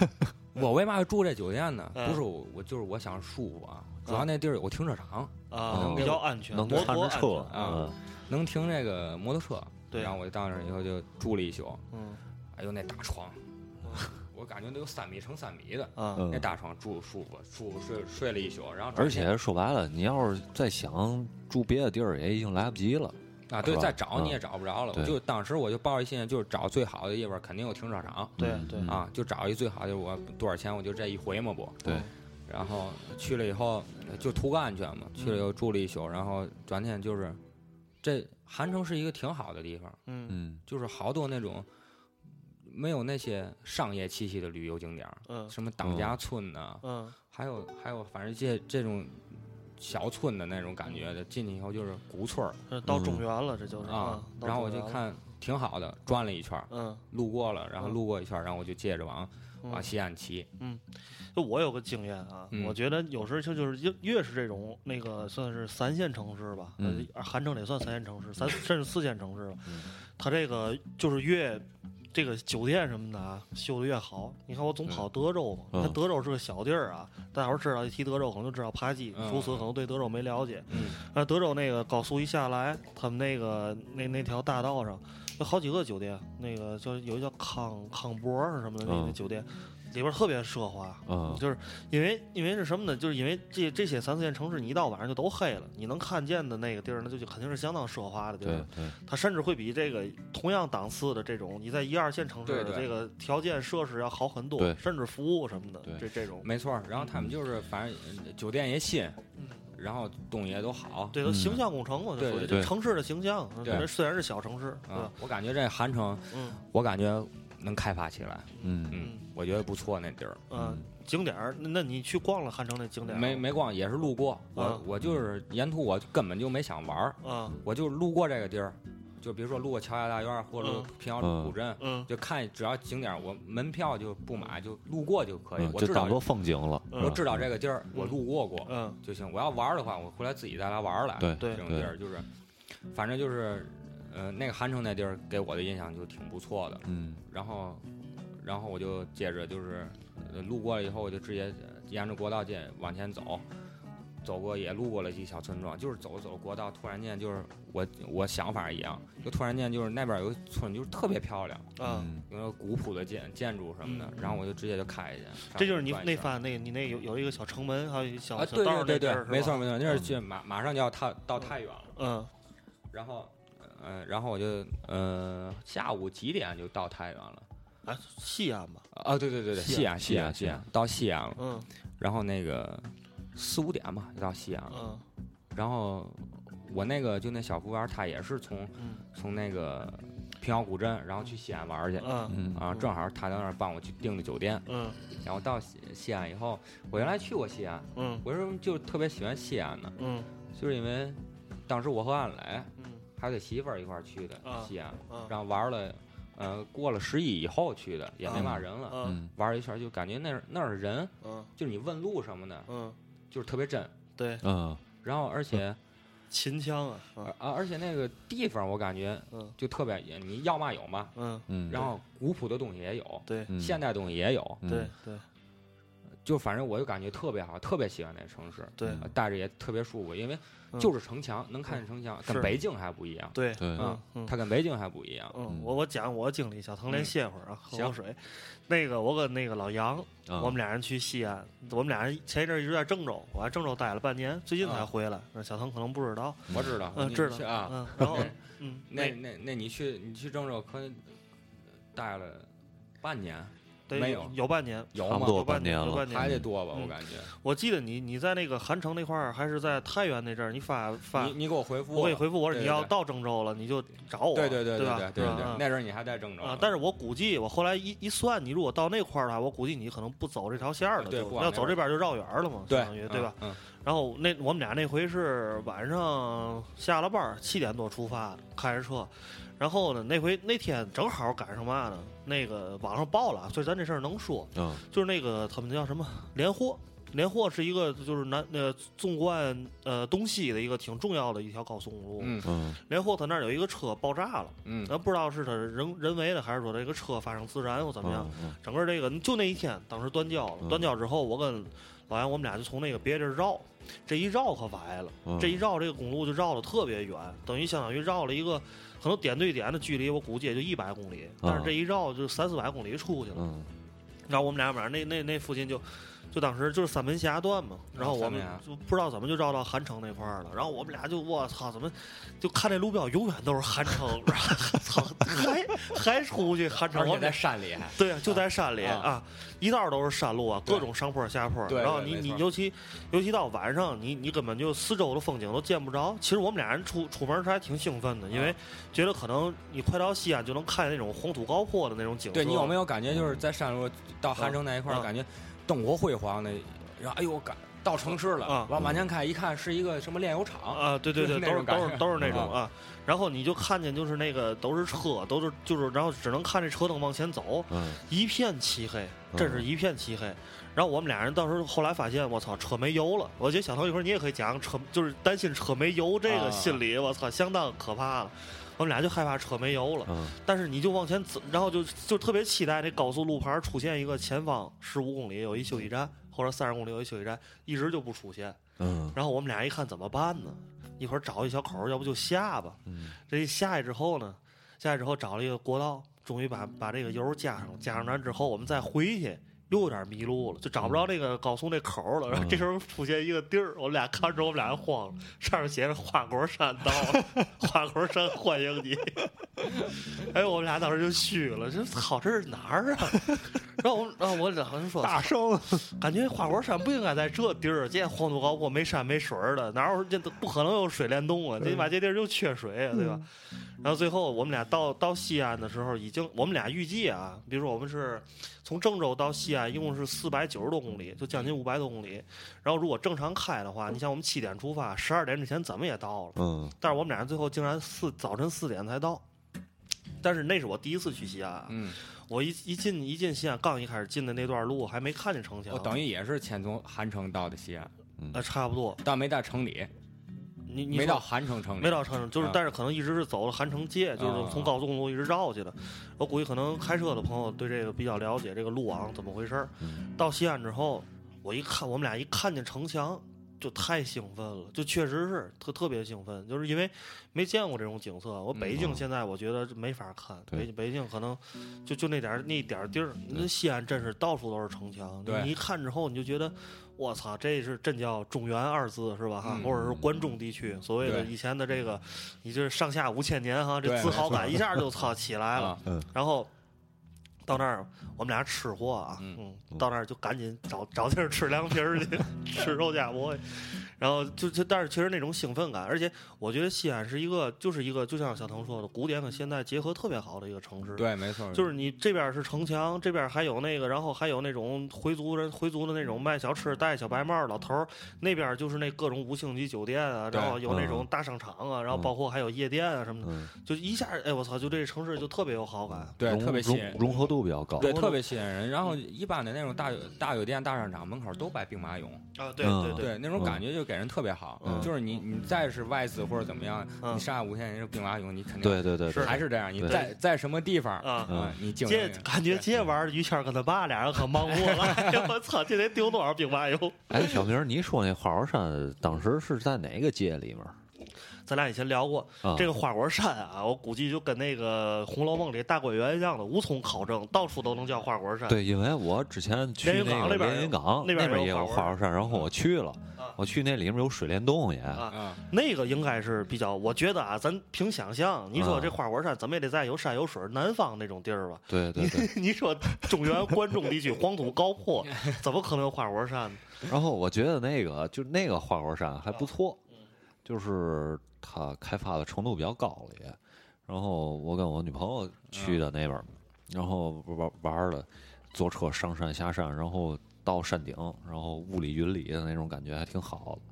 F: 嗯 <laughs> 我为嘛要住这酒店呢？
D: 嗯
F: 不是我，我就是我想舒服啊。主要那地儿有停车场，
D: 啊，
E: 嗯
D: 比较安全，
E: 能
D: 多
E: 看
D: 多
E: 着
D: 安
E: 车
D: 全，
F: 啊
E: 嗯
F: 能停这个摩托车。
D: 对
F: 然后我到那儿以后就住了一宿。
D: 嗯
F: 哎呦，那大床， <laughs> 我感觉得有三米乘三米的，
D: 啊，
F: 那
E: 嗯，
F: 大床住舒服，舒服睡睡了一宿。然后
E: 而
F: 转天
E: 且说白了，你要是再想住别的地儿，也已经来不及了。
F: 啊，对，
E: 是吧
F: 再找
E: 嗯
F: 你也找不着了。
E: 对
F: 就当时我就抱着信，就是找最好的夜班，肯定有停车场
D: 对
E: 嗯
D: 对
E: 嗯
F: 啊，就找一最好的。我多少钱我就这一回嘛不。
E: 对，
F: 然后去了以后就图个安全嘛，去了以后住了一宿，然后转天就是，这韩城是一个挺好的地方，
D: 嗯
E: 嗯
F: 就是好多那种没有那些商业气息的旅游景点儿，
D: 嗯
F: 什么党家村呐、
D: 嗯
F: 还有还有，反正这这种小村的那种感觉的，进去以后就是古村儿
D: 嗯，到中原了，这就是嗯
F: 啊，
D: 到
F: 然后我
D: 中原
F: 就
D: 了，
F: 看挺好的，转了一圈儿，
D: 嗯，
F: 路过了，然后
D: 嗯
F: 路过一圈儿，然后我就接着往
D: 嗯
F: 往西安骑，
D: 就我有个经验啊，
F: 嗯
D: 我觉得有时候就就是越越是这种那个算是三线城市吧，
E: 嗯
D: 呃，韩城也算三线城市，三甚至四线城市了
E: 嗯，
D: 它这个就是越这个酒店什么的啊修的越好。你看我总跑德州嘛，
E: 嗯
D: 你看德州是个小地儿啊，大伙儿知道一提德州可能就知道扒鸡，
F: 嗯
D: 除此可能对德州没了解。
F: 嗯，
D: 啊，德州那个高速一下来，他们那个那那条大道上有好几个酒店，那个叫有一叫康康博儿什么的那
E: 嗯
D: 那酒店，里边儿特别奢华。
E: 嗯
D: 就是因为因为是什么呢？就是因为这这些三四线城市，你一到晚上就都黑了，你能看见的那个地儿，那就就肯定是相当奢华的地
E: 对嗯
D: 儿。
E: 对，
D: 它甚至会比这个同样档次的这种你在一二线城市
F: 对
D: 的
F: 对
D: 这个条件设施要好很多
E: 对，
D: 甚至服务什么的，
E: 对
D: 这这种
F: 没错儿。然后他们就是反正呃酒店也新
D: 嗯，
F: 然后东西也都好，
D: 对它
E: 嗯
D: 形象工程嘛，就
F: 对
D: 属于
F: 对
D: 这
E: 对
D: 城市的形象。
F: 对
D: 这虽然是小城市，对
F: 啊
D: 吧？，
F: 我感觉这韩城，
D: 嗯
F: 我感觉能开发起来，
E: 嗯
F: 嗯，我觉得不错那地儿，
D: 嗯，景点儿，那那你去逛了汉城那景点儿
F: 没没逛也是路过，我、
D: 啊
F: 我就是沿途我根本就没想玩儿，
D: 啊？
F: 我就路过这个地儿，就比如说路过乔家大院儿或者
D: 嗯
F: 平遥
E: 嗯
F: 古镇，
D: 嗯
F: 就看只要景点儿我门票就不买，就路过就可以，
E: 嗯，
F: 我
E: 就
F: 知道
E: 当做风景了。
D: 嗯
F: 我知道这个地儿，
D: 嗯
F: 我路过过、
D: 嗯
F: 就行。我要玩儿的话，我回来自己再来玩儿来。
E: 对
D: 对
F: 这种地儿就是，反正就是，呃，那个韩城那地儿给我的印象就挺不错的。
E: 嗯
F: 然后，然后我就接着就是，呃路过了以后，我就直接沿着国道街往前走，走过也路过了几小村庄，就是走着走着国道，突然间就是我我想法一样，就突然间就是那边有个村就是特别漂亮，
D: 啊。
E: 嗯
F: 有那个古朴的建建筑什么的，
D: 嗯
F: 然后我就直接就开去，
D: 这就是
F: 上去
D: 你
F: 转一
D: 那
F: 圈
D: 番那个你那有有一个小城门，还有一小
F: 啊，
D: 小
F: 对
D: 道儿
F: 对
D: 那
F: 对
D: 地
F: 对
D: 儿，，
F: 没错
D: 是吧
F: 没错，那是去马马上就要太到太原了，
D: 嗯
F: 然后，呃，然后我就呃下午几点就到太原了。
D: 啊，西安吧，
F: 啊，对对对对，西安
E: 西
F: 西
E: 安
F: 安
E: 西
F: 西
E: 安
F: 安，到西安了。
D: 嗯
F: 然后那个四五点吧，就到西安了。
D: 嗯
F: 然后我那个就那小服务员，他也是从
D: 嗯
F: 从那个平遥古镇，然后去西安玩去。
D: 嗯
E: 嗯
F: 啊，正好他在那儿帮我去订的酒店。
D: 嗯
F: 然后到西西安以后，我原来去过西安，
D: 嗯
F: 我为什么就特别喜欢西安呢？
D: 嗯
F: 就是因为当时我和安磊
D: 嗯
F: 还有他媳妇儿一块儿去的
D: 啊
F: 西安，
D: 嗯
F: 然后玩了，呃，过了十一以后去的，也没嘛人了。
D: 嗯
E: 嗯
F: 玩了一圈就感觉那儿那儿人，
D: 嗯
F: 就是你问路什么的，
D: 嗯，
F: 就是特别真。
D: 对，
E: 嗯
F: 然后而且
D: 秦腔啊，
F: 而
D: 嗯
F: 啊，而且那个地方我感觉
D: 嗯
F: 就特别，你要嘛有嘛，
D: 嗯，
E: 嗯，
F: 然后古朴的东西也有，
D: 对
E: 嗯
F: 现代东西也有，
E: 嗯
D: 对对
F: 就反正我就感觉特别好，特别喜欢那城市，
D: 对
F: 呃待着也特别舒服，因为
D: 嗯
F: 就是城墙，能看见城墙，
D: 是
F: 跟北京还不一样，
D: 对
E: 对
D: 嗯嗯。
F: 它跟北京还不一样。
D: 嗯，我我讲我经历一下，腾连歇会儿啊，喝口
F: 嗯行
D: 水。那个我跟那个老杨，
E: 啊
F: 嗯
D: 我们俩人去西安，我们俩人前一阵儿一直在郑州，我在郑州待了半年，最近才
F: 啊
D: 回来。那小腾可能不知道，
F: 我知道，
D: 嗯，
F: 你
D: 知
F: 去
D: 道
F: 啊。
D: 嗯，
F: <laughs>
D: 然后
F: 那
D: 嗯，
F: 那那那你去你去郑州可能待了半年，
D: 得
F: 没
D: 有
F: 有
D: 有半年，
F: 有
E: 差不
F: 吗？
E: 多
D: 有半
E: 半年
D: 有
E: 了
D: 半年
F: 还得多吧，
D: 嗯
F: 我感觉。
D: 我记得你你在那个韩城那块儿，还是在太原那阵儿，你发发
F: 你你给我回复，
D: 我给你回复，我说
F: 对
D: 你要到郑州了，你就找我，
F: 对对
D: 对
F: 对对
D: 吧
F: 对
D: 是吧
F: 对
D: 嗯，
F: 那阵儿你还在郑州
D: 啊，但是我估计，我后来一一算，你如果到那块儿的话，我估计你可能不走这条线儿了，
F: 对
D: 就
F: 不往
D: 要
F: 那
D: 走这边就绕远儿了嘛，
F: 对
D: 相当于对吧？？
F: 嗯，
D: 然后那我们俩那回是晚上下了班儿七点多出发的，开着车，然后呢，那回那天正好赶上嘛呢，那个网上报了，所以咱这事儿能说，
E: 嗯
D: 就是那个他们叫什么联货，连霍是一个就是南呃纵贯呃东西的一个挺重要的一条高速公路。
F: 嗯
E: 嗯
D: 连霍他那儿有一个车爆炸了，
F: 嗯
D: 咱不知道是他人人为的还是说这个车发生自燃或
F: 哦
D: 怎么样。
E: 嗯嗯
D: 整个这个就那一天，当时端教了，
E: 嗯
D: 端教之后，我跟老杨我们俩就从那个别地儿绕，这一绕可歪了，
E: 嗯
D: 这一绕这个公路就绕的特别远，等于相当于绕了一个可能点对点的距离，我估计也就一百公里，但是这一绕就三四百公里出去了。
E: 嗯
D: 然后我们俩晚上那那那附近就，就当时就是三门峡段嘛，然后我们
F: 啊三门峡
D: 就不知道怎么就绕到韩城那块儿了，然后我们俩就我操怎么，就看这路标永远都是韩城， <laughs> 然后操还还出去韩城，
F: 而
D: 我
F: 且
D: 们俩
F: 在山里还
D: 对啊，就在山里
F: 啊
D: 啊，一道都是山路啊，
F: 对
D: 各种上坡下坡。
F: 对对
D: 然后你
F: 没错
D: 你尤其尤其到晚上，你你根本就四周的风景都见不着。其实我们俩人出出门时还挺兴奋的，因
F: 啊
D: 为觉得可能你快到西安就能看见那种红土高坡的那种景色。
F: 对你有没
D: 有？
F: 有感觉，就是在山路到韩城那一块儿，
D: 嗯
F: 感觉灯火辉煌的，然后哎呦，感到城市了
D: 嗯，
F: 往往前开一看，是一个什么炼油厂，
D: 啊，对对对，都
F: 就是那
D: 是
F: 种
D: 都
F: 感觉
D: 是都是那种啊。然后你就看见就是那个都是车，都是就是，然后只能看这车灯往前走，
E: 嗯
D: 一片漆黑，真是一片漆黑。然后我们俩人到时候后来发现，我操，车没油了。我觉得小头一会儿你也可以讲车，就是担心车没油这
F: 啊
D: 个心理，我操，相当可怕了。我们俩就害怕车没油了，
E: 嗯
D: 但是你就往前走，然后就就特别期待那高速路牌出现一个前方十五公里有一休息站，或者三十公里有一休息站，一直就不出现。
E: 嗯
D: 然后我们俩一看怎么办呢？一会儿找一小口儿，要不就下吧。
E: 嗯
D: 这一下去之后呢，下去之后找了一个国道，终于把把这个油加上了，加上完之后我们再回去。又有点迷路了，就找不着那个高速那口儿了。
E: 嗯
D: 然后这时候出现一个地儿，我们俩看着之后我们俩人慌了，上面写着“花果山
E: <laughs>
D: 到了，花果山欢迎你”。哎，我们俩当时就虚了，这操，这是哪儿啊？然后我，然后我好像说，
G: 大圣，
D: 感觉花果山不应该在这地儿，这黄土高坡没山没水儿的，哪有这都不可能有水帘洞啊？这把这地儿就缺水啊，对吧？
F: 嗯
D: 然后最后我们俩到到西安的时候，已经我们俩预计啊，比如说我们是从郑州到西安一共是四百九十多公里，就将近五百多公里。然后如果正常开的话，你像我们七点出发，十二点之前怎么也到了。
E: 嗯
D: 但是我们俩最后竟然四早晨四点才到。但是那是我第一次去西安啊，
F: 嗯，
D: 我一一进一进西安，刚一开始进的那段路还没看见城墙，
F: 我哦等于也是先从韩城到的西安，
D: 啊，差不多。
F: 但没到城里，
D: 你你
F: 没
D: 说
F: 到韩城城里，
D: 没到长城，就是
F: 啊
D: 但是可能一直是走了韩城街，就
F: 啊
D: 是从高速公路一直绕去的。我估计可能开车的朋友对这个比较了解，这个路网怎么回事儿。
F: 嗯
D: 到西安之后，我一看，我们俩一看见城墙。就太兴奋了，就确实是特特别兴奋，就是因为没见过这种景色。我北
F: 嗯
D: 京现在我觉得没法看，
E: 对
D: 北北京可能就就那点儿那点儿地儿，那
E: 对
D: 西安真是到处都是城墙。
F: 对
D: 你一看之后，你就觉得我操，这是真叫中原二字是吧？哈、
F: 嗯
D: 或者是关中地区所谓的
F: 对
D: 以前的这个，你这上下五千年哈，这
F: 对
D: 自豪
F: <laughs>
D: 感一下就操起来了
F: 啊。，
D: 然后到那儿，我们俩吃货啊，
F: 嗯
D: 嗯，到那儿就赶紧找找地儿吃凉皮儿去， <laughs> 吃肉夹馍。然后就就，但是其实那种兴奋感，而且我觉得西安是一个，就是一个，就像小腾说的，古典和现代结合特别好的一个城市。
F: 对，没错，
D: 就是你这边是城墙，这边还有那个，然后还有那种回族人、回族的那种
E: 嗯
D: 卖小吃、戴小白帽儿老头儿，那边就是那各种五星级酒店啊，
F: 对
D: 然后有那种
E: 嗯
D: 大商场啊，然后
E: 嗯
D: 包括还有夜店啊什么的，
E: 嗯，
D: 就一下，哎我操，就这城市就特别有好感。
F: 对，
E: 融
F: 特别吸
E: 融
F: 引人。
E: 融合度比较高，
F: 对，特别吸引人。然后一般的那种大酒大酒店、大商场门口都摆兵马俑，
D: 啊，对
E: 嗯
D: 对
F: 对，那种感觉就给人特别好。
E: 嗯
F: 就是你你再是外资或者怎么样，
D: 嗯
F: 你上海五千人是兵马俑，你肯定
E: 对对对，对
F: 还是这样。你
E: 对
F: 在在什么地方
D: 啊
F: 嗯你敬
D: 这
F: 人家
D: 感觉这玩意儿，于谦儿跟他爸俩人可忙活了， <laughs> 哎
E: <laughs>
D: 呦我操，这得丢多少兵马俑？
E: 哎，小明儿，你说那花果山当时是在哪个界里面儿？
D: 咱俩以前聊过，
E: 啊，
D: 这个花果山啊，我估计就跟那个《红楼梦》里大观园一样的，无从考证，到处都能叫花果山。
E: 对，因为我之前去
D: 啊连云
E: 那
D: 港
E: 个
D: 那边
E: 连云
D: 有
E: 港
D: 那边
E: 边
D: 有
E: 也
D: 花
E: 有花
D: 果
E: 果山，然后我去了
D: 啊，
E: 我去那里面有水帘洞也，
D: 啊
F: 啊，
D: 那个应该是比较，我觉得啊，咱凭想象，你说
E: 啊
D: 这花果山怎么也得在有山有水儿南方那种地儿吧？
E: 对对对。
D: 你说中原关中地区黄土高坡，怎么可能有花果山呢？
E: 然后我觉得那个就那个花果山还不错，就是它开发的程度比较高了也。然后我跟我女朋友去的那边儿，然后玩玩儿了，坐车上山下山，然后到山顶，然后雾里云里的那种感觉还挺好的。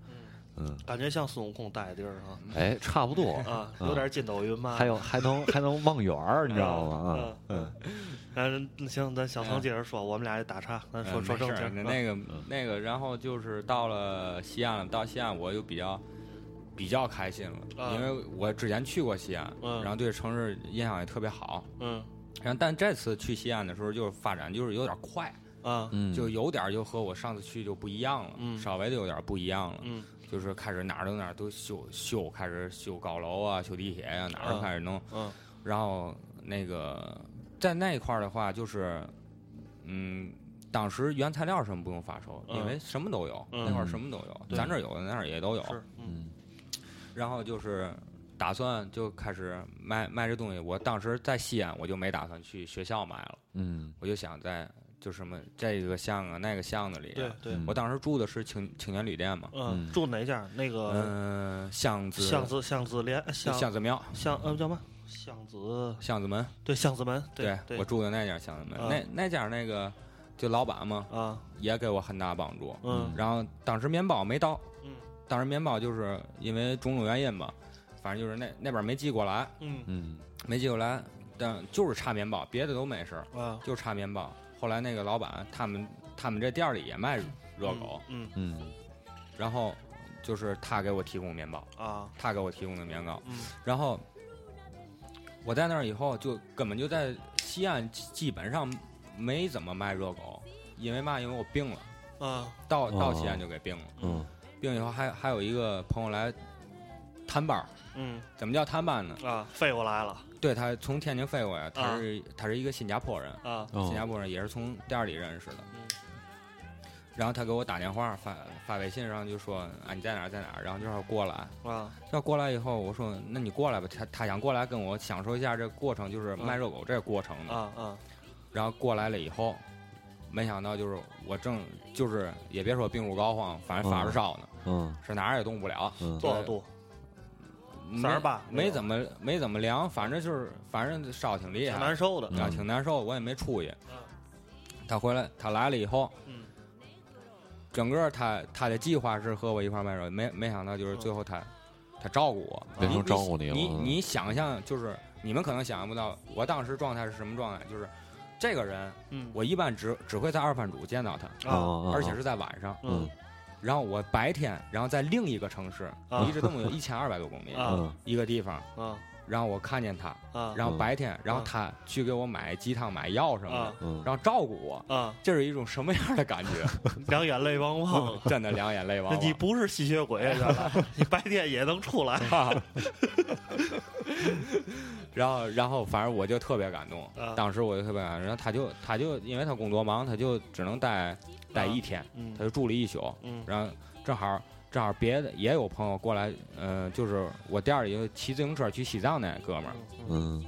E: 嗯，
D: 感觉像孙悟空待的地儿啊
E: 哎，差不多
D: 啊，
E: 嗯
D: 有点筋斗云吧。
E: 还有还能还能望远儿，你知道吗？啊
D: 嗯嗯，嗯，那行，咱小腾接着说，我们俩也打岔，咱说
F: 嗯
D: 说
F: 没
D: 正啊嗯
F: 事
D: 题
F: 儿
D: 儿。
F: 那那个那个，然后就是到了西安了，到西安我就比较比较开心
D: 啊
F: 了，因为我之前去过西安，
D: 嗯
F: 然后对城市印象也特别好。
D: 嗯
F: 然后但这次去西安的时候，就是发展就是有点快，
D: 啊
E: 嗯，
F: 就有点就和我上次去就不一样了，
D: 嗯
F: 稍微的有点不一样了，
D: 嗯
F: 就是开始哪儿都哪儿都修修，开始修高楼啊，修地铁呀、哪儿
D: 啊
F: 都开始弄。
D: 嗯
F: 然后那个在那一块儿的话，就是嗯，当时原材料什么不用发售，
D: 嗯
F: 因为什么都有，
D: 嗯
F: 那块儿什么都有，
D: 对
F: 咱这儿有的那儿也都有。
D: 是嗯
E: 嗯
F: 然后就是打算就开始卖卖这东西。我当时在西安，我就没打算去学校买了，
E: 嗯
F: 我就想在就什么这个巷啊那个巷子里啊。
D: 对对
E: 嗯
F: 我当时住的是青青年旅店嘛，
D: 嗯，
E: 嗯
D: 住哪家？那个
F: 嗯、巷子
D: 呃巷子巷子连巷
F: 巷子庙
D: 巷呃叫什么？巷子
F: 巷子门，
D: 对巷子门
F: 对
D: 对
F: 我住的那家巷子门，
D: 啊
F: 那那家那个就老板嘛，
D: 啊
F: 也给我很大帮助。
D: 嗯
F: 然后当时面包没到，
D: 嗯，
F: 当时面包就是因为种种原因吧，反正就是那那边没寄过来，
D: 嗯
E: 嗯
F: 没寄过来，但就是差面包，别的都没事儿，
D: 啊
F: 就差面包。后来那个老板他们他们这店里也卖热狗，
D: 嗯
E: 嗯
F: 然后就是他给我提供面包，
D: 啊
F: 他给我提供的面包，
D: 嗯
F: 然后我在那儿以后就根本就在西安基基本上没怎么卖热狗，因为嘛，因为我病了，
D: 啊
F: 到到
E: 哦
F: 西安就给病了。
E: 嗯
F: 病以后还还有一个朋友来探班儿，
D: 嗯
F: 怎么叫探班呢？
D: 啊，废物来了
F: 对他从天津飞过来，他是、他是一个新加坡人，
D: 啊
F: 新加
E: 哦
F: 坡人也是从店里认识的。
D: 嗯
F: 然后他给我打电话发发微信上就说啊你在哪儿在哪儿，然后就说过来。
D: 啊
F: 要过来以后，我说那你过来吧，他他想过来跟我享受一下这个过程，就是
D: 嗯
F: 卖热狗这个过程
D: 啊
F: 的。
D: 啊
F: 然后过来了以后，没想到就是我正就是也别说病入膏肓，反正发着
E: 嗯
F: 烧呢，
E: 嗯
F: 是哪儿也动不了。
E: 嗯
D: 多少度？
F: 没
D: 三十八那
F: 没
D: 种
F: 怎么没怎么量，反正就是反正烧挺厉
D: 挺
F: 害
D: 难，受的
E: 嗯
F: 啊，挺难受，我也没出去。他回来，他来了以后，
D: 嗯
F: 整个他他的计划是和我一块儿卖肉，没没想到就是最后
D: 嗯
F: 他他照顾我，
E: 变成
F: 你
E: 照顾你了
F: 你
E: 嗯
F: 你想象就是你们可能想象不到，我当时状态是什么状态，就是这个人，
D: 嗯
F: 我一般只只会在二番主见到他，
D: 啊
E: 啊
F: 而且是在晚上，
D: 嗯
F: 然后我白天，然后在另一个城市，
D: 啊
F: 离这东西有一千二百多公里，
D: 啊
E: 嗯
F: 一个地方，
D: 啊
F: 然后我看见他，
D: 啊
F: 然后
E: 嗯
F: 白天，然后
D: 啊
F: 他去给我买鸡汤、买药什么的，
E: 嗯
F: 然后照顾我，
D: 啊，
F: 这是一种什么样的感觉？
D: 两眼泪汪汪。
F: 真的两眼泪
D: <laughs>
F: 汪
D: 那
F: 汪。
D: 你不是吸血鬼，啊原来你白天也能出来。
F: 嗯然后，然后反正我就特别感动，
D: 啊
F: 当时我就特别感动。然后他就他就因为他工作忙，他就只能待待一天，
D: 嗯
F: 他就住了一宿。
D: 嗯
F: 然后正好正好别的也有朋友过来，呃，就是我店里有骑自行车去西藏那哥们儿，
E: 嗯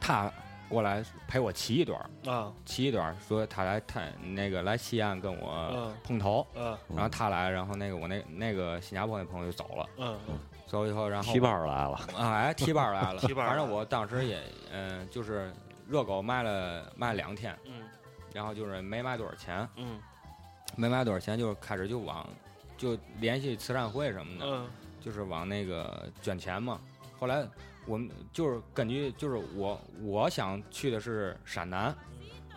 F: 他过来陪我骑一段儿，
D: 啊
F: 骑一段儿，说他来探那个来西安跟我
D: 嗯
F: 碰头。
D: 啊
F: 然后他来，然后那个我那那个新加坡那朋友就走了，
D: 嗯
F: 走了以后，然后
E: 提班儿来了，
F: 啊，哎，提班儿来
D: <laughs>
F: 了，
D: 提班儿来
F: 反
D: 了
F: 正我当时也，嗯、就是热狗卖了卖了两天，
D: 嗯
F: 然后就是没卖多少钱，
D: 嗯
F: 没卖多少钱，就是开始就往就联系慈善会什么的，
D: 嗯
F: 就是往那个捐钱嘛。后来我们就是根据就是我我想去的是陕南，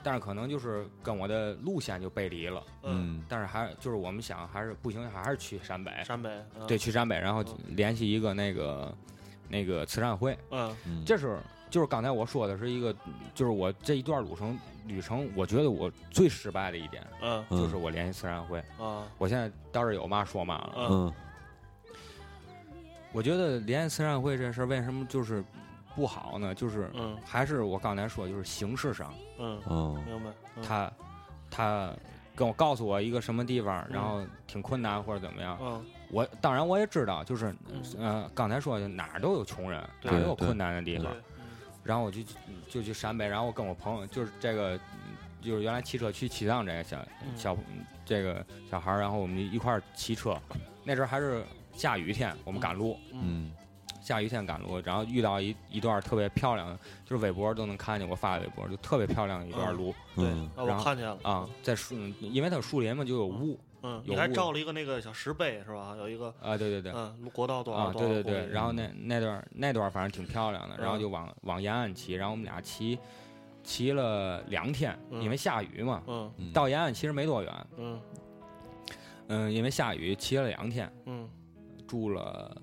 F: 但是可能就是跟我的路线就背离了，
D: 嗯，
E: 嗯
F: 但是还就是我们想还是不行，还是去陕北，
D: 陕嗯北
F: 嗯
D: 啊
F: 对，，去陕北，然后联系一个那个那个慈善会。
D: 嗯
E: 嗯
F: 这是就是刚才我说的是一个，就是我这一段旅程旅程，我觉得我最失败的一点
D: 嗯
E: 嗯
F: 就是我联系慈善会。
D: 啊
F: 我现在倒是有嘛说嘛了。
D: 嗯
E: 嗯
F: 我觉得联系慈善会这事儿为什么就是不好呢？就是
D: 嗯
F: 还是我刚才说，就是形式上，
D: 嗯，
E: 嗯
D: 明白。
F: 他他跟我告诉我一个什么地方，
D: 嗯
F: 然后挺困难或者怎么样。
D: 嗯
F: 我当然我也知道，就是
D: 嗯
F: 呃刚才说的哪儿都有穷人，
D: 对
F: 哪儿都有
E: 对
F: 困难的地
D: 对
F: 方。，然后我就就去陕北，然后我跟我朋友就是这个，就是原来骑车去西藏这个小
D: 嗯
F: 小这个小孩儿，然后我们一块儿骑车，那时候还是下雨天，我们赶路，
E: 嗯
F: 下雨天赶路，然后遇到一一段特别漂亮的，就是微博都能看见我发的微博，
D: 嗯
F: 就特别漂亮的一段路
D: 对，啊，我看见了
F: 啊，在树，因为它有树林嘛，就有雾，
D: 嗯，
F: 有
D: 你还
F: 雾
D: 照了一个那个小石碑是吧？有一个
F: 啊，对对对，
D: 嗯，国道多少
F: 啊，
D: 多
F: 对
D: 少
F: 对
D: 公
F: 对，
D: 里
F: 然后那那段儿那段儿反正挺漂亮的，然后
D: 嗯
F: 就往往延安骑，然后我们俩骑骑了两天，
D: 嗯
F: 因为下雨嘛，
D: 嗯
E: 嗯
F: 到延安其实没多远，
D: 嗯
F: 嗯，因为下雨骑了两天，
D: 嗯
F: 住了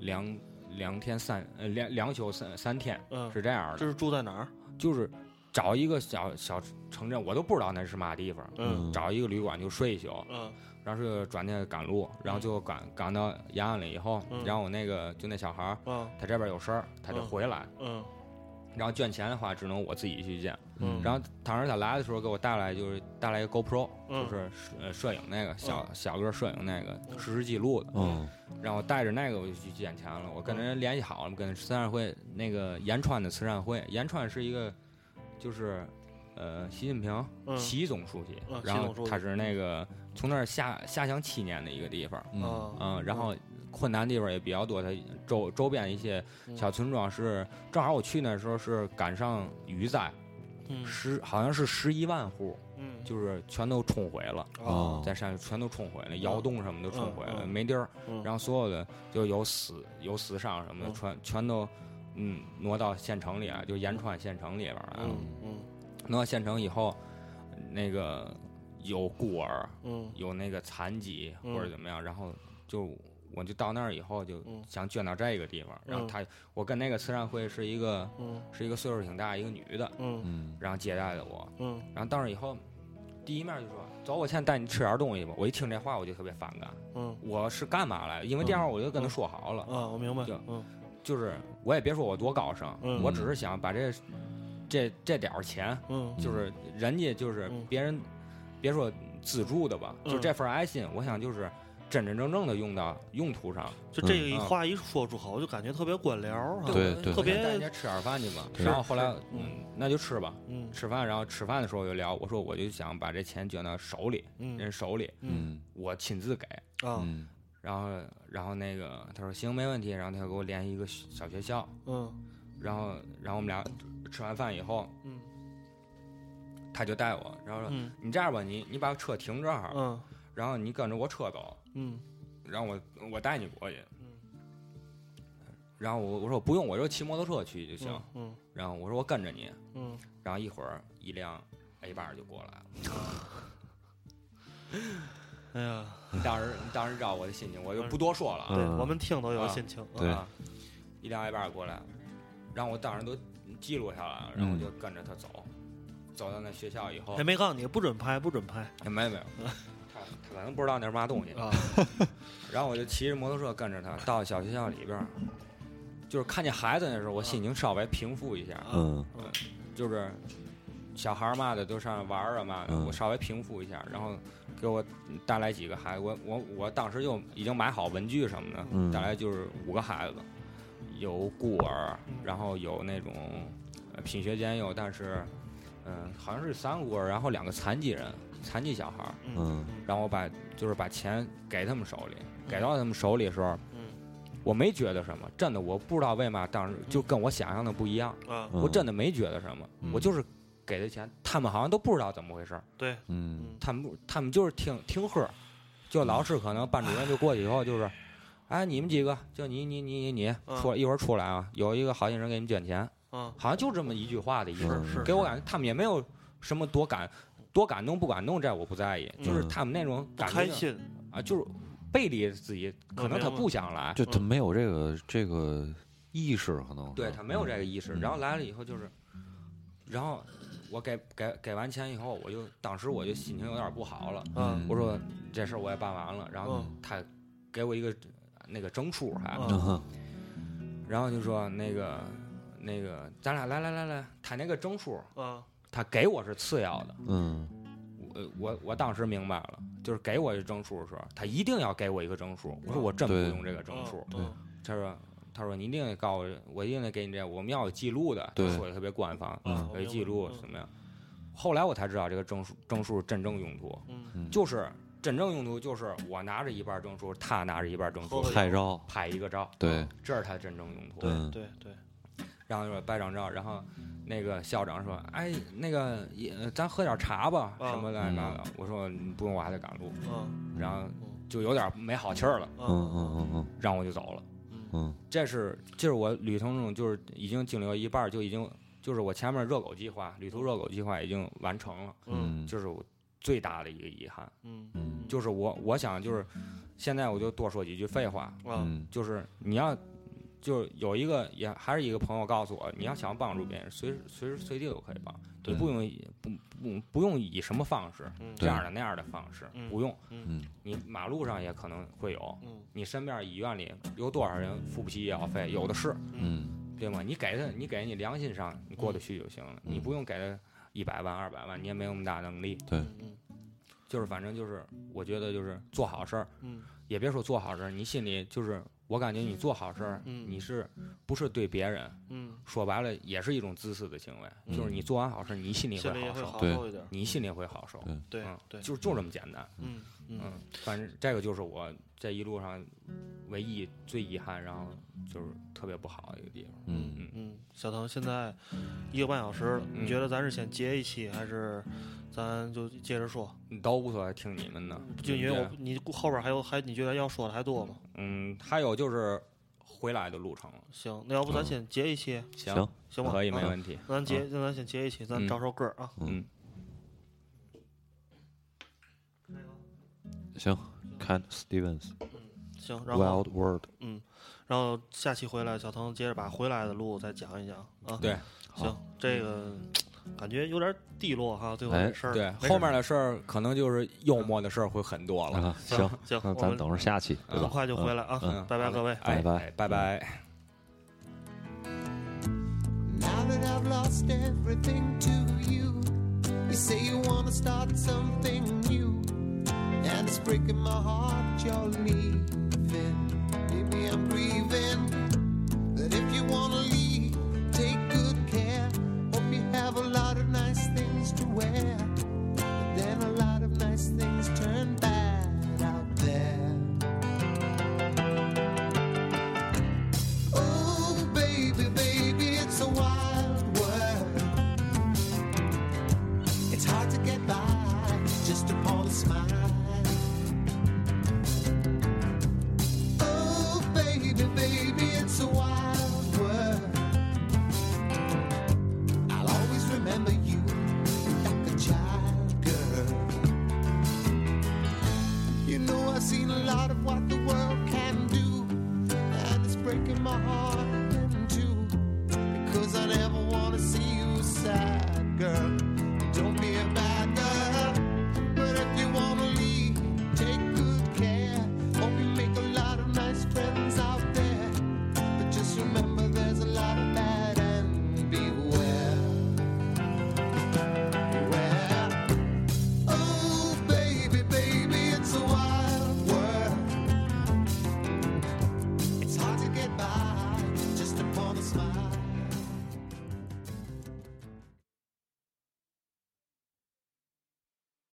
F: 两两天三呃两两宿三三天，
D: 嗯，
F: 是这样
D: 这
F: 的，
D: 是住在哪儿？
F: 就是找一个小小城镇，我都不知道那是嘛地方，
D: 嗯
F: 找一个旅馆就睡一宿，
D: 嗯
F: 然后就转天赶路，然后就赶赶到延安了以后
D: 嗯，
F: 然后我那个就那小孩儿，
D: 嗯
F: 他这边有事儿，他就
D: 嗯
F: 回来。
D: 嗯
F: 然后捐钱的话，只能我自己去捐。
D: 嗯，
F: 然后当时他来的时候，给我带来就是带来一个 GoPro，、
D: 嗯
F: 就是呃摄影那个小、小个摄影那个实时记录的。
E: 嗯
F: 然后带着那个我就去捐钱了。我跟
D: 嗯
F: 人联系好了，跟慈善会那个延川的慈善会，延川是一个就是呃习近平
D: 嗯
F: 习总书记，
D: 嗯习
F: 然
D: 总书
F: 后
D: 记
F: 他是那个从那儿下下乡七年的一个地方。
D: 啊
E: 嗯
F: 嗯，然后困难地方也比较多，它周周边一些
D: 嗯
F: 小村庄是，正好我去那时候是赶上雨灾，
D: 嗯
F: 十好像是十一万户，
D: 嗯
F: 就是全都冲毁了，
E: 哦
F: 在山里全都冲毁了，窑洞什么都冲毁
D: 啊嗯
F: 了，
D: 嗯
F: 没地儿，
D: 嗯
F: 然后所有的就有死有死伤什么的，
D: 嗯
F: 全全都嗯挪到县城里啊，就延川县城里边儿来了，
D: 嗯嗯
F: 挪到县城以后，那个有孤儿，
D: 嗯
F: 有那个残疾
D: 嗯
F: 或者怎么样，然后就我就到那儿以后就
D: 嗯
F: 想捐到这个地方，然后
D: 嗯
F: 他我跟那个慈善会是一个
D: 嗯
F: 是一个岁数挺大一个女的，
D: 嗯
E: 嗯
F: 然后接待的我，
D: 嗯
F: 然后到那儿以后，第一面就说走，我现在带你吃点东西吧。我一听这话我就特别反感，
D: 嗯
F: 我是干嘛来的？因为电话我就跟他说好了，
D: 啊，我明白。嗯
F: 就是我也别说我多高尚，
D: 嗯
F: 我只是想把这这这点儿钱，
D: 嗯
F: 就是人家就是
D: 嗯
F: 别人，别说自助的吧，
D: 嗯
F: 就这份爱心，我想就是真真正正的用到用途上。
D: 就这
F: 嗯啊
D: 个一话一说出口，就感觉特别官僚啊。
E: 对
F: 我
E: 对
F: 我
D: 特别
F: 想带人家吃点饭去吧。
E: 对
F: 然后后来
D: 是，
F: 嗯，那就吃吧。
D: 嗯
F: 吃饭，然后吃饭的时候就聊，我说我就想把这钱捐到手里，
D: 嗯
F: 人手里，
D: 嗯
E: 嗯
F: 我亲自给。
D: 啊
E: 嗯
F: 然后，然后那个他说行，没问题。然后他给我联系一个小学校，
D: 嗯
F: 然后，然后我们俩吃完饭以后，
D: 嗯
F: 他就带我，然后说、
D: 嗯
F: 你这样吧，你你把车停这儿，
D: 嗯
F: 然后你跟着我车走，
D: 嗯
F: 然后我我带你过去。然后我我说不用，我就骑摩托车去就行。
D: 嗯
F: 然后我说我跟着你，
D: 嗯
F: 然后一会儿一辆 A 八就过来了。
D: 哎呀，
F: 你当时你当时知道我的心情，我就不多说了啊。
D: 对我们听都有心情。
E: 对
F: 啊，一辆 A 八过来，然后我当时都记录下来了，然后我就跟着他走，走到那学校以后
D: 还，没告诉你不准拍，不准拍
F: 哎没有
D: <laughs>
F: 没有，他他可能不知道那是嘛东西，
D: 啊。
F: 然后我就骑着摩托车跟着他到小学校里边儿，就是看见孩子那时候，我心情稍微平复一
D: 啊
F: 下，
E: 嗯
F: 就是小孩儿嘛的都上玩儿啊嘛的，
E: 嗯
F: 我稍微平复一下，然后给我带来几个孩子，我我我当时就已经买好文具什么的，
E: 嗯
F: 带来就是五个孩子，有孤儿，然后有那种呃品学兼优，但是嗯、好像是三个孤儿，然后两个残疾人，残疾小孩儿，
E: 嗯
F: 然后我把就是把钱给他们手里，给到他们手里的时候，
D: 嗯
F: 我没觉得什么，真的我不知道为嘛当时就跟我想象的不一样。
D: 啊，
E: 嗯
F: 我真的没觉得什么，
E: 嗯
F: 我就是给的钱，他们好像都不知道怎么回事儿，
D: 对，
E: 嗯
F: 他们不他们就是听听喝儿，就老师可能班主任就过去以后就是，哎，你们几个就你你你你你
D: 嗯
F: 出来一会儿出来啊，有一个好心人给你们捐钱，
D: 嗯
F: 好像就这么一句话的意思，
E: 是是
F: 给我感觉他们也没有什么多感多感动不感动，这我不在意，就是
E: 嗯
F: 他们那种
D: 不
F: 感觉
D: 开
F: 就是
D: 心。
F: 啊，就是背离自己，可能他
D: 明白
F: 不想来，
E: 就他没有这个这个意识，可能
F: 对他没有这
E: 个
F: 个意识，
E: 嗯
F: 然后来了以后就是，然后我给给给完钱以后，我就当时我就心情有点不好了，
D: 嗯
F: 我说这事儿我也办完了，然后
D: 嗯
F: 他给我一个那个证书还，
D: 嗯
E: 嗯
F: 然后就说那个那个咱俩来来来来，他那个证书
D: 啊
F: 他给我是次要的，
E: 嗯
F: 我我我当时明白了，就是给我这证书的时候，他一定要给我一个证书，我说我真不
E: 对
F: 用这个证书，
D: 嗯
F: 他说。他说：“你一定得告诉我，我一定得给你这，我们要有记录的。”
E: 对
F: 说的特别官方，
D: 嗯
F: 有记录什么呀？后来我才知道这个证书证书真正用途，
D: 嗯
E: 嗯，
F: 就是真正用途就是我拿着一半证书，他拿着一半证书
D: 合作
E: 拍照，
F: 拍一个照，
E: 对
F: 这是他真正用途。
E: 嗯
D: 对对，
F: 然后就说拍张照，然后那个校长说，哎，那个也咱喝点茶吧，
D: 啊
F: 什么乱七八糟。我说嗯不用，我还得赶路，
D: 嗯
F: 然后就有点没好气儿了，
E: 嗯嗯嗯
F: 让我就走了。
D: 啊嗯
E: 嗯
F: 这是这是我旅途中就是已经经历了一半儿，就已经就是我前面热狗计划，旅途热狗计划已经完成了，
D: 嗯
E: 嗯，
F: 就是我最大的一个遗憾，
D: 嗯
E: 嗯
F: 就是我我想就是现在我就多说几句废话，
D: 啊
E: 嗯
F: 就是你要，就是有一个也还是一个朋友告诉我，你要想帮助别人，随时随时随地都可以帮，
E: 对
F: 你不用以不不不用以什么方式，
D: 嗯
F: 这样的那样的方式
D: 嗯
F: 不用，
E: 嗯
F: 你马路上也可能会有，
D: 嗯
F: 你身边医院里有多少人付不起医药费，有的是，
E: 嗯
F: 对吗？你给他，你给你良心上你过得去就行了，
E: 嗯
F: 你不用给他一百万二百万，你也没有那么大能力，
D: 嗯
F: 就是反正就是我觉得就是做好事儿，
D: 嗯
F: 也别说做好事儿，你心里就是，我感觉你做好事儿，
D: 嗯
F: 你是不是对别人
D: 嗯，
F: 说白了也是一种自私的行为？
E: 嗯
F: 就是你做完好事儿，你心里
D: 心里也
F: 好
D: 会
F: 受，
D: 好
E: 对
D: 受一点儿。
F: 你心里会好受，
E: 对
D: 对
F: 嗯
D: 对，
F: 就是就这么简单。
D: 嗯嗯
F: 嗯，反正这个就是我这一路上唯一最遗憾，然后就是特别不好的一个地方。
E: 嗯
D: 嗯，小腾现在一个半小时了，
F: 嗯
D: 你觉得咱是先截一期，还是咱就接着说？
F: 嗯，都无所谓，听你们的。
D: 就因为
F: 对
D: 我你后边还有还你觉得要说的还多吗？
F: 嗯，还有就是回来的路程了。
D: 行，那要不咱先截一期，
E: 行
D: 行吧？
F: 嗯可以，没
D: 啊
F: 问题。
D: 那咱截，那咱先截一期，咱
F: 嗯
D: 找首歌儿啊。
E: 嗯
F: 嗯
E: 行，Cat Stevens
D: 行，然后
E: Wild World，
D: 然后下期回来，小腾接着把回来的路再讲一讲啊。
F: 对
D: 行，这个感觉有点低落哈，最后
E: 哎
D: 这事儿。
F: 对，
D: 没事
F: 后面的事儿可能就是幽默的事儿会很多了。
E: 啊行，
D: 行，
E: 那
D: 我
E: 咱
D: 们
E: 等着下期对
D: 很
E: 吧？
D: 快就回来啊
E: 嗯，
D: 拜拜各位。
F: 哎
E: 拜拜
F: 哎拜拜。
C: Now that I've lost everything to you, you say you wanna start something new, and it's breaking my heart you're leaving. Maybe I'm grieving, but if you wanna leave, take good care. Hope you have a lot of nice things to wear, but then a lot of nice things turn bad out there. Oh, baby, baby, it's a wild world. It's hard to get by just upon a smile. Oh, baby, baby, it's a wild world. I'll always remember you like a child, girl. You know I've seen a lot of what the world can do, and it's breaking my heart Oh,